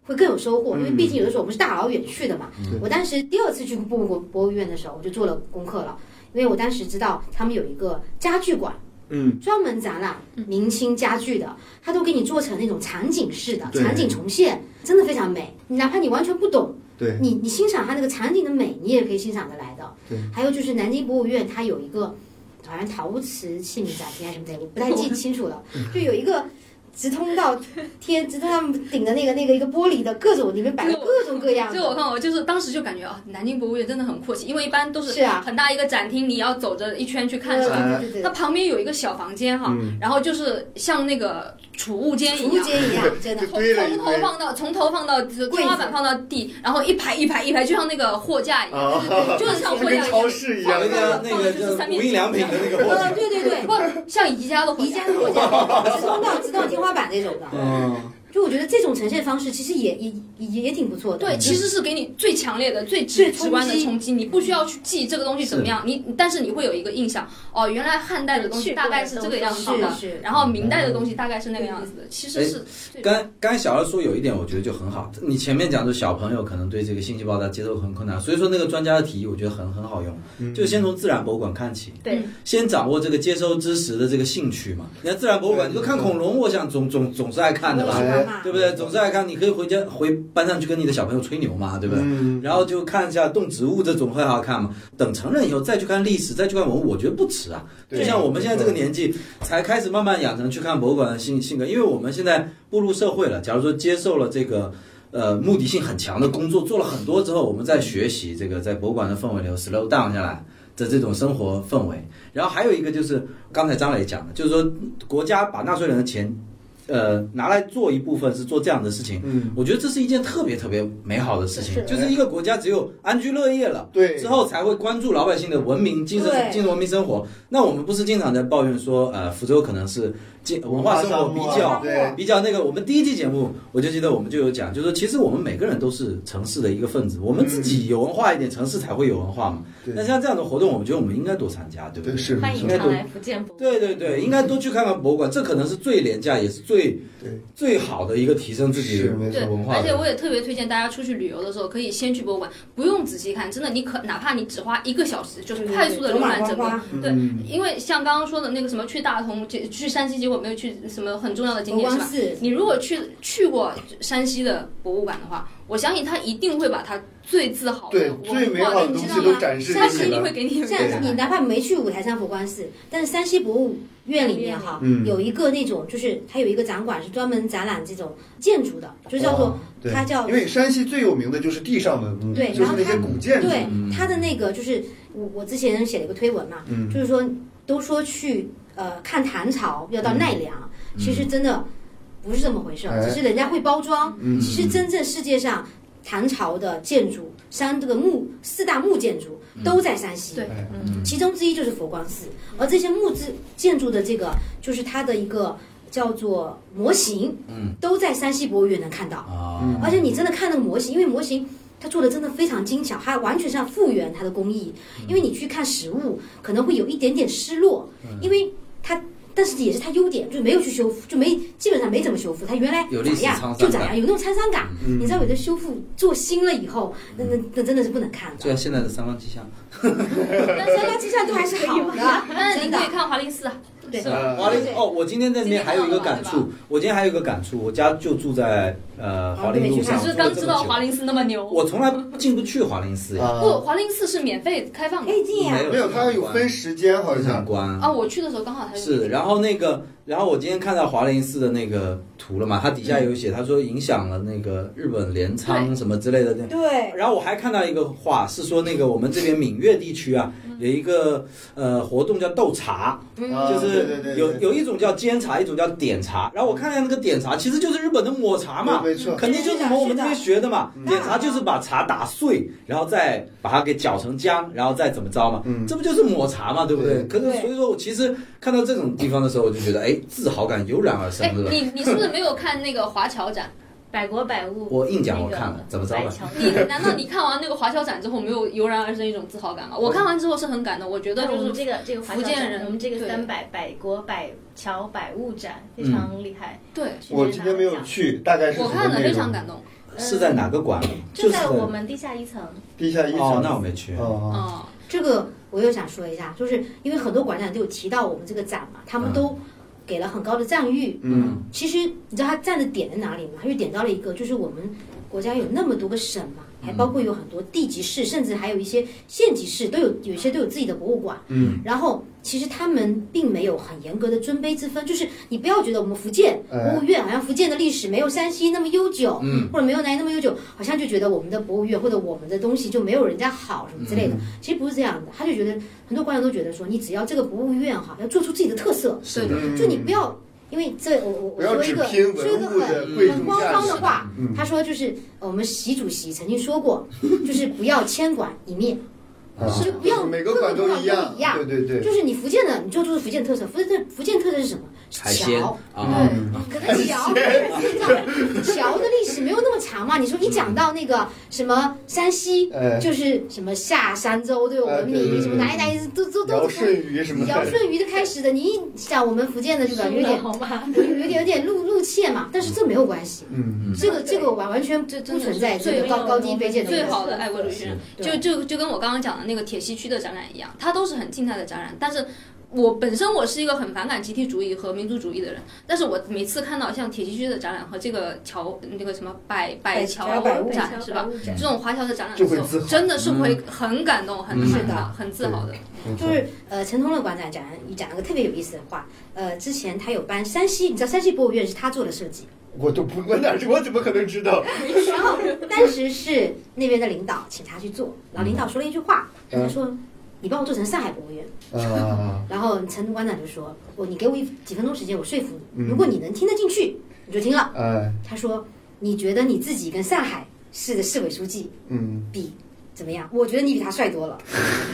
Speaker 4: 会更有收获，因为
Speaker 2: 嗯
Speaker 4: 毕竟有的时候我们是大老远去的嘛。我当时第二次去故宫博物院的时候，我就做了功课了，因为我当时知道他们有一个家具馆，
Speaker 2: 嗯，
Speaker 4: 专门展览明清家具的，它都给你做成那种场景式的
Speaker 2: 对
Speaker 4: 场景重现，真的非常美。你哪怕你完全不懂，
Speaker 2: 对，
Speaker 4: 你你欣赏它那个场景的美，你也可以欣赏得来的
Speaker 2: 对。
Speaker 4: 还有就是南京博物院，它有一个好像陶瓷器皿展厅还是什么的，我不太 记清楚了，就有一个。直通到天，直通到顶的那个那个一个玻璃的各种，里面摆了
Speaker 5: 这个
Speaker 4: 各种各样
Speaker 5: 所以我
Speaker 4: 的。
Speaker 5: 看我就是当时就感觉啊，南京博物院真的很阔气，因为一般都
Speaker 4: 是啊呃
Speaker 5: 很大一个展厅，你要走着一圈去看
Speaker 4: 对
Speaker 5: 嗯是吧？
Speaker 4: 对对对
Speaker 5: 它旁边有一个小房间哈，
Speaker 2: 嗯
Speaker 5: 然后就是像那个储物间
Speaker 4: 对，
Speaker 5: 一
Speaker 4: 竹
Speaker 5: 样，
Speaker 4: 节一样，真的
Speaker 2: 就
Speaker 5: 从
Speaker 2: 堆了一
Speaker 5: 从
Speaker 2: 堆
Speaker 5: 头放到从头放到就是天花板放到地，然后一排一排一排，就像那个货架一样，
Speaker 2: 啊
Speaker 5: 对对对就是像
Speaker 2: 就
Speaker 5: 货架一
Speaker 2: 跟
Speaker 5: 样。
Speaker 2: 超市一样
Speaker 3: 有一
Speaker 2: 的。
Speaker 3: 个那个叫无印良品的那个货架
Speaker 4: 呃，对对对，
Speaker 5: 不像宜家的货
Speaker 4: 宜
Speaker 5: 架
Speaker 4: 家的货架，直通到直通到天花板这种的。
Speaker 3: 嗯，
Speaker 4: 就我觉得这种呈现方式其实也也也也挺不错的。嗯
Speaker 5: 对，其实是给你最强烈的、最
Speaker 4: 对
Speaker 5: 直
Speaker 4: 冲击
Speaker 5: 直观的冲击，你不需要去记这个东西怎么样，你但是你会有一个印象，哦，原来汉代的东西大概是这个样子的，
Speaker 4: 是是
Speaker 5: 然后明代的东西大概是那个样子的，其实是最
Speaker 3: 刚刚才小二说有一点，我觉得就很好。你前面讲的小朋友可能对这个信息爆炸接受很困难，所以说那个专家的提议，我觉得很很好用，就先从自然博物馆看起。
Speaker 6: 对，
Speaker 3: 先掌握这个接收知识的这个兴趣嘛。你看自然博物馆，你就看恐龙，我想总总总是爱看的吧
Speaker 4: 我也，是妈妈
Speaker 3: 对不对？总是爱看，你可以回家回班上去跟你的小朋友吹牛嘛，对不对？
Speaker 2: 嗯
Speaker 3: 然后就看一下动植物，这总会好看嘛。等成人以后再去看历史，再去看文物，我觉得不迟啊。
Speaker 2: 对
Speaker 3: 就像我们现在这个年纪，才开始慢慢养成去看博物馆的性性格，因为我们现在步入社会了。假如说接受了这个。呃，目的性很强的工作做了很多之后，我们再学习这个在博物馆的氛围里头 slow down 下来的这种生活氛围。然后还有一个就是刚才张磊讲的，就是说国家把纳税人的钱，呃，拿来做一部分是做这样的事情，
Speaker 2: 嗯，
Speaker 3: 我觉得这是一件特别特别美好的事情，就是一个国家只有安居乐业了，
Speaker 2: 对
Speaker 3: 之后才会关注老百姓的文明精神
Speaker 4: 对、
Speaker 3: 精神文明生活。那我们不是经常在抱怨说，呃，福州可能是经文化生活比较
Speaker 2: 对
Speaker 3: 比较那个。我们第一期节目我就记得我们就有讲，就是说其实我们每个人都是城市的一个分子，我们自己有文化一点，城市才会有文化嘛。
Speaker 2: 嗯对
Speaker 3: 那像这样的活动，我觉得我们应该多参加，对不
Speaker 2: 对是
Speaker 6: 欢迎
Speaker 3: 应该
Speaker 6: 常
Speaker 3: 都
Speaker 6: 来福建博物馆。
Speaker 3: 对对对，应该多去看看博物馆，这可能是最廉价也是最
Speaker 2: 对
Speaker 3: 最好的一个提升自己
Speaker 2: 是没错
Speaker 5: 对
Speaker 3: 文，化的。
Speaker 5: 而且我也特别推荐大家出去旅游的时候，可以先去博物馆，不用仔细看，真的，你可哪怕你只花一个小时，就是快速的浏览整
Speaker 4: 走马观
Speaker 5: 个
Speaker 4: 花。
Speaker 5: 对，
Speaker 2: 嗯
Speaker 5: 因为像刚刚说的那个什么去大同，结去山西，结果没有去什么很重要的景
Speaker 4: 佛
Speaker 5: 点是
Speaker 4: 光
Speaker 5: 吧？
Speaker 4: 寺，
Speaker 5: 你如果去去过山西的博物馆的话，我相信他一定会把他最自豪的
Speaker 2: 对
Speaker 5: 文化
Speaker 2: 最美好的东
Speaker 5: 你
Speaker 2: 西
Speaker 5: 知道
Speaker 2: 都
Speaker 5: 吗？
Speaker 2: 展示
Speaker 5: 山
Speaker 2: 给
Speaker 5: 西一
Speaker 2: 你
Speaker 5: 定会
Speaker 2: 了。
Speaker 5: 给你有一个
Speaker 4: 像你哪怕没去五台山佛光寺，但是山西博物院里面哈，
Speaker 2: 嗯
Speaker 4: 有一个那种就是它有一个展馆是专门展览这种建筑的，就是叫做
Speaker 2: 对
Speaker 4: 它叫
Speaker 2: 因为山西最有名的就是地上文物，
Speaker 4: 对
Speaker 2: 就是
Speaker 4: 然后
Speaker 2: 那些
Speaker 4: 它
Speaker 2: 古建筑。
Speaker 4: 对它的那个就是我我之前写了一个推文嘛，
Speaker 2: 嗯
Speaker 4: 就是说都说去呃看唐朝要到奈良，其实真的不是这么回事儿，
Speaker 2: 嗯哎
Speaker 4: 只是人家会包装。
Speaker 2: 嗯
Speaker 4: 其实真正世界上唐朝的建筑，三这个木四大木建筑都在山西，
Speaker 5: 对
Speaker 2: 哎
Speaker 4: 其中之一就是佛光寺，而这些木质建筑的这个就是它的一个叫做模型，
Speaker 3: 嗯，
Speaker 4: 都在山西博物院能看到。
Speaker 3: 啊，
Speaker 2: 嗯
Speaker 4: 而且你真的看那个模型，因为模型它做的真的非常精巧，它完全像复原它的工艺。因为你去看实物，可能会有一点点失落，因为它但是也是它优点，就没有去修复，就没基本上没怎么修复，它原来
Speaker 3: 有历
Speaker 4: 咋
Speaker 3: 史沧
Speaker 4: 样
Speaker 3: 桑
Speaker 4: 就咋
Speaker 3: 感
Speaker 4: 样，有那种沧桑感。你知道有的修复做新了以后，那那那真的是不能看
Speaker 3: 就
Speaker 4: 的。
Speaker 3: 像现在的三万气象，
Speaker 4: 但是它其实都还 是 好的，
Speaker 5: 但是
Speaker 4: 真
Speaker 5: 你可以
Speaker 4: 的。
Speaker 5: 看华林寺啊，
Speaker 4: 对
Speaker 5: 是
Speaker 2: 呃
Speaker 5: 吧？
Speaker 3: 华林哦，我今天在那边还有一个感
Speaker 5: 今天看到了
Speaker 3: 触，我今天还有一个感触，我家就住在
Speaker 5: 哦
Speaker 3: 呃华林路上，
Speaker 4: 啊对
Speaker 5: 你是
Speaker 3: 住了
Speaker 5: 刚
Speaker 3: 这
Speaker 5: 知
Speaker 3: 么
Speaker 5: 道
Speaker 3: 久
Speaker 5: 华林寺哦那么牛，
Speaker 3: 我从来进不去华林寺，
Speaker 2: 啊
Speaker 5: 不，华林寺是免费开放的
Speaker 4: 可以这样，
Speaker 2: 没有，它有分时间，好
Speaker 3: 很
Speaker 2: 像
Speaker 3: 关
Speaker 5: 啊。我去的时候刚好它
Speaker 3: 是，然后那个，然后我今天看到华林寺的那个图了嘛，它底下有
Speaker 5: 嗯
Speaker 3: 写，他说影响了那个日本镰仓什么之类的那。
Speaker 4: 对，
Speaker 3: 然后我还看到一个话是说，那个我们这边闽粤地区啊，
Speaker 5: 嗯
Speaker 3: 有一个呃活动叫斗茶，
Speaker 2: 啊
Speaker 3: 就
Speaker 2: 对对对
Speaker 3: 是
Speaker 2: 对
Speaker 3: 有
Speaker 2: 对
Speaker 3: 有一种叫煎茶，一种叫点茶。然后我看了那个点茶，其实就是日本的抹茶嘛，
Speaker 2: 没错
Speaker 3: 肯定就是从我们这边学的嘛。点茶就是把茶打碎，然后再把它给搅成浆，然后再怎么着嘛，
Speaker 2: 嗯
Speaker 3: 这不就是抹茶嘛，对不对？
Speaker 2: 对
Speaker 3: 可是
Speaker 4: 对
Speaker 3: 所以说我其实看到这种地方的时候，我就觉得哎，自豪感油然而生
Speaker 5: 哎，，
Speaker 3: 对吧？
Speaker 5: 你你是不是没有看那个华侨展？
Speaker 6: 百国百物，
Speaker 3: 我硬讲我看了怎么着吧
Speaker 6: 白桥
Speaker 5: 你难道你看完那个华侨展之后没有油然而生一种自豪感吗？我看完之后是很感动，我觉得
Speaker 6: 那我
Speaker 5: 就
Speaker 6: 们
Speaker 5: 是
Speaker 6: 这个这个华侨
Speaker 5: 福建
Speaker 6: 展
Speaker 5: 人
Speaker 6: 我们这个
Speaker 5: 对
Speaker 6: 三百百国百侨百物展非常厉害。
Speaker 5: 对
Speaker 6: 去
Speaker 2: 我
Speaker 6: 年
Speaker 2: 今
Speaker 6: 拿
Speaker 2: 天没有
Speaker 6: 奖
Speaker 2: 去，大概是
Speaker 5: 我
Speaker 2: 什
Speaker 5: 看
Speaker 2: 么
Speaker 5: 了
Speaker 2: 内
Speaker 5: 非
Speaker 2: 容
Speaker 5: 常？感动。
Speaker 3: 是在哪个馆？
Speaker 6: 嗯就是在
Speaker 3: 在
Speaker 6: 我们地下一层，
Speaker 2: 地下一层
Speaker 3: 哦，那我没去。
Speaker 2: 哦，
Speaker 5: 嗯，
Speaker 4: 这个我又想说一下，就是因为很多馆长都有提到我们这个展嘛，他们都给了很高的赞誉。
Speaker 2: 嗯，
Speaker 4: 其实你知道他赞的点在哪里吗？他就点到了一个，就是我们国家有那么多个省嘛，还包括有很多地级市，甚至还有一些县级市，都有有一些都有自己的博物馆。
Speaker 2: 嗯，
Speaker 4: 然后其实他们并没有很严格的尊卑之分，就是你不要觉得我们福建
Speaker 2: 哎
Speaker 4: 博物院好像福建的历史没有山西那么悠久，
Speaker 3: 嗯，
Speaker 4: 或者没有哪里那么悠久，好像就觉得我们的博物院或者我们的东西就没有人家好什么之类的。
Speaker 2: 嗯
Speaker 4: 其实不是这样的，他就觉得很多观众都觉得说，你只要这个博物院哈，要做出自己的特色，
Speaker 5: 是
Speaker 3: 的
Speaker 5: 的，
Speaker 4: 就你不要。因为这我我
Speaker 2: 嗯不
Speaker 4: 我
Speaker 2: 要
Speaker 4: 说一
Speaker 2: 只
Speaker 4: 个
Speaker 2: 拼
Speaker 4: 说一个
Speaker 2: 文物的
Speaker 4: 很
Speaker 2: 贵
Speaker 4: 很
Speaker 2: 重
Speaker 4: 官
Speaker 2: 价
Speaker 4: 方
Speaker 2: 值
Speaker 4: 的话
Speaker 2: 嗯，
Speaker 4: 他说就是呃我们习主席曾经说 过，就是不要千馆一面，
Speaker 2: 啊
Speaker 4: 是不要
Speaker 2: 每个馆都
Speaker 4: 一
Speaker 2: 样，
Speaker 4: 一样
Speaker 2: 对，对对，
Speaker 4: 就是你福建的，你就做福建特色。福建福建特色是什么？是
Speaker 3: 海鲜
Speaker 4: 桥。
Speaker 3: 啊，
Speaker 2: 嗯
Speaker 4: 可能桥桥的历史没有那么长嘛。你说一讲到那个什么山西，
Speaker 2: 哎
Speaker 4: 就是什么夏商周都有文
Speaker 2: 哎对对
Speaker 4: 明，
Speaker 2: 对
Speaker 4: 什么哪里哪里都都
Speaker 2: 尧
Speaker 4: 都
Speaker 2: 舜禹什么
Speaker 4: 尧
Speaker 2: 的，
Speaker 4: 舜禹的开始的。你一讲我们福建的就感觉有点
Speaker 6: 好吧？
Speaker 4: 有点有点有点露露怯嘛，但是这没有关系，
Speaker 2: 嗯，
Speaker 4: 这个这个完完全
Speaker 5: 这
Speaker 4: 不
Speaker 5: 真的
Speaker 4: 存在
Speaker 5: 是
Speaker 4: 这
Speaker 5: 最
Speaker 4: 个高高低卑贱的
Speaker 5: 最
Speaker 4: 问题
Speaker 5: 好的爱国主义
Speaker 4: 是
Speaker 5: 宣言，就就就跟我刚刚讲的那个铁西区的展览一样，它都是很静态的展览，但是。我本身我是一个很反感集体主义和民族主义的人，但是我每次看到像铁西区的展览和这个桥那个什么百百桥展是吧，？这种华侨的展览的时
Speaker 2: 就会自
Speaker 5: 候，
Speaker 2: 豪嗯
Speaker 5: 真的是会很感动，很
Speaker 3: 嗯
Speaker 5: 很
Speaker 4: 是的
Speaker 5: 很自豪的。
Speaker 4: 就是呃，陈同乐馆长讲讲了个特别有意思的话，呃，之前他有搬山西，你知道山西博物院是他做的设 计，
Speaker 2: 我都不我哪知我怎么可能知道？
Speaker 4: 然后当时是那边的领导请他去做，然后领导说了一句话，
Speaker 2: 嗯
Speaker 4: 他说：“你帮我做成上海博物院。
Speaker 2: 啊”，
Speaker 4: 然后陈馆长就说：“我你给我一几分钟时间，我说服你，
Speaker 2: 嗯
Speaker 4: 如果你能听得进去，你就听了。
Speaker 2: 哎，”
Speaker 4: 他说：“你觉得你自己跟上海市的市委书记
Speaker 2: 嗯，
Speaker 4: 比怎么样？我觉得你比他帅多了。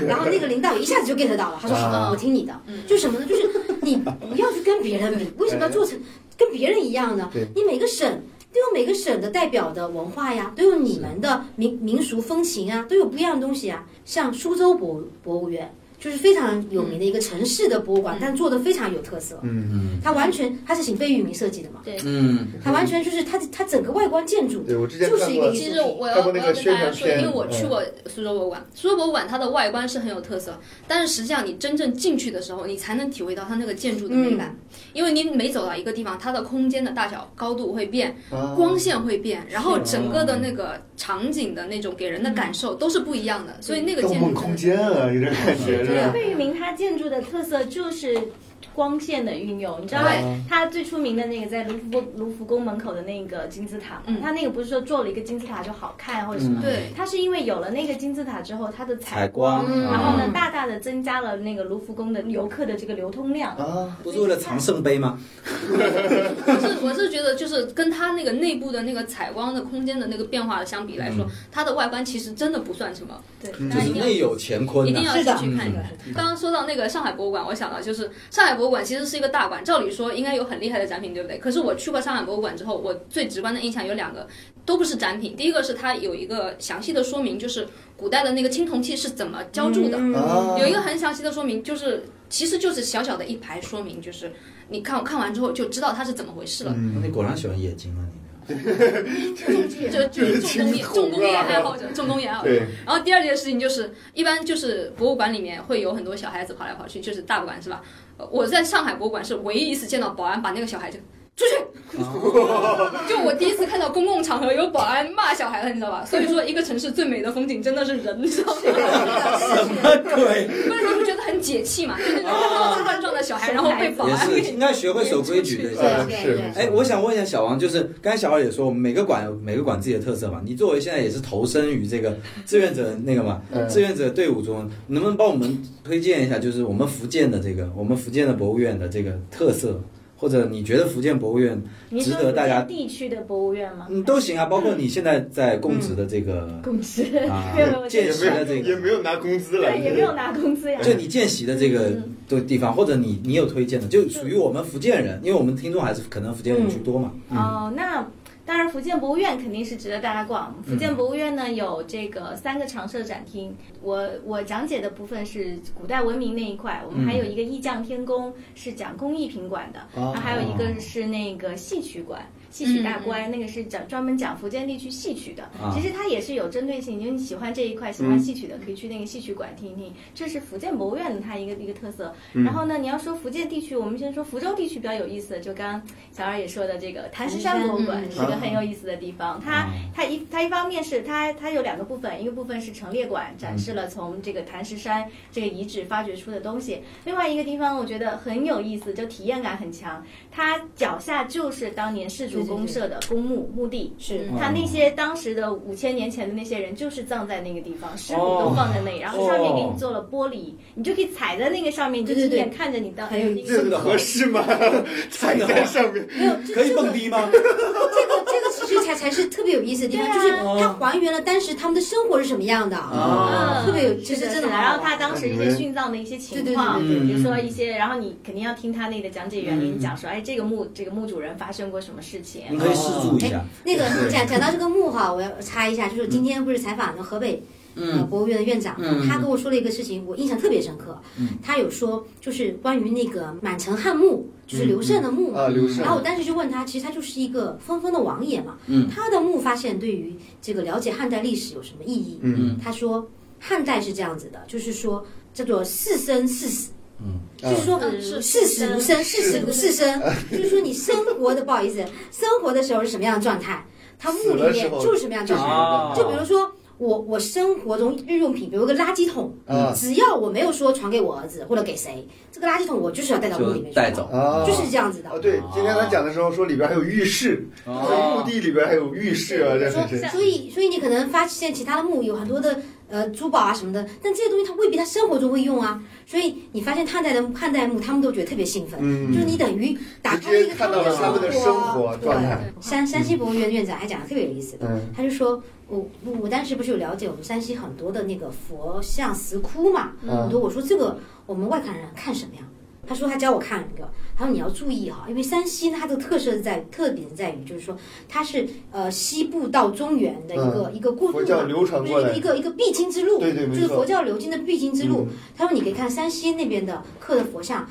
Speaker 4: 然后那个领导一下子就 get 到了，他说
Speaker 2: 啊
Speaker 4: 好，我听你的。就什么呢？就是你不要去跟别人比，为什么要做成跟别人一样呢
Speaker 2: 哎对？
Speaker 4: 你每个省。都有每个省的代表的文化呀，都有你们的民民俗风情啊，都有不一样的东西啊。像苏州博物博物院，就是非常有名的一个城市的博物馆，但做的非常有特色。
Speaker 2: 嗯，
Speaker 4: 它完全，它是请贝聿铭设计的嘛，
Speaker 3: 嗯，
Speaker 4: 它完全就是它它整个外观建筑
Speaker 2: 对我之前
Speaker 4: 就是
Speaker 2: 看
Speaker 4: 一
Speaker 2: 过
Speaker 4: 个艺术
Speaker 5: 其
Speaker 4: 品
Speaker 5: 实我要
Speaker 2: 看过呃
Speaker 5: 我
Speaker 2: 那
Speaker 5: 要
Speaker 2: 个
Speaker 5: 跟
Speaker 2: 宣
Speaker 5: 大
Speaker 2: 传
Speaker 5: 家说，因为
Speaker 2: 片嗯
Speaker 5: 我去过苏州博物馆，苏州博物馆它的外观是很有特色，但是实际上你真正进去的时候，你才能体会到它那个建筑的美感，
Speaker 2: 嗯
Speaker 5: 因为你每走到一个地方，它的空间的大小、高度会变，
Speaker 2: 啊
Speaker 5: 光线会变，然后整个
Speaker 2: 哦
Speaker 5: 的那个场景的那种给人的感受都是不一样的，所以那个
Speaker 2: 盗
Speaker 5: 建
Speaker 2: 嗯梦
Speaker 5: 筑
Speaker 2: 空间啊，有点感觉是
Speaker 6: 对，
Speaker 2: 吧？
Speaker 6: 贝聿铭他建筑的特色就是。光线的运用，你知道
Speaker 5: 对
Speaker 6: 他最出名的那个在卢浮卢浮宫门口的那个金字塔，
Speaker 5: 嗯
Speaker 6: 他那个不是说做了一个金字塔就好看或者什么，
Speaker 5: 对
Speaker 6: 他是因为有了那个金字塔之后，它的
Speaker 3: 采
Speaker 6: 采
Speaker 3: 光，
Speaker 5: 嗯
Speaker 6: 然后呢，
Speaker 5: 嗯
Speaker 6: 大大的增加了那个卢浮宫的游客的这个流通量。
Speaker 2: 啊，
Speaker 3: 不是为了长圣杯吗？
Speaker 5: 我是我是觉得，就是跟它那个内部的那个采光的空间的那个变化相比来
Speaker 2: 嗯
Speaker 5: 说，它的外观其实真的不算什么。
Speaker 6: 对，
Speaker 3: 就是内有乾坤
Speaker 5: 嗯一
Speaker 3: 呐
Speaker 5: 定要
Speaker 4: 是的
Speaker 5: 去看一看
Speaker 4: 嗯。
Speaker 5: 刚刚说到那个上海博物馆，我想到就是上海海博物馆其实是一个大馆，照理说应该有很厉害的展品，对不对？可是我去过上海博物馆之后，我最直观的印象有两个，都不是展品。第一个是它有一个详细的说明，就是古代的那个青铜器是怎么浇铸的，
Speaker 4: 嗯
Speaker 2: 啊
Speaker 5: 有一个很详细的说明，就是其实就是小小的一排说明，就是你看看完之后就知道它是怎么回事
Speaker 4: 嗯
Speaker 5: 了。
Speaker 3: 那你果然喜欢冶金啊你。
Speaker 5: 就 就是重工
Speaker 4: 啊
Speaker 5: 业重工业爱好者，重工业爱好者。
Speaker 2: 对，
Speaker 5: 然后第二件事情就是，一般就是博物馆里面会有很多小孩子跑来跑去，就是大博物馆是吧？呃我在上海博物馆是唯一一次见到保安把那个小孩就出去，就我第一次看到公共场合有保安骂小孩了，你知道吧？所以说，一个城市最美的风景真的是人，你知道吗？
Speaker 3: 对，
Speaker 5: 不是你不觉得很解气嘛？就是那种到处乱撞的小孩，然后被 保
Speaker 3: 也
Speaker 5: 安
Speaker 3: 是应该学会守 规矩的。
Speaker 5: 对
Speaker 3: 是吧
Speaker 2: 啊是
Speaker 4: 对
Speaker 3: 哎，我想问一下小王，就是刚才小王也说，我们每个馆有每个馆自己的特色嘛。你作为现在也是投身于这个志愿者那个嘛，
Speaker 2: 嗯
Speaker 3: 志愿者队伍中，能不能帮我们推荐一下，就是我们福建的这个，我们福建的博物院的这个特色，或者你觉得福建博物院
Speaker 6: 你
Speaker 3: 值
Speaker 6: 说
Speaker 3: 得大家
Speaker 6: 福建地区的博物院吗？
Speaker 3: 嗯都行啊，包括你现在在供职的这个、
Speaker 6: 供职，
Speaker 3: 啊
Speaker 6: 没有没有，
Speaker 3: 见
Speaker 2: 也
Speaker 3: 识
Speaker 2: 没
Speaker 3: 的这
Speaker 2: 有
Speaker 3: 个
Speaker 2: 也没有拿工资来，
Speaker 6: 对，也没有拿工资呀。
Speaker 3: 就你见习的这个
Speaker 4: 嗯
Speaker 3: 的地方，或者你你有推荐的，就属于我们福建人，因为我们听众还是可能福建人居多
Speaker 4: 嗯
Speaker 3: 嘛。
Speaker 6: 哦，那当然，福建博物院肯定是值得大家逛。福建博物院呢有这个三个常设展厅，我我讲解的部分是古代文明那一块，我们还有一个艺匠天宫是讲工艺品馆的，
Speaker 3: 哦
Speaker 4: 啊
Speaker 2: 啊
Speaker 6: 然后还有一个是那个戏曲馆。戏曲大观、那个是讲专门讲福建地区戏曲的，
Speaker 3: 啊
Speaker 6: 其实它也是有针对性，因为你喜欢这一块，喜欢戏曲的可以去那个戏曲馆听一听，这是福建博物院的它一个一个特色。然后呢，你要说福建地区，我们先说福州地区比较有意思的，就刚刚小二也说的这个谭石山博物馆
Speaker 5: 嗯
Speaker 6: 是一个很有意思的地方。它它一它一方面是它它有两个部分，一个部分是陈列馆展示了从这个谭石山这个遗址发掘出的东西，另外一个地方我觉得很有意思，就体验感很强。它脚下就是当年氏族公社的公墓墓地，
Speaker 4: 是
Speaker 6: 它那些当时的五千年前的那些人就是葬在那个地方，尸骨都放在那里，然后上面给你做了玻璃，你就可以踩在那个上面，你就
Speaker 4: 对对
Speaker 6: 亲
Speaker 4: 对
Speaker 6: 眼看着你当
Speaker 4: 很有意思
Speaker 2: 这个合适 吗？踩在上面，
Speaker 3: 可以蹦迪吗？
Speaker 4: 这个这个其实才才是特别有意思的地方，
Speaker 6: 对啊
Speaker 4: 就是它还原了当时他们的生活是什么样的，
Speaker 3: 啊
Speaker 4: 特别有，
Speaker 6: 嗯
Speaker 4: 其实
Speaker 6: 是的
Speaker 4: 真
Speaker 6: 是的
Speaker 4: 的很好玩。
Speaker 6: 然后他当时一些殉葬的一些情况，
Speaker 4: 对
Speaker 3: 对对对对
Speaker 6: 比如说一些，然后你肯定要听他那个讲解员给你讲说，哎，这个墓这个墓主人发生过什么事情，
Speaker 3: 你可以试住一下。
Speaker 4: 那个讲讲到这个墓哈，我要插一下，就是今天不是采访了河北呃博物院的院长，
Speaker 3: 嗯
Speaker 4: 他跟我说了一个事情，我印象特别深刻。他有说就是关于那个满城汉墓，就是刘胜的墓。
Speaker 3: 嗯
Speaker 2: 啊，刘胜
Speaker 4: 然后我当时就问他，其实他就是一个分封的王爷嘛，
Speaker 3: 嗯
Speaker 4: 他的墓发现对于这个了解汉代历史有什么意义？
Speaker 2: 嗯
Speaker 4: 他说汉代是这样子的，就是说叫做四生四死，
Speaker 2: 啊
Speaker 4: 就是说
Speaker 5: 嗯是
Speaker 4: 四死无生，四死无事生，就是说你生活的不好意思，生活的时候是什么样的状态，他墓里面就是什么样的
Speaker 2: 就是
Speaker 4: 状态。
Speaker 3: 啊
Speaker 4: 就比如说我我生活中日用品，比如个垃圾桶，
Speaker 2: 啊
Speaker 4: 只要我没有说传给我儿子或者给谁，这个垃圾桶我就是要带到墓里面去，
Speaker 3: 就带走
Speaker 2: 啊，
Speaker 4: 就是这样子的。
Speaker 2: 啊，对，今天他讲的时候说里边还有浴室，
Speaker 3: 哦
Speaker 2: 墓地里边还有浴室啊，这
Speaker 4: 哦说
Speaker 2: 很神奇。
Speaker 4: 所以所以你可能发现其他的墓有很多的呃珠宝啊什么的，但这些东西他未必他生活中会用啊。所以你发现汉代的汉代墓，他们都觉得特别兴奋，
Speaker 2: 嗯
Speaker 4: 就是你等于打
Speaker 2: 直
Speaker 4: 开了
Speaker 2: 接
Speaker 4: 一个啊
Speaker 2: 看到了他们的生活
Speaker 4: 对
Speaker 2: 状态。
Speaker 4: 山山西博物院院长还讲的特别有意思的，
Speaker 2: 嗯
Speaker 4: 他就说我我我当时不是有了解我们山西很多的那个佛像石窟嘛，
Speaker 2: 嗯
Speaker 4: 很多我说这个我们外国人看什么呀？他说他教我看一个，他说你要注意哈、因为山西它的特色在特点在于就是说它是呃西部到中原的一个、一个过渡
Speaker 2: 嗯
Speaker 4: 嘛，
Speaker 2: 佛教流传过来
Speaker 4: 嗯就是一个一个一个必经之路，
Speaker 2: 对对没
Speaker 4: 就是
Speaker 2: 错嗯
Speaker 4: 佛教流经的必经之路。他说你可以看山西那边的刻的佛像。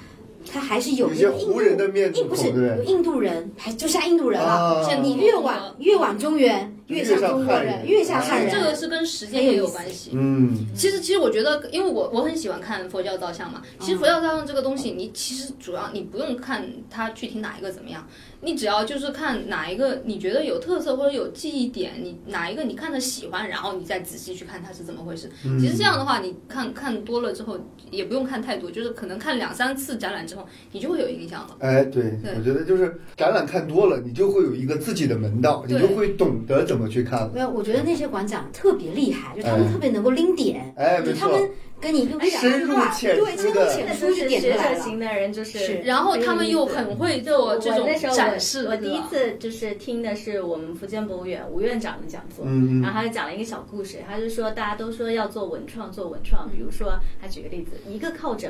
Speaker 4: 它还是有
Speaker 2: 有
Speaker 4: 一
Speaker 2: 些
Speaker 4: 个印
Speaker 2: 胡人
Speaker 4: 度哎
Speaker 2: 的面
Speaker 4: 印不是
Speaker 2: 孔对
Speaker 4: 有印度人，还就像印度人
Speaker 2: 啊
Speaker 4: 啊，
Speaker 5: 像
Speaker 4: 你越往越往中原，越像中国人，越像汉人。
Speaker 5: 这个是跟时间也有关系。
Speaker 2: 嗯，
Speaker 5: 其实，其实我觉得，因为我我很喜欢看佛教造像嘛。其实佛教造像这个东西，你其实主要你不用看它具体哪一个怎么样，你只要就是看哪一个你觉得有特色或者有记忆点，你哪一个你看着喜欢，然后你再仔细去看它是怎么回事。其实这样的话，你看看多了之后，也不用看太多，就是可能看两三次展览之后，你就会有印象了。
Speaker 2: 哎，对，
Speaker 5: 对
Speaker 2: 我觉得就是展览看多了，你就会有一个自己的门道，你
Speaker 5: 对
Speaker 2: 就会懂得怎么去看了。
Speaker 4: 没有，我觉得那些馆长特别厉害，就他们
Speaker 2: 哎
Speaker 4: 特别能够拎点，
Speaker 2: 哎，没
Speaker 4: 就他
Speaker 2: 错，
Speaker 4: 们跟你用
Speaker 6: 哎呀
Speaker 4: 两
Speaker 2: 深
Speaker 4: 句
Speaker 2: 入
Speaker 4: 话，
Speaker 2: 浅
Speaker 4: 对，
Speaker 2: 出
Speaker 4: 深入
Speaker 2: 的
Speaker 4: 浅出
Speaker 6: 这
Speaker 4: 就
Speaker 6: 学
Speaker 4: 点出来
Speaker 6: 者
Speaker 4: 了。
Speaker 6: 型的人就是
Speaker 4: 是
Speaker 5: 然后他们又很会做这种
Speaker 6: 我那时候我
Speaker 5: 展示，
Speaker 6: 我第一
Speaker 5: 对吧
Speaker 6: 次就是听的是我们福建博物院吴院长的讲座，
Speaker 2: 嗯嗯
Speaker 6: 然后他就讲了一个小故事，他就说大家都说要做文创，做文创，比如说他举个例子，一个靠枕。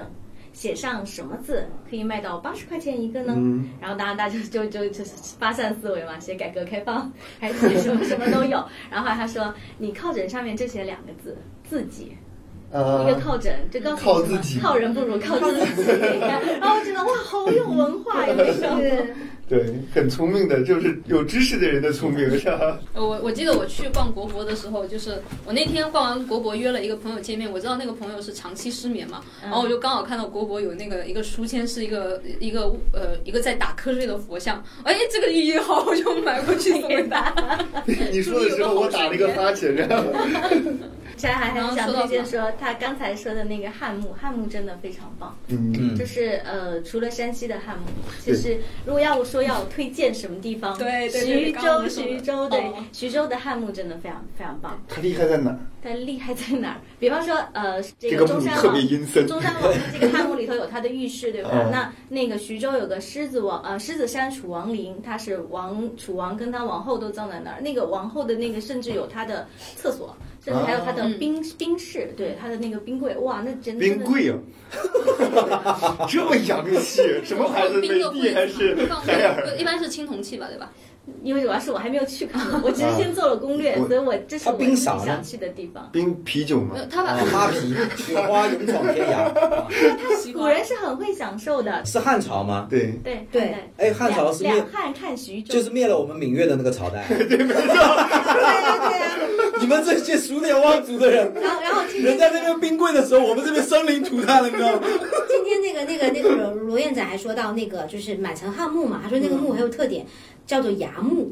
Speaker 6: 写上什么字可以卖到八十块钱一个呢？
Speaker 2: 嗯
Speaker 6: 然后当然大家就就就就发散思维嘛，写改革开放还是写什么什么都有。然后后来他说，你靠枕上面就写两个字，自己。
Speaker 2: 呃
Speaker 6: 一个靠枕，就告
Speaker 2: 靠
Speaker 6: 诉你
Speaker 2: 自
Speaker 6: 什
Speaker 2: 己
Speaker 6: 么靠人不如靠自己。 然后我觉得哇，好有文化呀！那时候
Speaker 2: 对，很聪明的，就是有知识的人的聪明，是吧？
Speaker 5: 呃我我记得我去逛国博的时候，就是我那天逛完国博约了一个朋友见面，我知道那个朋友是长期失眠嘛，然后我就
Speaker 2: 嗯
Speaker 5: 刚好看到国博有那个一个书签是一个一个呃一个在打瞌睡的佛像，哎，这个寓意好，我就买过去送给他。
Speaker 2: 你说的时候，我打了一个哈欠，然后
Speaker 6: 现在还
Speaker 5: 然后
Speaker 6: 很想
Speaker 5: 说到
Speaker 6: 推荐
Speaker 5: 什
Speaker 6: 说他刚才说的那个汉墓，汉墓真的非常棒。
Speaker 2: 嗯，
Speaker 3: 嗯
Speaker 6: 就是呃，除了山西的汉墓，其
Speaker 2: 对
Speaker 6: 实如果要我说要我推荐什么地方，
Speaker 5: 对对对
Speaker 6: 徐
Speaker 5: 刚刚我
Speaker 6: 州，
Speaker 5: 们说的
Speaker 6: 徐州对
Speaker 5: 哦，
Speaker 6: 徐州的汉墓真的非常非常棒。
Speaker 2: 他厉害在哪儿？
Speaker 6: 但厉害在哪儿？比方说呃，这
Speaker 2: 这
Speaker 6: 个
Speaker 2: 个
Speaker 6: 中
Speaker 2: 墓
Speaker 6: 山
Speaker 2: 特
Speaker 6: 王
Speaker 2: 别。阴森，
Speaker 6: 中山王这个汉墓里头有他的浴室，对吧？
Speaker 2: 嗯
Speaker 6: 那那个徐州有个狮子王，呃，狮子山楚王陵，他是王楚王跟他王后都葬在那儿。那个王后的那个甚至有他的厕所，甚至还有他的
Speaker 5: 嗯
Speaker 6: 冰、冰室，对他的那个冰柜，哇，那真的
Speaker 2: 啊冰柜啊， 这么洋气， 什么牌子？
Speaker 5: 放
Speaker 2: 美
Speaker 5: 冰的
Speaker 2: 的还
Speaker 5: 柜
Speaker 2: 是
Speaker 5: 子嘛，放
Speaker 2: 海尔？
Speaker 5: 一般是青铜器吧，对吧？
Speaker 6: 因为主要是我还没有去过， 我其实先做了攻略，
Speaker 2: 我
Speaker 6: 所以我这是
Speaker 3: 他
Speaker 6: 我
Speaker 3: 冰
Speaker 6: 自己
Speaker 3: 啥呢
Speaker 6: 想去的地方。
Speaker 2: 冰啤酒吗
Speaker 5: 没有，？他把
Speaker 2: 哦
Speaker 3: 哈皮雪哦花勇闯天涯，啊
Speaker 5: 习
Speaker 6: 古
Speaker 5: 惯
Speaker 6: 人是很会享受的，
Speaker 3: 是汉朝吗？
Speaker 2: 对，
Speaker 6: 对
Speaker 4: 对
Speaker 6: 汉代
Speaker 3: 哎，汉朝是
Speaker 6: 两
Speaker 3: 灭
Speaker 6: 两，汉看徐州，
Speaker 3: 就是灭了我们闽越的那个朝代。
Speaker 6: 对对对啊。
Speaker 3: 你们这些数典忘祖的人，
Speaker 4: 然后然后今
Speaker 3: 人
Speaker 4: 天
Speaker 3: 家那边冰柜的时候，我们这边生灵涂炭了，你知道吗？
Speaker 4: 今天那个那个那个罗罗燕仔还说到那个就是满城汉墓嘛，他说那个墓很有特点，叫做崖墓，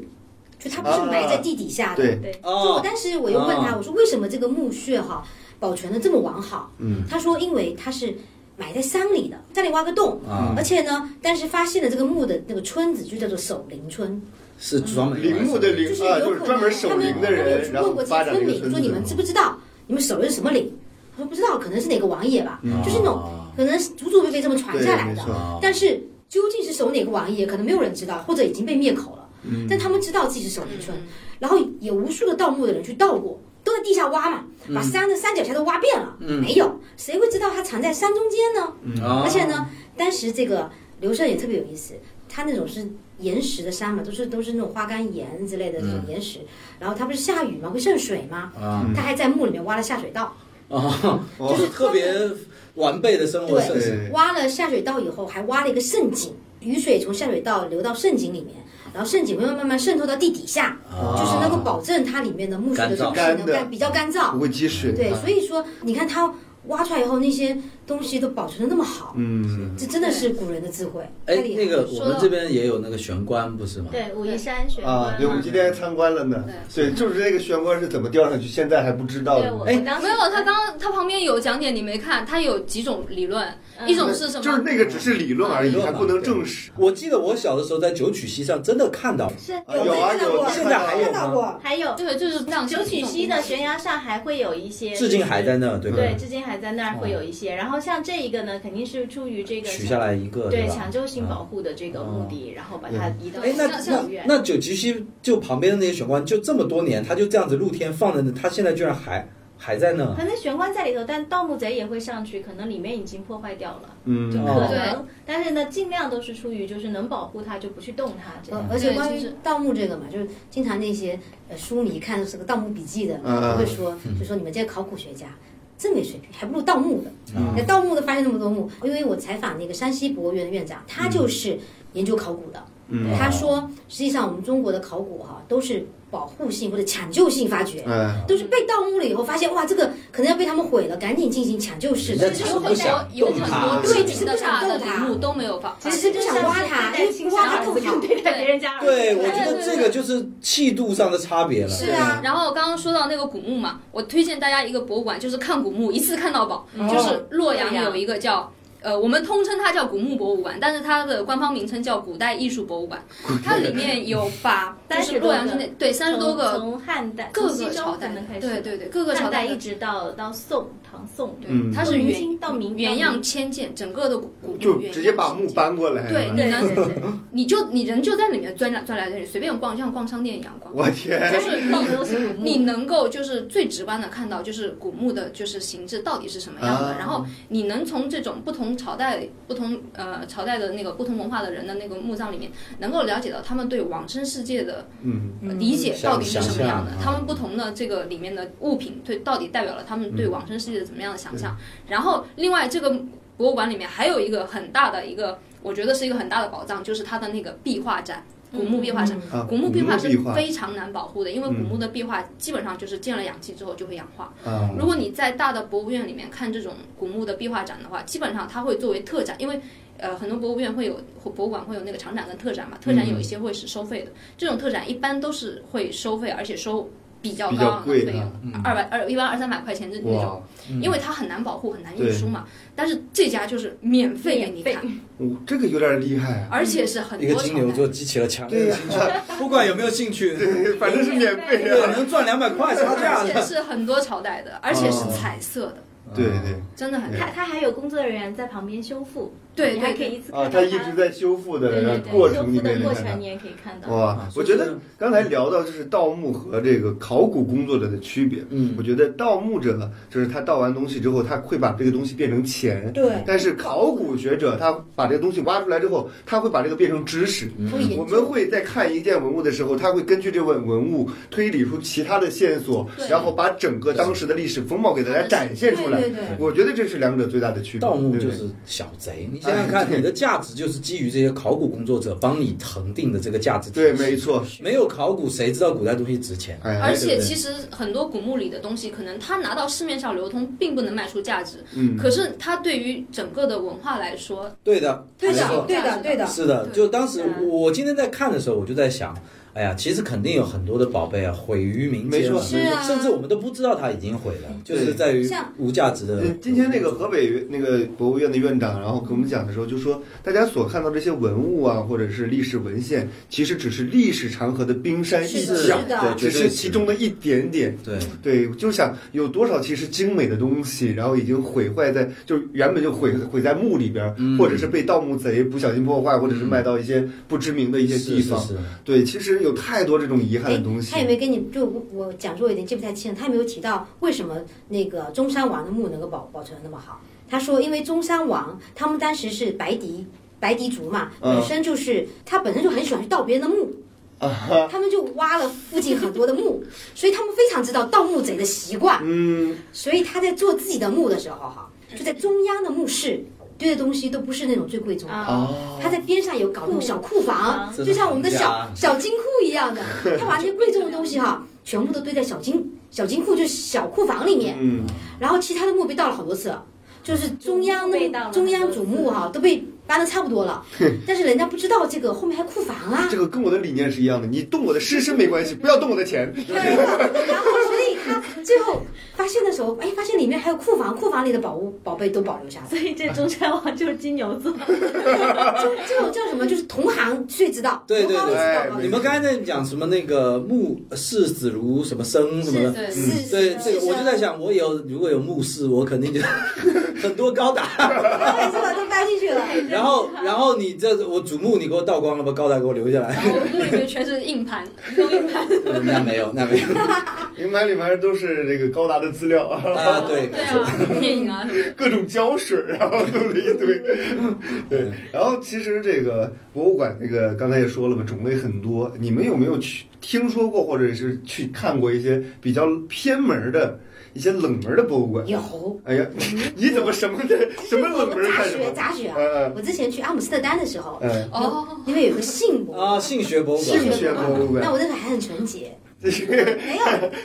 Speaker 4: 就它不是埋在地底下的。
Speaker 2: 对，
Speaker 4: 就我
Speaker 3: 哦，
Speaker 4: 当时我又问他，我说为什么这个墓穴哈保存的这么完好？
Speaker 2: 嗯，
Speaker 4: 他说因为它是埋在山里的，山里挖个洞，
Speaker 2: 嗯
Speaker 3: 啊
Speaker 4: 而，且呢，但是发现了这个墓的那个村子就叫做守陵村，
Speaker 3: 是专门
Speaker 2: 陵墓的陵
Speaker 4: 就是
Speaker 2: 啊，
Speaker 4: 有
Speaker 2: 就
Speaker 4: 可
Speaker 2: 是
Speaker 4: 能
Speaker 2: 专门守
Speaker 4: 他们
Speaker 2: 陵的
Speaker 4: 他们有
Speaker 2: 人，
Speaker 4: 去
Speaker 2: 然后
Speaker 4: 问过这
Speaker 2: 发
Speaker 4: 些
Speaker 2: 展这
Speaker 4: 村
Speaker 2: 个
Speaker 4: 民
Speaker 2: 村
Speaker 4: 说你们
Speaker 2: 子
Speaker 4: 知不知道你们守的是什么陵？他说不知道，可能是哪个王爷吧，
Speaker 2: 嗯
Speaker 4: 就是那种可能是祖祖辈辈这么传
Speaker 2: 对
Speaker 4: 下来
Speaker 2: 没
Speaker 4: 的。
Speaker 2: 错
Speaker 3: 啊
Speaker 4: 但是究竟是守哪个王爷，可能没有人知道，或者已经被灭口了。
Speaker 2: 嗯
Speaker 4: 但他们知道自己是守陵村，然后也无数个盗墓的人去盗过，都在地下挖嘛，
Speaker 2: 嗯
Speaker 4: 把山的山脚下都挖遍了，
Speaker 3: 嗯
Speaker 4: 没有，谁会知道它藏在山中间呢？
Speaker 3: 啊
Speaker 4: 而且
Speaker 2: 哦
Speaker 4: 呢，当时这个刘胜也特别有意思，他那种是岩石的山嘛，都是都是那种花岗岩之类的这种
Speaker 2: 嗯
Speaker 4: 岩石，然后它不是下雨嘛，会渗水嘛，
Speaker 3: 啊
Speaker 4: 他还在墓里面挖了下水道，
Speaker 3: 啊，
Speaker 2: 哦
Speaker 3: 就是特别完备的生活设施。
Speaker 2: 对
Speaker 4: 挖了下水道以后，还挖了一个渗井，雨水从下水道流到渗井里面，然后渗井慢慢慢慢渗透到地底下，
Speaker 3: 啊
Speaker 4: 就是能够保证它里面的墓穴的东西
Speaker 2: 干燥嗯干
Speaker 4: 能
Speaker 2: 的
Speaker 4: 干比较干
Speaker 2: 不
Speaker 4: 燥。
Speaker 2: 会积水。
Speaker 4: 对，所以说你看它挖出来以后，那些东西都保存的那么好，
Speaker 2: 嗯，
Speaker 4: 这真的是古人的智慧，太
Speaker 3: 哎，
Speaker 4: 厉害
Speaker 3: 那
Speaker 4: 了。
Speaker 3: 个我们这边也有那个玄关，不是吗？
Speaker 6: 对，武夷山玄
Speaker 2: 啊，
Speaker 6: 关
Speaker 2: 对，我们
Speaker 6: 嘛。
Speaker 2: 今天还参观了呢。对，就是那个玄关是怎么吊上去，现在还不知道
Speaker 6: 对，
Speaker 2: 呢。
Speaker 6: 我
Speaker 3: 哎
Speaker 6: 我当时
Speaker 5: 没有，他刚他旁边有讲解，你没看，他有几种理论，一种是什
Speaker 2: 嗯哎就是
Speaker 5: 么？
Speaker 2: 那个只是理论啊而已，
Speaker 3: 理论嘛
Speaker 2: 还不能证实。
Speaker 3: 我记得我小的时候在九曲溪上真的看到，
Speaker 6: 是
Speaker 2: 啊有啊
Speaker 4: 看到
Speaker 2: 有
Speaker 4: 过
Speaker 2: 啊，
Speaker 3: 现在还有
Speaker 4: 看到
Speaker 3: 吗？
Speaker 4: 过，
Speaker 6: 还有
Speaker 5: 对，就是这样。
Speaker 6: 九曲溪的悬崖上还会有一些，
Speaker 3: 至今还在。那儿，对吧？
Speaker 6: 对，至今还在那儿会有一些。然后像这一个呢，肯定是出于这个
Speaker 3: 取下来一个，
Speaker 6: 对
Speaker 3: 吧？嗯啊
Speaker 6: 抢救性保护的这个目的，然后把它移到
Speaker 5: 哎
Speaker 3: 那
Speaker 5: 像
Speaker 3: 那
Speaker 6: 医院。
Speaker 3: 那九曲溪就旁边的那些玄关，就这么多年，它就这样子露天放着呢，它现在居然还还在那
Speaker 6: 可能玄关在里头，但盗墓贼也会上去，可能里面已经破坏掉了，
Speaker 2: 嗯，
Speaker 6: 就
Speaker 3: 哦
Speaker 6: 可能。但是呢，尽量都是出于就是能保护它就不去动它这样。
Speaker 4: 而且关
Speaker 5: 对
Speaker 4: 于
Speaker 5: 就是
Speaker 4: 盗墓这个嘛，就是经常那些呃书迷看这个《盗墓笔记》的，
Speaker 2: 嗯嗯
Speaker 4: 都会说，就说你们这些考古学家真没水平，还不如盗墓的。
Speaker 3: 嗯
Speaker 4: 那盗墓的发现那么多墓，因为我采访那个山西博物院的院长，他就是研究考古的。
Speaker 2: 嗯
Speaker 4: 他说，实际上我们中国的考古哈、都是保护性或者抢救性发掘，
Speaker 2: 哎，
Speaker 4: 都是被盗墓了以后发现，哇，这个可能要被他们毁了，赶紧进行抢救式的
Speaker 3: 人。家
Speaker 5: 有很多有很多
Speaker 4: 对
Speaker 5: 知的大的陵墓都没有放。
Speaker 4: 其实就想挖它，因为挖它更好。
Speaker 6: 对待别人家儿子
Speaker 3: 对，我
Speaker 5: 对
Speaker 3: 觉得这个就是气度上的差别了。
Speaker 4: 是啊
Speaker 5: 然后刚刚说到那个古墓嘛，我推荐大家一个博物馆，就是看古墓，一次看到宝，
Speaker 6: 哦
Speaker 5: 就是洛阳有一个叫。呃，我们通称它叫古墓博物馆，但是它的官方名称叫古代艺术博物馆。它里面有把就
Speaker 6: 三
Speaker 5: 是
Speaker 6: 十
Speaker 5: 洛
Speaker 6: 多
Speaker 5: 阳之
Speaker 6: 个
Speaker 5: 内，对三十多个
Speaker 6: 从从汉代
Speaker 5: 各
Speaker 6: 从西
Speaker 5: 个
Speaker 6: 周
Speaker 5: 朝
Speaker 6: 可
Speaker 5: 代
Speaker 6: 能开，始，
Speaker 5: 对对对，各个朝
Speaker 6: 汉代
Speaker 5: 代的
Speaker 6: 一直到到宋唐宋，
Speaker 5: 对
Speaker 2: 嗯，
Speaker 5: 它是
Speaker 6: 明
Speaker 5: 原
Speaker 6: 清到明
Speaker 5: 原
Speaker 6: 到
Speaker 5: 样
Speaker 6: 明
Speaker 5: 迁建，整个的古古
Speaker 2: 就
Speaker 5: 原
Speaker 2: 直接
Speaker 5: 样
Speaker 2: 把
Speaker 5: 迁
Speaker 2: 墓
Speaker 5: 建
Speaker 2: 搬过来。
Speaker 5: 对
Speaker 2: 是吧
Speaker 5: 你
Speaker 6: 对
Speaker 5: 能
Speaker 6: 对对对，
Speaker 5: 你就你人就在里面钻来钻来钻去，随便逛，就像逛商店一样逛。
Speaker 2: 我天，
Speaker 5: 就是
Speaker 6: 到处都是古墓
Speaker 5: 你能够就是最直观的看到，就是古墓的就是形制到底是什么样的，
Speaker 2: 啊
Speaker 5: 然后你能从这种不同朝代、不同呃朝代的那个不同文化的人的那个墓葬里面，能够了解到他们对往生世界的
Speaker 2: 嗯，
Speaker 5: 呃理解
Speaker 3: 想
Speaker 5: 到底是什么样的
Speaker 3: 想，象
Speaker 5: 他们不同的这个里面的物品对到底代表了他们对往生世界的怎么样的想象。然后，另外这个博物馆里面还有一个很大的一个，我觉得是一个很大的宝藏，就是它的那个壁画展，古墓壁画展。
Speaker 2: 啊，
Speaker 5: 古
Speaker 2: 墓
Speaker 5: 墓壁画是
Speaker 2: 壁画
Speaker 5: 非常难保护的，因为古
Speaker 2: 嗯
Speaker 5: 墓的壁画基本上就是见了氧气之后就会氧化。
Speaker 2: 啊，
Speaker 5: 如果你在大的博物院里面看这种古墓的壁画展的话，基本上它会作为特展，因为呃很多博物院会有或博物馆会有那个长展跟特展嘛，特展有一些会是收费的，这种特展一般都是会收费，而且收比较
Speaker 2: 比较
Speaker 5: 高昂的
Speaker 2: 贵
Speaker 5: 费用
Speaker 2: 啊，
Speaker 5: 二百二一般二三百块钱这那种，
Speaker 2: 哇，
Speaker 5: 因为它很难保护很难
Speaker 2: 对
Speaker 5: 运输嘛。但是这家就是免费给你看，
Speaker 2: 我哦这个有点厉害啊，
Speaker 5: 而且是很
Speaker 3: 一
Speaker 5: 多
Speaker 3: 个
Speaker 5: 朝
Speaker 3: 金牛
Speaker 5: 代。
Speaker 3: 座激起了强烈的兴趣，不管有没有兴趣，
Speaker 2: 反正是免费啊
Speaker 3: 对，
Speaker 2: 的。
Speaker 3: 能赚两百块 差价
Speaker 5: 而且
Speaker 3: 的。
Speaker 5: 是很多朝代的，而且是彩色的，
Speaker 2: 对对。
Speaker 5: 真的很
Speaker 6: 它它还有工作人员在旁边修复，
Speaker 5: 对
Speaker 6: 你还
Speaker 5: 对
Speaker 6: 可以
Speaker 5: 对，
Speaker 6: 一次
Speaker 2: 啊，
Speaker 6: 看
Speaker 2: 它
Speaker 6: 到
Speaker 2: 一直在修复
Speaker 6: 对
Speaker 2: 的
Speaker 6: 对对
Speaker 2: 过
Speaker 6: 修
Speaker 2: 程
Speaker 6: 复
Speaker 2: 里面，哦
Speaker 6: 的
Speaker 2: 你
Speaker 6: 过
Speaker 2: 看
Speaker 6: 程你
Speaker 2: 看。
Speaker 6: 也可以看到。
Speaker 2: 哇，我觉得刚才聊到就是盗墓和这个考古工作者的区别。
Speaker 3: 嗯
Speaker 2: 我觉得盗墓者就是他盗完东西之后，他会把这个东西变成钱。
Speaker 4: 对
Speaker 2: 但是考古学者他把这个东西挖出来之后，他会把这个变成知识。
Speaker 4: 会研
Speaker 2: 我
Speaker 4: 究
Speaker 2: 们会在看一件文物的时候，他会根据这文文物推理出其他的线索，然后把整个当时的历史风貌给大家展现出来。
Speaker 4: 对对对
Speaker 2: 我觉得这是两者最大的区别。
Speaker 3: 盗
Speaker 2: 对
Speaker 3: 墓
Speaker 2: 不
Speaker 3: 就
Speaker 2: 对
Speaker 3: 是小贼，你想想看，你的价值就是基于这些考古工作者帮你恒定的这个价值体系。
Speaker 2: 对，没错。
Speaker 3: 没有考古，谁知道古代东西值钱？啊
Speaker 2: 哎，
Speaker 5: 而
Speaker 3: 对
Speaker 5: 且
Speaker 3: 对
Speaker 5: 其实很多古墓里的东西，可能它拿到市面上流通，并不能卖出价值，
Speaker 2: 嗯，
Speaker 5: 可是它对于整个的文化来说，
Speaker 3: 对的，
Speaker 4: 对
Speaker 3: 没错
Speaker 4: 的，对的，对的。
Speaker 3: 是的，
Speaker 5: 对
Speaker 3: 就当时
Speaker 6: 是啊
Speaker 3: 我今天在看的时候，我就在想，哎呀，其实肯定有很多的宝贝啊，毁于民间了，
Speaker 2: 没错
Speaker 5: 是啊
Speaker 3: 甚至我们都不知道它已经毁了，就
Speaker 2: 对
Speaker 3: 是在于
Speaker 4: 像
Speaker 3: 无价值的
Speaker 2: 嗯。，今天那个河北那个博物院的院长，然后跟我们讲的时候，就说大家所看到这些文物啊，或者是历史文献，其实只是历史长河的冰山一
Speaker 4: 是
Speaker 2: 角
Speaker 4: 是的，
Speaker 3: 对，
Speaker 2: 只
Speaker 3: 绝
Speaker 2: 是
Speaker 3: 对
Speaker 2: 其中的一点点。
Speaker 3: 对，
Speaker 2: 对，就想有多少其实精美的东西，然后已经毁坏在，就原本就毁毁在墓里边儿，
Speaker 3: 嗯
Speaker 2: 或者是被盗墓贼不小心破坏，或者是卖到一些不知名的一些地方。
Speaker 3: 是是是
Speaker 2: 对，其实有太多这种遗憾的东西
Speaker 4: 他。有哎没有跟你就我我讲说有点记不太清了，他有没有提到为什么那个中山王的墓能够保保存得那么好？他说，因为中山王他们当时是白狄白狄族嘛，
Speaker 2: 嗯
Speaker 4: 本身就是、他本身就很喜欢去盗别人的墓，他们就挖了附近很多的墓，所以他们非常知道盗墓贼的习惯，
Speaker 2: 嗯，
Speaker 4: 所以他在做自己的墓的时候哈，就在中央的墓室堆的东西都不是那种最贵重的。
Speaker 6: 啊，
Speaker 2: 哦，
Speaker 4: 他在边上有搞那种小库房，
Speaker 3: 库
Speaker 4: 就像我们的小
Speaker 3: 真的很假
Speaker 4: 小金库一 样的，他把那些贵重的东西哈，全部都堆在小金小金库，就是小库房里面。
Speaker 2: 嗯，
Speaker 4: 然后其他的墓被盗了好多次，就是中央
Speaker 6: 被盗
Speaker 4: 的
Speaker 6: 了很多次
Speaker 4: 中央主墓哈都被搬的差不多了，但是人家不知道这个后面还库房啊。
Speaker 2: 这个跟我的理念是一样的，你动我的尸身没关系，不要动我的钱。
Speaker 4: 对然后所以他最后发现的时候，哎，发现里面还有库房，库房里的宝物宝贝都保留下来了。
Speaker 6: 所以这中山王就是金牛座，
Speaker 4: 就这种叫什么？就是同行谁知道？
Speaker 3: 对对
Speaker 4: 同行
Speaker 3: 对
Speaker 4: 知道
Speaker 2: 哎
Speaker 4: 吗
Speaker 3: 你们刚才在讲什么那个墓视死如什么生什么
Speaker 2: 嗯
Speaker 3: 的，
Speaker 5: 对
Speaker 4: 是是
Speaker 3: 嗯对
Speaker 4: 是
Speaker 3: 这个我
Speaker 4: 是
Speaker 3: 就在想，我有如果有墓室，我肯定就 很多高达。
Speaker 4: 哎是吧？都搬进去了。
Speaker 3: 然后然后你这我祖墓你给我盗光了，把高达给我留下 来。
Speaker 5: 我们这里面全是 硬盘，都硬盘。
Speaker 3: 那没有，那没有。
Speaker 2: 银盘里面都是这个高达的资料 啊，
Speaker 3: 啊，对，
Speaker 5: 对啊，电影啊什么的。
Speaker 2: 各种胶水，然后弄了一 堆。对，然后其实这个博物馆，那个刚才也说了嘛，种类很多。你们有没有去听说过，或者是去看过一些比较偏门的一些冷门的博物馆？
Speaker 4: 有。嗯
Speaker 2: 哎呀，你怎么什么的什么冷门
Speaker 4: 杂
Speaker 2: 看什
Speaker 4: 学
Speaker 2: 么？
Speaker 4: 杂学啊！
Speaker 2: 呃
Speaker 4: 我之前去阿姆斯特丹的时候，
Speaker 2: 呃，
Speaker 5: 哦，
Speaker 4: 因为有个性博物
Speaker 2: 哦
Speaker 3: 啊，性学博物馆，
Speaker 2: 性学博物馆
Speaker 4: 那我那时候还很纯洁，
Speaker 2: 这是
Speaker 4: 没有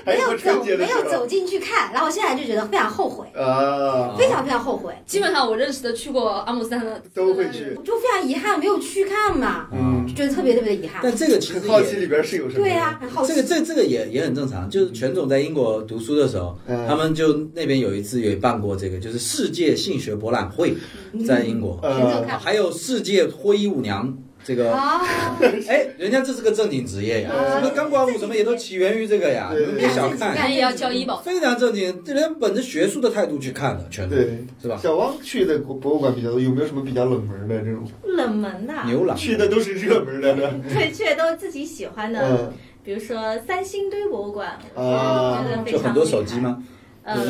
Speaker 4: 没有走没有走进去看，然后我现在就觉得非常后悔，
Speaker 2: 啊，
Speaker 4: 非常非常后悔，
Speaker 5: 基本上我认识的去过阿姆斯特丹的
Speaker 2: 都会去。
Speaker 4: 就非常遗憾没有去看嘛，
Speaker 2: 嗯，
Speaker 4: 就觉得特别特别的遗憾。
Speaker 3: 啊但这个其实
Speaker 2: 很
Speaker 3: 也
Speaker 2: 好奇里边是有什么？
Speaker 4: 嗯对啊，很好
Speaker 3: 这个
Speaker 4: 奇。
Speaker 3: 这这个也也很正常，就是全总在英国读书的时候，
Speaker 2: 嗯
Speaker 3: 他们就那边有一次也办过这个，就是啊世界性学博览会，在英国，
Speaker 2: 呃，
Speaker 3: 还有世界脱衣舞娘这个
Speaker 4: 啊，
Speaker 3: 哎，人家这是个正经职业呀，什么钢管舞什么也都起源于这个呀，
Speaker 2: 对
Speaker 3: 你们别小
Speaker 4: 对
Speaker 2: 哎
Speaker 3: 看，
Speaker 5: 那也要 交医保。
Speaker 3: 非常正经，这人本着学术的态度去看的，全都
Speaker 2: 对，
Speaker 3: 是吧？
Speaker 2: 小汪去的博博物馆比较多，有没有什么比较冷门的这种？
Speaker 6: 冷门的，
Speaker 3: 牛郎
Speaker 2: 去的都是热门的呢。
Speaker 6: 对，却都自己喜欢的，
Speaker 2: 嗯，
Speaker 6: 比如说三星堆博物馆，
Speaker 2: 啊
Speaker 6: 我觉得非常
Speaker 3: 就很多手
Speaker 6: 厉害
Speaker 3: 机？吗？
Speaker 6: 呃，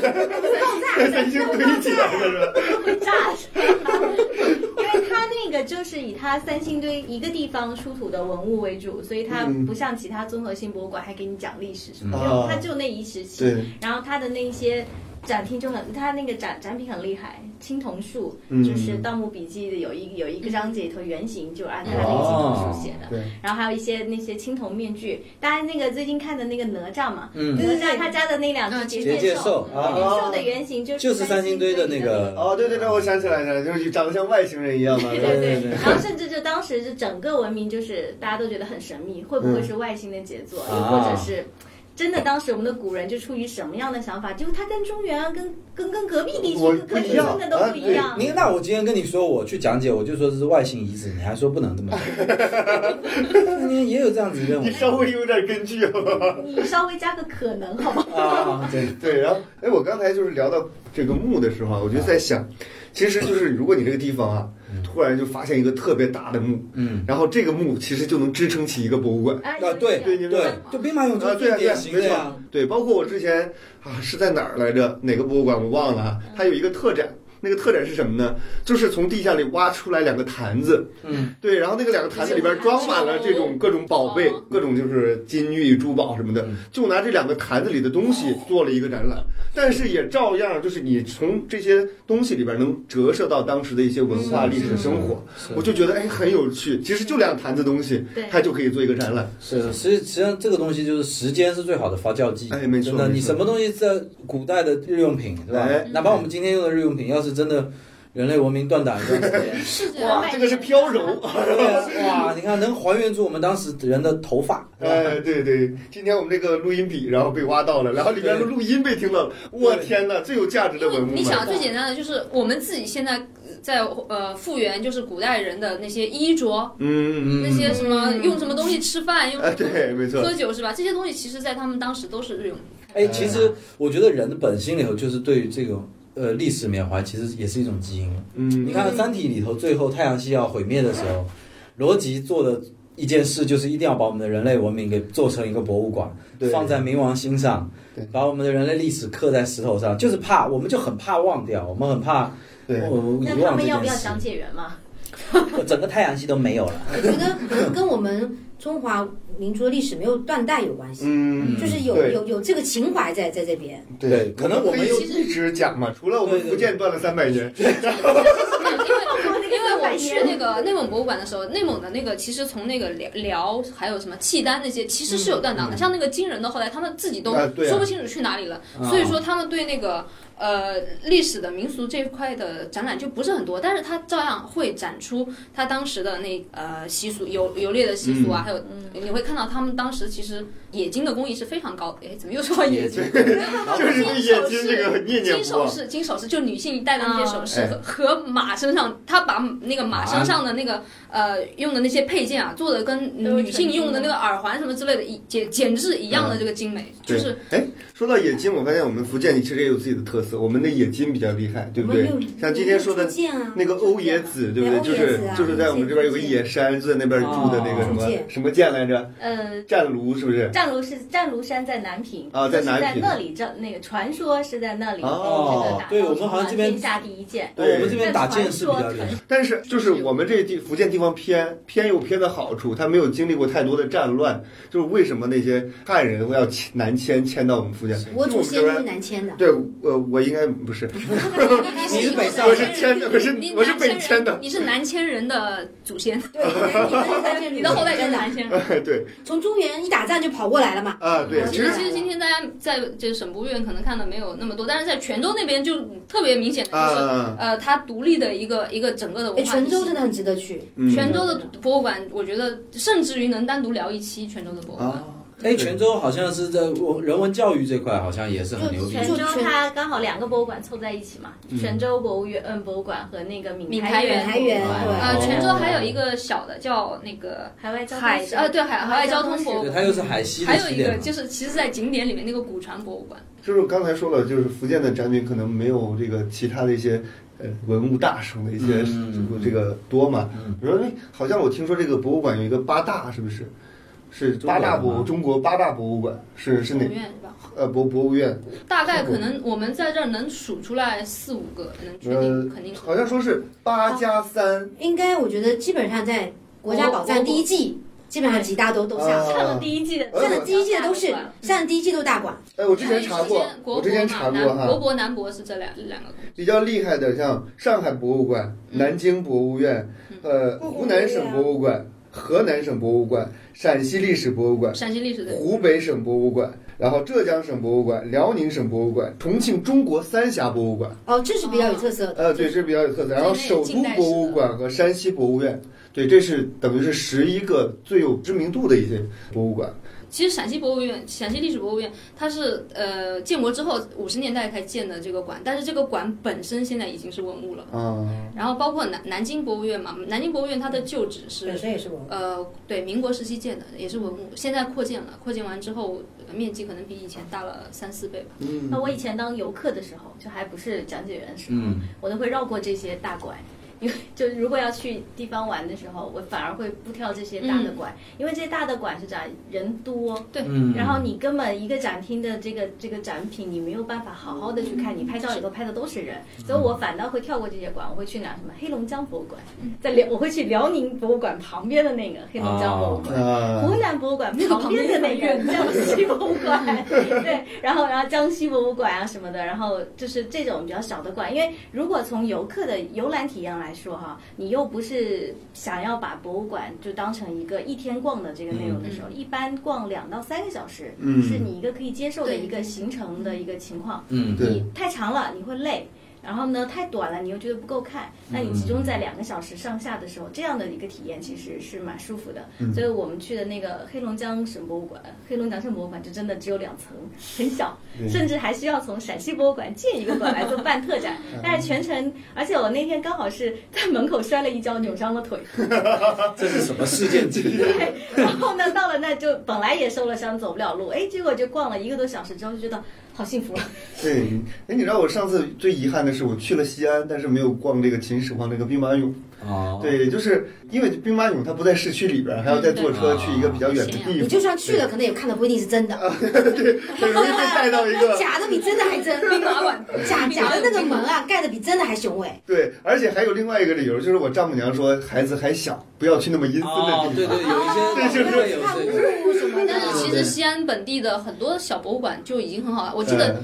Speaker 2: 三星堆起来的是吧？
Speaker 6: 会炸的，因为它那个就是以它三星堆一个地方出土的文物为主，所以它
Speaker 2: 嗯
Speaker 6: 不像其他综合性博物馆还给你讲历史什么
Speaker 3: 嗯
Speaker 6: 的，
Speaker 2: 啊
Speaker 6: 它就那一时期。
Speaker 2: 对，
Speaker 6: 然后它的那些展厅就很，它那个展展品很厉害，青铜树、
Speaker 2: 嗯
Speaker 6: 就是《盗墓笔记》的有一有一个章节里头原型就按它那个青
Speaker 3: 啊
Speaker 6: 铜树写的。
Speaker 2: 对，
Speaker 6: 然后还有一些那些青铜面具，大家那个最近看的那个哪吒嘛，
Speaker 3: 嗯
Speaker 6: 哪吒他家的那两
Speaker 5: 嗯
Speaker 6: 只
Speaker 3: 结
Speaker 6: 界
Speaker 3: 界
Speaker 6: 兽
Speaker 3: 兽，
Speaker 6: 结界
Speaker 3: 啊，
Speaker 6: 兽的原型就是
Speaker 3: 就是三星堆的那个
Speaker 2: 哦，对对对，我想起来了，就是长得像外星人一样嘛。
Speaker 6: 对
Speaker 2: 是吧
Speaker 6: 对对
Speaker 3: 对对对
Speaker 6: 然后甚至就当时就整个文明就是大家都觉得很神秘，会不会是外星的杰作，又
Speaker 3: 嗯啊
Speaker 6: 或者是真的当时我们的古人就出于什么样的想法？就它跟中原啊，跟跟跟隔壁地区、
Speaker 2: 我
Speaker 6: 跟隔壁
Speaker 2: 不一样
Speaker 6: 村的都不一
Speaker 2: 啊
Speaker 6: 样。
Speaker 3: 你那我今天跟你说，我去讲解，我就说这是外星遗址，你还说不能 这么说，你也有这样子认
Speaker 2: 你
Speaker 3: 为
Speaker 2: 稍微有点根据哦。
Speaker 6: 你稍微加个可能好吗？
Speaker 3: 啊？对，
Speaker 2: 对，然后哎，我刚才就是聊到这个墓的时候啊，我就在想，其实就是如果你这个地方啊，突然就发现一个特别大的墓，
Speaker 3: 嗯，
Speaker 2: 然后这个墓其实就能支撑起一个博物馆。
Speaker 6: 啊
Speaker 3: 啊对
Speaker 2: 对你
Speaker 3: 对，就兵马 俑
Speaker 2: 啊，对啊，
Speaker 3: 就最
Speaker 2: 对啊
Speaker 3: 典，型
Speaker 2: 没
Speaker 3: 的
Speaker 2: 错
Speaker 3: 呀，，
Speaker 2: 对，包括我之前啊是在哪儿来着？哪个博物馆我忘了啊，它有一个特展，那个特展是什么呢？就是从地下里挖出来两个坛子，
Speaker 3: 嗯，
Speaker 2: 对，然后那个两个坛子里边装满了这种各种宝贝
Speaker 5: 哦，
Speaker 2: 各种就是金玉珠宝什么的
Speaker 3: 嗯，
Speaker 2: 就拿这两个坛子里的东西做了一个展览，但是也照样就是你从这些东西里边能折射到当时的一些文化、
Speaker 3: 嗯
Speaker 2: 历史、生活，
Speaker 3: 是
Speaker 2: 我就觉得哎很有趣。其实就两坛子东西
Speaker 6: 对，
Speaker 2: 它就可以做一个展览。
Speaker 3: 是的，实际实际上这个东西就是时间是最好的发酵剂。
Speaker 2: 哎没错
Speaker 3: 真的，
Speaker 2: 没错
Speaker 3: 你什么东西在古代的日用品是吧？
Speaker 2: 哎
Speaker 3: 哪怕我们今天用的日用品，要是真的人类文明断档一段 时间，
Speaker 5: 是这样
Speaker 2: 哇，这个是飘柔。
Speaker 3: 对啊哇，你看能还原出我们当时人的头发，是吧
Speaker 2: 哎，对对，今天我们这个录音笔，然后被挖到了，然后里边的录音被听到了，我天哪，最有价值的文物
Speaker 5: 你
Speaker 2: 嘛
Speaker 5: 想！最简单的就是我们自己现在呃在呃复原，就是古代人的那些衣着，
Speaker 2: 嗯嗯，
Speaker 5: 那些什么
Speaker 6: 嗯
Speaker 5: 用什么东西吃饭，用
Speaker 2: 哎，
Speaker 5: 什么
Speaker 2: 对，没错
Speaker 5: 喝，酒是吧？这些东西其实在他们当时都是日用品。
Speaker 3: 哎，其实我觉得人的本性里头就是对于这种呃历史缅怀，其实也是一种基因。
Speaker 2: 嗯
Speaker 3: 你看《三体》里头，最后太阳系要毁灭的时候，罗辑做的一件事就是一定要把我们的人类文明给做成一个博物馆
Speaker 2: 对，
Speaker 3: 放在冥王星上
Speaker 2: 对，
Speaker 3: 把我们的人类历史刻在石头上，就是怕我们就很怕忘掉，我们很怕
Speaker 2: 对
Speaker 3: 哦
Speaker 6: 那
Speaker 3: 遗
Speaker 6: 他
Speaker 3: 忘
Speaker 6: 们
Speaker 3: 这
Speaker 6: 要不
Speaker 3: 件
Speaker 6: 要
Speaker 3: 事
Speaker 6: 讲，解员嘛？
Speaker 3: 整个太阳系都没有了。
Speaker 4: 我觉得可能跟我们中华民族的历史没有断代有关系，
Speaker 2: 嗯，
Speaker 4: 就是有
Speaker 2: 对
Speaker 4: 有有这个情怀在在这边。
Speaker 3: 对可能我们
Speaker 2: 可以
Speaker 3: 又
Speaker 2: 一直讲嘛，除了我们
Speaker 3: 对对
Speaker 2: 福建断了三百年，
Speaker 5: 因为因为我去那个内蒙博物馆的时候，内蒙的那个其实从那个辽辽还有什么契丹那些，其实是有断档的。像那个金人的，后来他们自己都
Speaker 2: 嗯啊对啊
Speaker 5: 说不清楚去哪里了，
Speaker 3: 啊
Speaker 5: 所以说他们对那个呃历史的民俗这一块的展览就不是很多，但是他照样会展出他当时的那呃习俗游游猎的习俗啊，还有
Speaker 2: 嗯
Speaker 5: 你会看到他们当时其实冶金的工艺是非常高的。哎，怎么又说到冶金？
Speaker 2: 就是对冶
Speaker 5: 金首
Speaker 2: 金这
Speaker 5: 饰
Speaker 2: 个念念
Speaker 5: 金
Speaker 2: 不
Speaker 5: 首
Speaker 2: 忘。
Speaker 5: 饰，金首饰就女性戴的那些首饰
Speaker 2: 啊
Speaker 5: 和和马身上，她把那个马身上的那个呃用的那些配件啊，做的跟
Speaker 6: 都是
Speaker 5: 女性用的那个耳环什么之类的，一简简直一样的
Speaker 2: 嗯
Speaker 5: 这个精美，就是
Speaker 2: 哎，说到冶金，我发现我们福建其实也有自己的特色，我们的冶金比较厉害，对不对
Speaker 4: 我们有？
Speaker 2: 像今天说的
Speaker 4: 有福建啊
Speaker 2: 那个欧冶子，对不对？
Speaker 4: 对
Speaker 2: 就
Speaker 4: 欧冶
Speaker 2: 是
Speaker 4: 子啊
Speaker 2: 就是在我们这边有个野山，就在那边住的那个什
Speaker 4: 哦
Speaker 2: 么什么剑来着？
Speaker 6: 呃，
Speaker 2: 战卢是不是？
Speaker 6: 湛庐是湛庐山在南平
Speaker 2: 啊在南
Speaker 6: 是
Speaker 2: 平
Speaker 6: 在那里这那个传说是在那里
Speaker 2: 哦
Speaker 6: 这个打造
Speaker 3: 对我们好像这边
Speaker 6: 天下第一剑，
Speaker 2: 对
Speaker 3: 我们这边打剑是比较
Speaker 6: 传
Speaker 3: 厉害
Speaker 6: 说。
Speaker 2: 但是就是我们这地福建地方偏偏有偏的好处，它没有经历过太多的战乱，就是为什么那些汉人会要迁南迁迁到我们福建？
Speaker 4: 我
Speaker 2: 就
Speaker 4: 祖
Speaker 2: 我们
Speaker 4: 先
Speaker 2: 这
Speaker 4: 都是
Speaker 2: 边。
Speaker 4: 南迁 的，
Speaker 2: 对，我我应该不是，
Speaker 3: 你是北上
Speaker 2: 我是迁的，我是
Speaker 5: 你
Speaker 2: 我是
Speaker 5: 南
Speaker 2: 北迁
Speaker 5: 迁
Speaker 2: 的
Speaker 5: 人，。你是南迁人的祖先，
Speaker 4: 对，
Speaker 5: 你的后代就是南 迁人。
Speaker 2: 对
Speaker 4: 从中原一打仗就跑过来了嘛。
Speaker 2: 啊，对，
Speaker 4: 嗯
Speaker 2: 其
Speaker 5: 其
Speaker 2: 实
Speaker 5: 实，其实今天大家在这省博院可能看的没有那么多，但是在泉州那边就特别明显的就是，
Speaker 2: 啊，
Speaker 5: 呃，它独立的一个一个整个的
Speaker 4: 哎，
Speaker 5: 文化体
Speaker 4: 泉
Speaker 5: 系。
Speaker 4: 州真的很值得去，
Speaker 2: 嗯
Speaker 5: 泉州的博物馆，我觉得甚至于能单独聊一期泉州的博物馆。
Speaker 2: 啊，
Speaker 3: 哎，泉州好像是在文人文教育这块，好像也是很牛逼。
Speaker 6: 泉
Speaker 4: 就
Speaker 6: 州
Speaker 4: 全
Speaker 6: 它刚好两个博物馆凑在一起嘛，泉州博物院嗯博物馆和那个
Speaker 5: 闽
Speaker 6: 闽
Speaker 5: 台
Speaker 6: 园
Speaker 5: 园
Speaker 6: 博物
Speaker 4: 台园
Speaker 6: 馆
Speaker 4: 对
Speaker 5: 呃，
Speaker 3: 哦
Speaker 5: 泉州还有一个小的叫那个
Speaker 6: 海外交
Speaker 5: 海
Speaker 6: 通史
Speaker 5: 呃对海海外交通
Speaker 6: 史
Speaker 5: 博物
Speaker 3: 对，
Speaker 5: 馆
Speaker 3: 它又是海西的
Speaker 5: 还有
Speaker 3: 起
Speaker 5: 一个
Speaker 3: 点嘛
Speaker 5: 就是，其实，在景点里面那个古船博物馆，
Speaker 2: 就是刚才说了，就是福建的展品可能没有这个其他的一些呃文物大省的一些
Speaker 3: 嗯
Speaker 2: 这个多嘛
Speaker 3: 嗯。
Speaker 2: 比如说，哎好像我听说这个博物馆有一个八大，是不是？是
Speaker 3: 中国
Speaker 2: 八
Speaker 3: 的
Speaker 2: 大博
Speaker 3: 吗
Speaker 2: 中国八大博物馆是是
Speaker 5: 博物
Speaker 2: 哪？
Speaker 5: 院是吧？
Speaker 2: 呃，博博物院，
Speaker 5: 大概可能呃我们在这儿能数出来四五个，能确
Speaker 2: 呃
Speaker 5: 定肯啊定，。
Speaker 2: 好像说是八加三，
Speaker 4: 应该我觉得基本上在《国家宝藏》第一季，基本上几大都都下
Speaker 2: 啊
Speaker 4: 了，
Speaker 6: 看了第一季的，
Speaker 4: 上的呃第一季的都是上的第一季都大馆，
Speaker 2: 哎，我之前查过
Speaker 5: 因为，
Speaker 2: 我
Speaker 5: 国
Speaker 2: 之
Speaker 5: 博
Speaker 2: 前
Speaker 5: 嘛
Speaker 2: 查过
Speaker 5: 南国
Speaker 2: 哈，哎
Speaker 5: 博、南博是这两两个。
Speaker 2: 比较厉害的像上海博物馆、
Speaker 5: 嗯
Speaker 2: 南京博物院、呃，湖南省博物馆、河南省博物馆、陕西历史博物馆、
Speaker 5: 陕西历史的
Speaker 2: 湖北省博物馆，然后浙江省博物馆、辽宁省博物馆、重庆中国三峡博物馆，
Speaker 4: 哦，这是比较有特色的。
Speaker 2: 呃，对，这是比较有特色。然后首都博物馆和山西博物院，对，这是等于是十一个最有知名度的一些博物馆。
Speaker 5: 其实陕西博物院、陕西历史博物院，它是呃建国之后五十年代才建的这个馆，但是这个馆本身现在已经是文物了。
Speaker 2: 啊、
Speaker 5: 然后包括南南京博物院嘛，南京博物院它的旧址是
Speaker 4: 本身也是文物，
Speaker 5: 呃，对，民国时期建的，也是文物，现在扩建了，扩建完之后呃面积可能比以前大了三四倍吧。
Speaker 2: 嗯
Speaker 6: 那我以前当游客的时候，就还不是讲解员的时候，
Speaker 3: 嗯
Speaker 6: 我都会绕过这些大馆。因为就如果要去地方玩的时候，我反而会不挑这些大的馆，因为这些大的馆是啥人多，
Speaker 3: 嗯，
Speaker 6: 然后你根本一个展厅的这个这个展品，你没有办法好好的去看，你拍照也都拍的都是人，
Speaker 3: 嗯
Speaker 6: 所以我反倒会跳过这些馆，我会去哪什么黑龙江博物馆，在辽我会去辽宁博物馆旁边的那个黑龙江博物馆。湖
Speaker 2: 啊，
Speaker 6: 南博物馆旁边呃的那个江西博物馆，对，然后然后江西博物馆啊什么的，然后就是这种比较小的馆，因为如果从游客的游览体验来说哈、你又不是想要把博物馆就当成一个一天逛的这个内容的时候，一般逛两到三个小时，
Speaker 2: 嗯
Speaker 6: 是你一个可以接受的
Speaker 5: 对
Speaker 6: 一个行程的一个情况。
Speaker 3: 嗯，
Speaker 2: 对，
Speaker 6: 太长了你会累，然后呢太短了你又觉得不够看，
Speaker 3: 嗯
Speaker 6: 那你集中在两个小时上下的时候，这样的一个体验其实是蛮舒服的。
Speaker 3: 嗯
Speaker 6: 所以我们去的那个黑龙江省博物馆，黑龙江省博物馆就真的只有两层，很小，甚至还需要从陕西博物馆借一个馆来做办特 展。
Speaker 3: 嗯
Speaker 6: 但是全程，而且我那天刚好是在门口摔了一跤，扭伤了腿。
Speaker 3: 这是什么事件之一？
Speaker 6: 然后呢，到了那就本来也受了伤，走不了路，哎，结果就逛了一个多小时之后，就觉得好幸福了。
Speaker 2: 对，哎，你知道我上次最遗憾的是，我去了西安，但是没有逛这个秦始皇这个兵马俑。
Speaker 3: 哦，
Speaker 2: 对，就是因为兵马俑它不在市区里边儿，还要再坐车去一个比较远的地
Speaker 4: 你
Speaker 2: 方，
Speaker 4: 就算去了，可能也看的不一定是真的，
Speaker 2: 很嗯容易被带到一个
Speaker 4: 假的比真的还真。
Speaker 5: 兵马馆
Speaker 4: 假假的那个门 啊，盖的比真的还雄伟。
Speaker 2: 对，而且还有另外一个理由，就是我丈母娘说孩子还小，不要去那么阴森
Speaker 3: 哦
Speaker 2: 的，地
Speaker 3: 对
Speaker 2: 方。
Speaker 3: 对，有一
Speaker 2: 对
Speaker 3: 些
Speaker 2: 就是
Speaker 3: 会有
Speaker 4: 哦看
Speaker 3: 这个。
Speaker 4: 雾什么的
Speaker 5: 但。是其实西安本地的很多小博物馆就已经很好了，我记得
Speaker 2: 嗯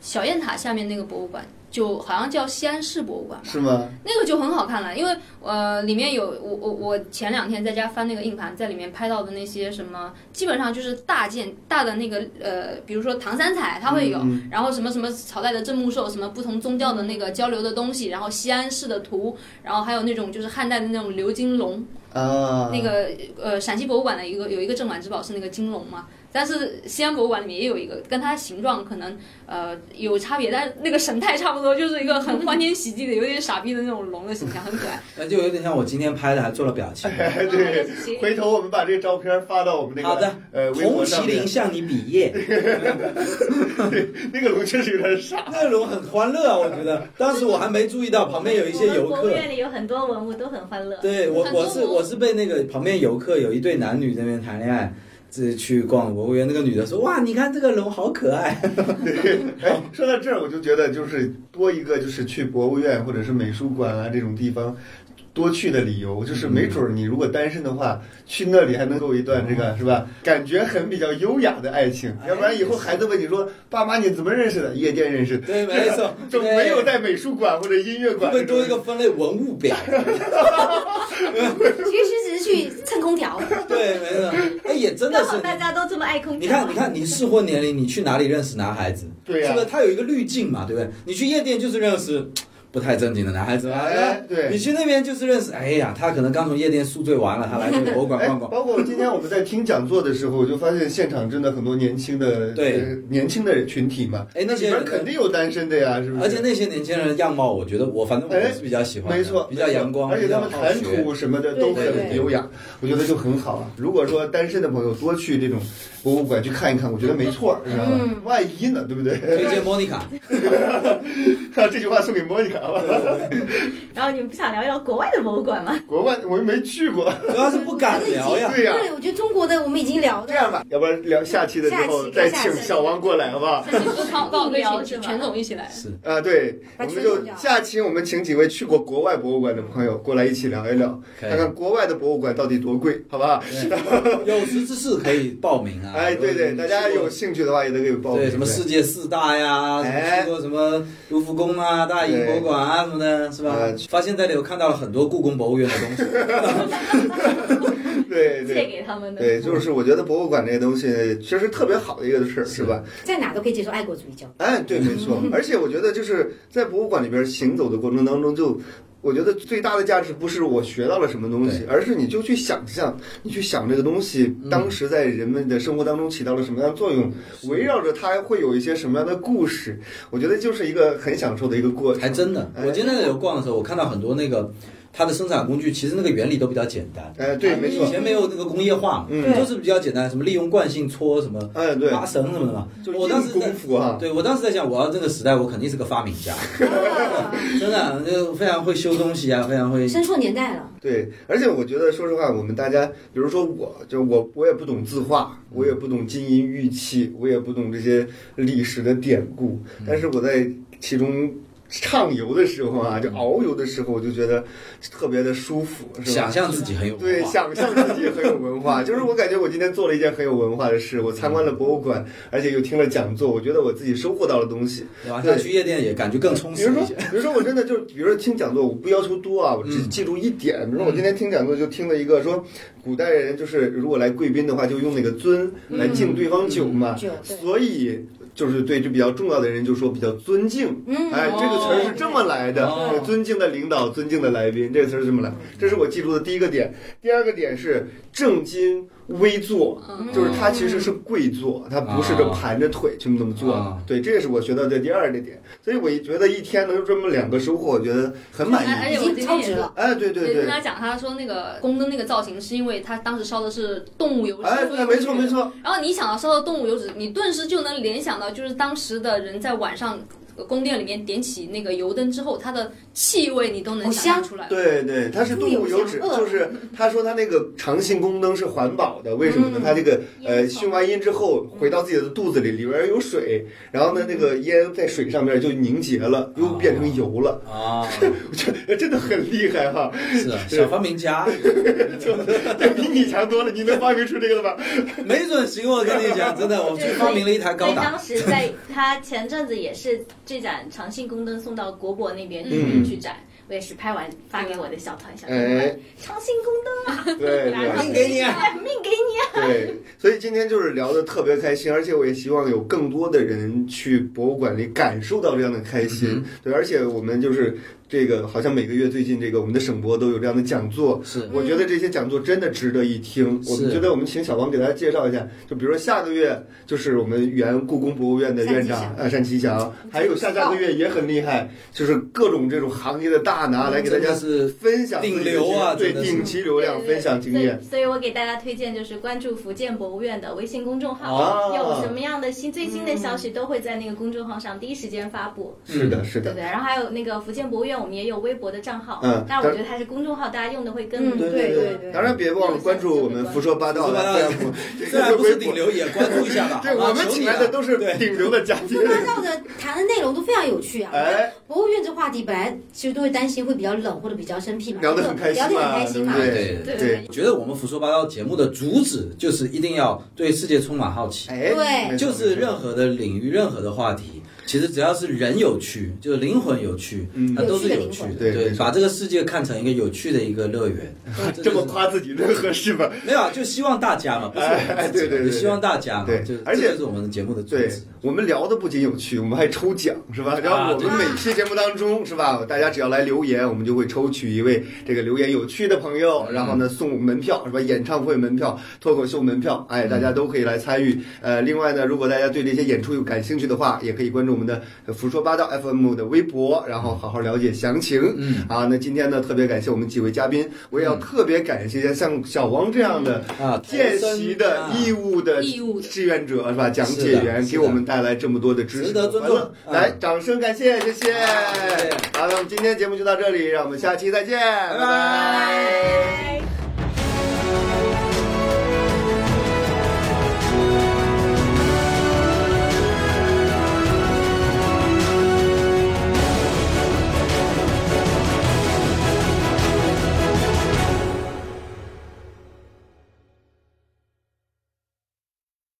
Speaker 5: 小雁塔下面那个博物馆就好像叫西安市博物馆吧，
Speaker 2: 是吗？
Speaker 5: 那个就很好看了，因为呃里面有我我我前两天在家翻那个硬盘，在里面拍到的那些什么，基本上就是大件大的那个呃，比如说唐三彩它会有，
Speaker 2: 嗯
Speaker 5: 然后什么什么朝代的镇墓兽，什么不同宗教的那个交流的东西，然后西安市的图，然后还有那种就是汉代的那种鎏金龙，
Speaker 2: 啊，
Speaker 5: 那个呃陕西博物馆的一个有一个镇馆之宝是那个金龙嘛，但是西安博物馆里面也有一个，跟它形状可能呃有差别，但那个神态差不多，就是一个很欢天喜地的、有点傻逼的那种龙的形象，很可爱。
Speaker 3: 那就有点像我今天拍的，还做了表情。
Speaker 2: 哎 对，回头我们把这个照片发到我们 那个
Speaker 3: 好的，
Speaker 2: 呃微博
Speaker 3: 红
Speaker 2: 上
Speaker 3: 麒
Speaker 2: 面
Speaker 3: 麟。向你比耶。
Speaker 2: 那个龙确实有点傻。
Speaker 3: 那龙很欢乐啊，我觉得。当时我还没注意到旁边有一些游
Speaker 6: 我们博物
Speaker 3: 客。
Speaker 6: 院里有很多文物都很欢乐。
Speaker 3: 对我
Speaker 5: 很多
Speaker 3: 我是
Speaker 5: 吗
Speaker 3: 我是被那个旁边游客有一对男女在那边谈恋爱，这去逛博物园，那个女的说哇，你看这个龙好可爱。
Speaker 2: 对，哎，说到这儿，我就觉得就是多一个就是去博物院或者是美术馆啊这种地方。多去的理由就是，没准儿你如果单身的话，去那里还能够一段这个是吧？感觉很比较优雅的爱情，
Speaker 3: 哎
Speaker 2: 要不然以后孩子问你说：“爸妈，你怎么认识的？”夜店认识的，
Speaker 3: 对，没错，
Speaker 2: 就
Speaker 3: 对
Speaker 2: 没有在美术馆或者音乐
Speaker 3: 会
Speaker 2: 馆
Speaker 3: 不会多一个分类文物表？
Speaker 4: 其实只是去蹭空调，
Speaker 3: 对，没错，哎，也真的
Speaker 6: 刚好
Speaker 3: 是。
Speaker 6: 大家都这么爱空
Speaker 3: 你
Speaker 6: 调。啊
Speaker 3: 看，你看，你适婚年龄，你去哪里认识男孩子？
Speaker 2: 对呀
Speaker 3: 是不是？它有一个滤镜嘛，对不对？你去夜店就是认识。不太正经的男孩子嘛，
Speaker 2: 哎
Speaker 3: 是吧
Speaker 2: 对
Speaker 3: 你去那边就是认识，哎呀，他可能刚从夜店宿醉完了，他来这个博物馆
Speaker 2: 哎，
Speaker 3: 逛逛。
Speaker 2: 包括今天我们在听讲座的时候，我就发现现场真的很多年轻的
Speaker 3: 对
Speaker 2: 呃年轻的群体嘛，
Speaker 3: 哎那些
Speaker 2: 里边
Speaker 3: 人
Speaker 2: 肯定有单身的呀，是不是？
Speaker 3: 而且那些年轻人的样貌，我觉得我反正我
Speaker 2: 哎
Speaker 3: 是比较喜欢的，
Speaker 2: 没错，
Speaker 3: 比较
Speaker 2: 没错
Speaker 3: 阳光，
Speaker 2: 而且他们
Speaker 3: 比较好
Speaker 2: 谈
Speaker 3: 学
Speaker 2: 吐什么的都
Speaker 4: 对对
Speaker 2: 很
Speaker 4: 对
Speaker 2: 优雅，我觉得就很好啊。如果说单身的朋友多去这种博物馆去看一看，我觉得没错
Speaker 3: 嗯
Speaker 2: 儿，知道吗？万一呢，对不对？
Speaker 3: 推荐莫妮卡，
Speaker 2: 这句话送给莫妮卡 吧。
Speaker 6: 然后你们不想聊一聊国外的博物馆 吗？
Speaker 2: 国外我又没去过，
Speaker 3: 主要是不敢 聊呀。
Speaker 2: 对呀、
Speaker 4: 对，我觉得中国的我们已经聊
Speaker 2: 这
Speaker 4: 的，
Speaker 2: 样吧，要不然聊下期的时候
Speaker 4: 下期
Speaker 2: 再
Speaker 4: 跟下
Speaker 2: 请
Speaker 4: 期
Speaker 2: 小王过来，好不好？
Speaker 5: 报报
Speaker 6: 疫苗
Speaker 5: 个
Speaker 6: 是
Speaker 5: 请
Speaker 6: 吧
Speaker 5: 全总一起来。
Speaker 3: 是，
Speaker 2: 啊，对，我
Speaker 4: 把
Speaker 2: 们
Speaker 4: 群
Speaker 2: 就
Speaker 4: 组聊
Speaker 2: 下期我们请几位去过国外博物馆的朋友过来一起聊一聊，
Speaker 3: 可以
Speaker 2: 看看国外的博物馆到底多贵，好吧？
Speaker 3: 有识之士可以报名啊。
Speaker 2: 哎，对对，大家有兴趣的话也都可以报名。
Speaker 3: 对什么世界四大呀，什么
Speaker 2: 哎
Speaker 3: 去过什么卢浮宫啊、大英博物馆啊什么的，是吧
Speaker 2: 哎？
Speaker 3: 发现在里有看到了很多故宫博物院的东西。
Speaker 2: 对
Speaker 6: 借
Speaker 2: 对
Speaker 6: 给他们的。
Speaker 2: 对，就是我觉得博物馆这些东西其实特别好的一个事儿，是吧？
Speaker 4: 在哪都可以接受爱国主义教育。
Speaker 2: 哎，对，没 错。而且我觉得就是在博物馆里边行走的过程当中，就我觉得最大的价值不是我学到了什么东西
Speaker 3: 对，嗯
Speaker 2: 而是你就去想象，你去想这个东西当时在人们的生活当中起到了什么样的作用，围绕着它会有一些什么样的故事。我觉得就是一个很享受的一个过
Speaker 3: 还
Speaker 2: 程。
Speaker 3: 真的，
Speaker 2: 哎
Speaker 3: 我今天在这里逛的时候，我看到很多那个它的生产工具，其实那个原理都比较简单。啊
Speaker 2: 哎，对，没
Speaker 3: 以
Speaker 2: 错。
Speaker 3: 前没有那个工业化嘛，
Speaker 2: 嗯
Speaker 3: 就是比较简单，什么利用惯性搓什么，
Speaker 2: 哎，对，
Speaker 3: 麻绳什么的嘛。
Speaker 2: 就是
Speaker 3: 我当时
Speaker 2: 硬
Speaker 3: 在
Speaker 2: 功夫啊。
Speaker 3: 对我当时在想，我要这个时代，我肯定是个发明家，真的啊就非常会修东西啊，非常会。
Speaker 4: 生错年代了，
Speaker 2: 对，而且我觉得，说实话，我们大家，比如说我，就我，我也不懂字画，我也不懂金银玉器，我也不懂这些历史的典故，
Speaker 3: 嗯
Speaker 2: 但是我在其中畅游的时候
Speaker 3: 嗯
Speaker 2: 啊，就遨游的时候，我就觉得特别的舒服，是吧
Speaker 3: 想？象自己很有文化
Speaker 2: 对，想象自己很有文化，就是我感觉我今天做了一件很有文化的事，我参观了博物馆，而且又听了讲座，我觉得我自己收获到了东西。
Speaker 3: 对吧？
Speaker 2: 对
Speaker 3: 像去夜店也感觉更充
Speaker 2: 比如
Speaker 3: 实
Speaker 2: 说，
Speaker 3: 一些。
Speaker 2: 嗯比如说，我真的就是，比如说听讲座，我不要求多啊，我只
Speaker 3: 嗯
Speaker 2: 记住一点。比如说，我今天听讲座就听了一个说，古代人就是如果来贵宾的话，就用那个尊
Speaker 3: 嗯
Speaker 2: 来敬对方酒嘛，
Speaker 4: 酒对
Speaker 2: 所以就是对就比较重要的人就说比较尊敬。
Speaker 4: 嗯，
Speaker 2: 哎，这个词儿是这么来的
Speaker 3: 哦，
Speaker 2: 就尊敬的领导，尊敬的来宾，这个词儿是这么来。这是我记住的第一个点。第二个点是正襟危坐，就是他其实是跪坐，他不是这
Speaker 3: 啊
Speaker 2: 盘着腿去那么做的
Speaker 3: 啊。
Speaker 2: 对，这也是我学到的第二个点。所以我觉得一天能有这么两个收获，我觉得很满
Speaker 5: 而
Speaker 2: 意
Speaker 5: 且。
Speaker 4: 已
Speaker 5: 我
Speaker 4: 经
Speaker 5: 今
Speaker 4: 超
Speaker 5: 天
Speaker 4: 值
Speaker 5: 也
Speaker 4: 了。
Speaker 2: 哎，对对对
Speaker 5: 跟，他讲，他说那个宫灯那个造型，是因为他当时烧的是动物油脂，
Speaker 2: 哎，
Speaker 5: 所以
Speaker 2: 对，没错
Speaker 5: 我觉得
Speaker 2: 没错，
Speaker 5: 然后你想到烧到动物油脂，你顿时就能联想到，就是当时的人在晚上呃宫殿里面点起那个油灯之后，它的气味你都能
Speaker 4: 好
Speaker 5: 想象
Speaker 4: 香
Speaker 5: 出来。
Speaker 2: 对对，它是动物油脂，
Speaker 4: 动物油
Speaker 2: 就
Speaker 4: 脂
Speaker 2: 是他说他那个长信宫灯是环保的，为什么呢？它这个呃
Speaker 6: 烟囱
Speaker 2: 熏完烟之后回到自己的肚子里，里边有水，然后呢那个烟在水上面就凝结了，又变成油了，
Speaker 3: 啊，
Speaker 2: 真的很厉害哈，
Speaker 3: 是啊，小发明家，
Speaker 2: 这比你强多了，你能发明出这个了吧？
Speaker 3: 没准行。我跟你讲，真的，我去发明了一台
Speaker 6: 所
Speaker 3: 高
Speaker 6: 以
Speaker 3: 达
Speaker 6: 当。时在他前阵子也是这盏长信宫灯送到国博那边日
Speaker 2: 嗯
Speaker 6: 本去展，我也是拍完发给我的小团小团
Speaker 2: 哎，
Speaker 6: 长信宫灯啊，
Speaker 2: 对对。
Speaker 3: 命给你啊
Speaker 6: 哎命给 你啊，
Speaker 2: 对，所以今天就是聊得特别开心，而且我也希望有更多的人去博物馆里感受到这样的开心。
Speaker 3: 嗯
Speaker 2: 对，而且我们就是这个，好像每个月最近这个我们的省博都有这样的讲座。
Speaker 3: 是
Speaker 2: 我觉得这些讲座真的值得一听。我们
Speaker 3: 嗯是
Speaker 2: 觉得我们请小王给大家介绍一下，就比如说下个月就是我们原故宫博物院的院长
Speaker 4: 单霁翔
Speaker 2: 呃单霁翔，
Speaker 3: 嗯
Speaker 2: 还有下下个月也很厉害，就是各种这种行业的大拿来给大
Speaker 3: 嗯真
Speaker 2: 家
Speaker 3: 的是
Speaker 2: 分享自己的
Speaker 3: 顶流啊
Speaker 2: 经验对
Speaker 3: 真的是
Speaker 2: 顶级流量分享经验。
Speaker 6: 所以所以我给大家推荐就是关注福建博物院的微信公众号，
Speaker 2: 哦
Speaker 6: 有什么样的新最新的消息都会在那个公众号上第一时间发布。
Speaker 2: 是
Speaker 3: 嗯
Speaker 2: 的，是
Speaker 6: 对
Speaker 2: 的
Speaker 6: 不。对？然后还有那个福建博物院，我们也有微博的账号，
Speaker 2: 嗯
Speaker 6: 但是我觉得它是公众号，大家用的会更
Speaker 4: 嗯对对对对
Speaker 2: 当然别忘了关注我们“胡说八道”了，
Speaker 3: 虽然不是顶，流，也关注一下吧。
Speaker 2: 对
Speaker 3: 好吧
Speaker 2: 我们
Speaker 3: 求
Speaker 2: 请
Speaker 3: 你啊
Speaker 2: 来的
Speaker 3: 了。
Speaker 2: 都是顶流的嘉宾
Speaker 4: 胡。说八道的谈的内容都非常有趣啊！
Speaker 2: 哎，
Speaker 4: 博物院这话题本来其实都会担心会比较冷或者比较生僻嘛，
Speaker 2: 聊得很开心嘛
Speaker 4: 聊得很开心嘛。
Speaker 2: 对
Speaker 3: 对
Speaker 6: 对
Speaker 2: 对
Speaker 3: 我觉得我们胡说八道节目的主旨就是一定要对世界充满好奇，
Speaker 2: 哎，
Speaker 4: 对
Speaker 2: 没错
Speaker 3: 就是任何的领域、任何的话题，其实只要是人有趣，就是灵魂有趣，
Speaker 2: 嗯
Speaker 3: 它都是有趣
Speaker 4: 有趣的灵魂
Speaker 3: 对
Speaker 2: 对没错
Speaker 3: 把这个世界看成一个有趣的一个乐园，
Speaker 2: 这么夸自己那合适吗？
Speaker 3: 没有啊，就希望大家嘛，不是我们自己嘛
Speaker 2: 哎哎对对对对
Speaker 3: 就希望大家嘛，
Speaker 2: 对
Speaker 3: 就是
Speaker 2: 而且
Speaker 3: 这就是我们节目的啊宗
Speaker 2: 对
Speaker 3: 旨。
Speaker 2: 我们聊的不仅有趣，我们还抽奖，是吧？然后我们每期节目当中，是吧？大家只要来留言，我们就会抽取一位这个留言有趣的朋
Speaker 3: 嗯
Speaker 2: 友，然后呢送门票，是吧？演唱会门票、脱口秀门票，
Speaker 3: 嗯
Speaker 2: 哎，大家都可以来参与。呃，另外呢，如果大家对这些演出有感兴趣的话，也可以关注我们的“胡说八道 FM” 的微博，然后好好了解详情。
Speaker 3: 嗯，
Speaker 2: 啊，那今天呢，特别感谢我们几位嘉宾，我也要特别感谢像小王这样的
Speaker 3: 啊，
Speaker 2: 见习的义务的
Speaker 5: 义务的
Speaker 2: 志愿者是吧？讲
Speaker 3: 是
Speaker 2: 解
Speaker 3: 的
Speaker 2: 员
Speaker 3: 是
Speaker 2: 给我
Speaker 3: 的
Speaker 2: 们带来这么多的知识
Speaker 3: 值得
Speaker 2: 和
Speaker 3: 尊
Speaker 2: 欢乐
Speaker 3: 重
Speaker 2: 来，
Speaker 3: 嗯
Speaker 2: 掌声感谢，谢谢。
Speaker 3: 好谢谢
Speaker 2: 好了，我们今天节目就到这里，让我们下期再见，拜
Speaker 3: 拜
Speaker 6: 拜。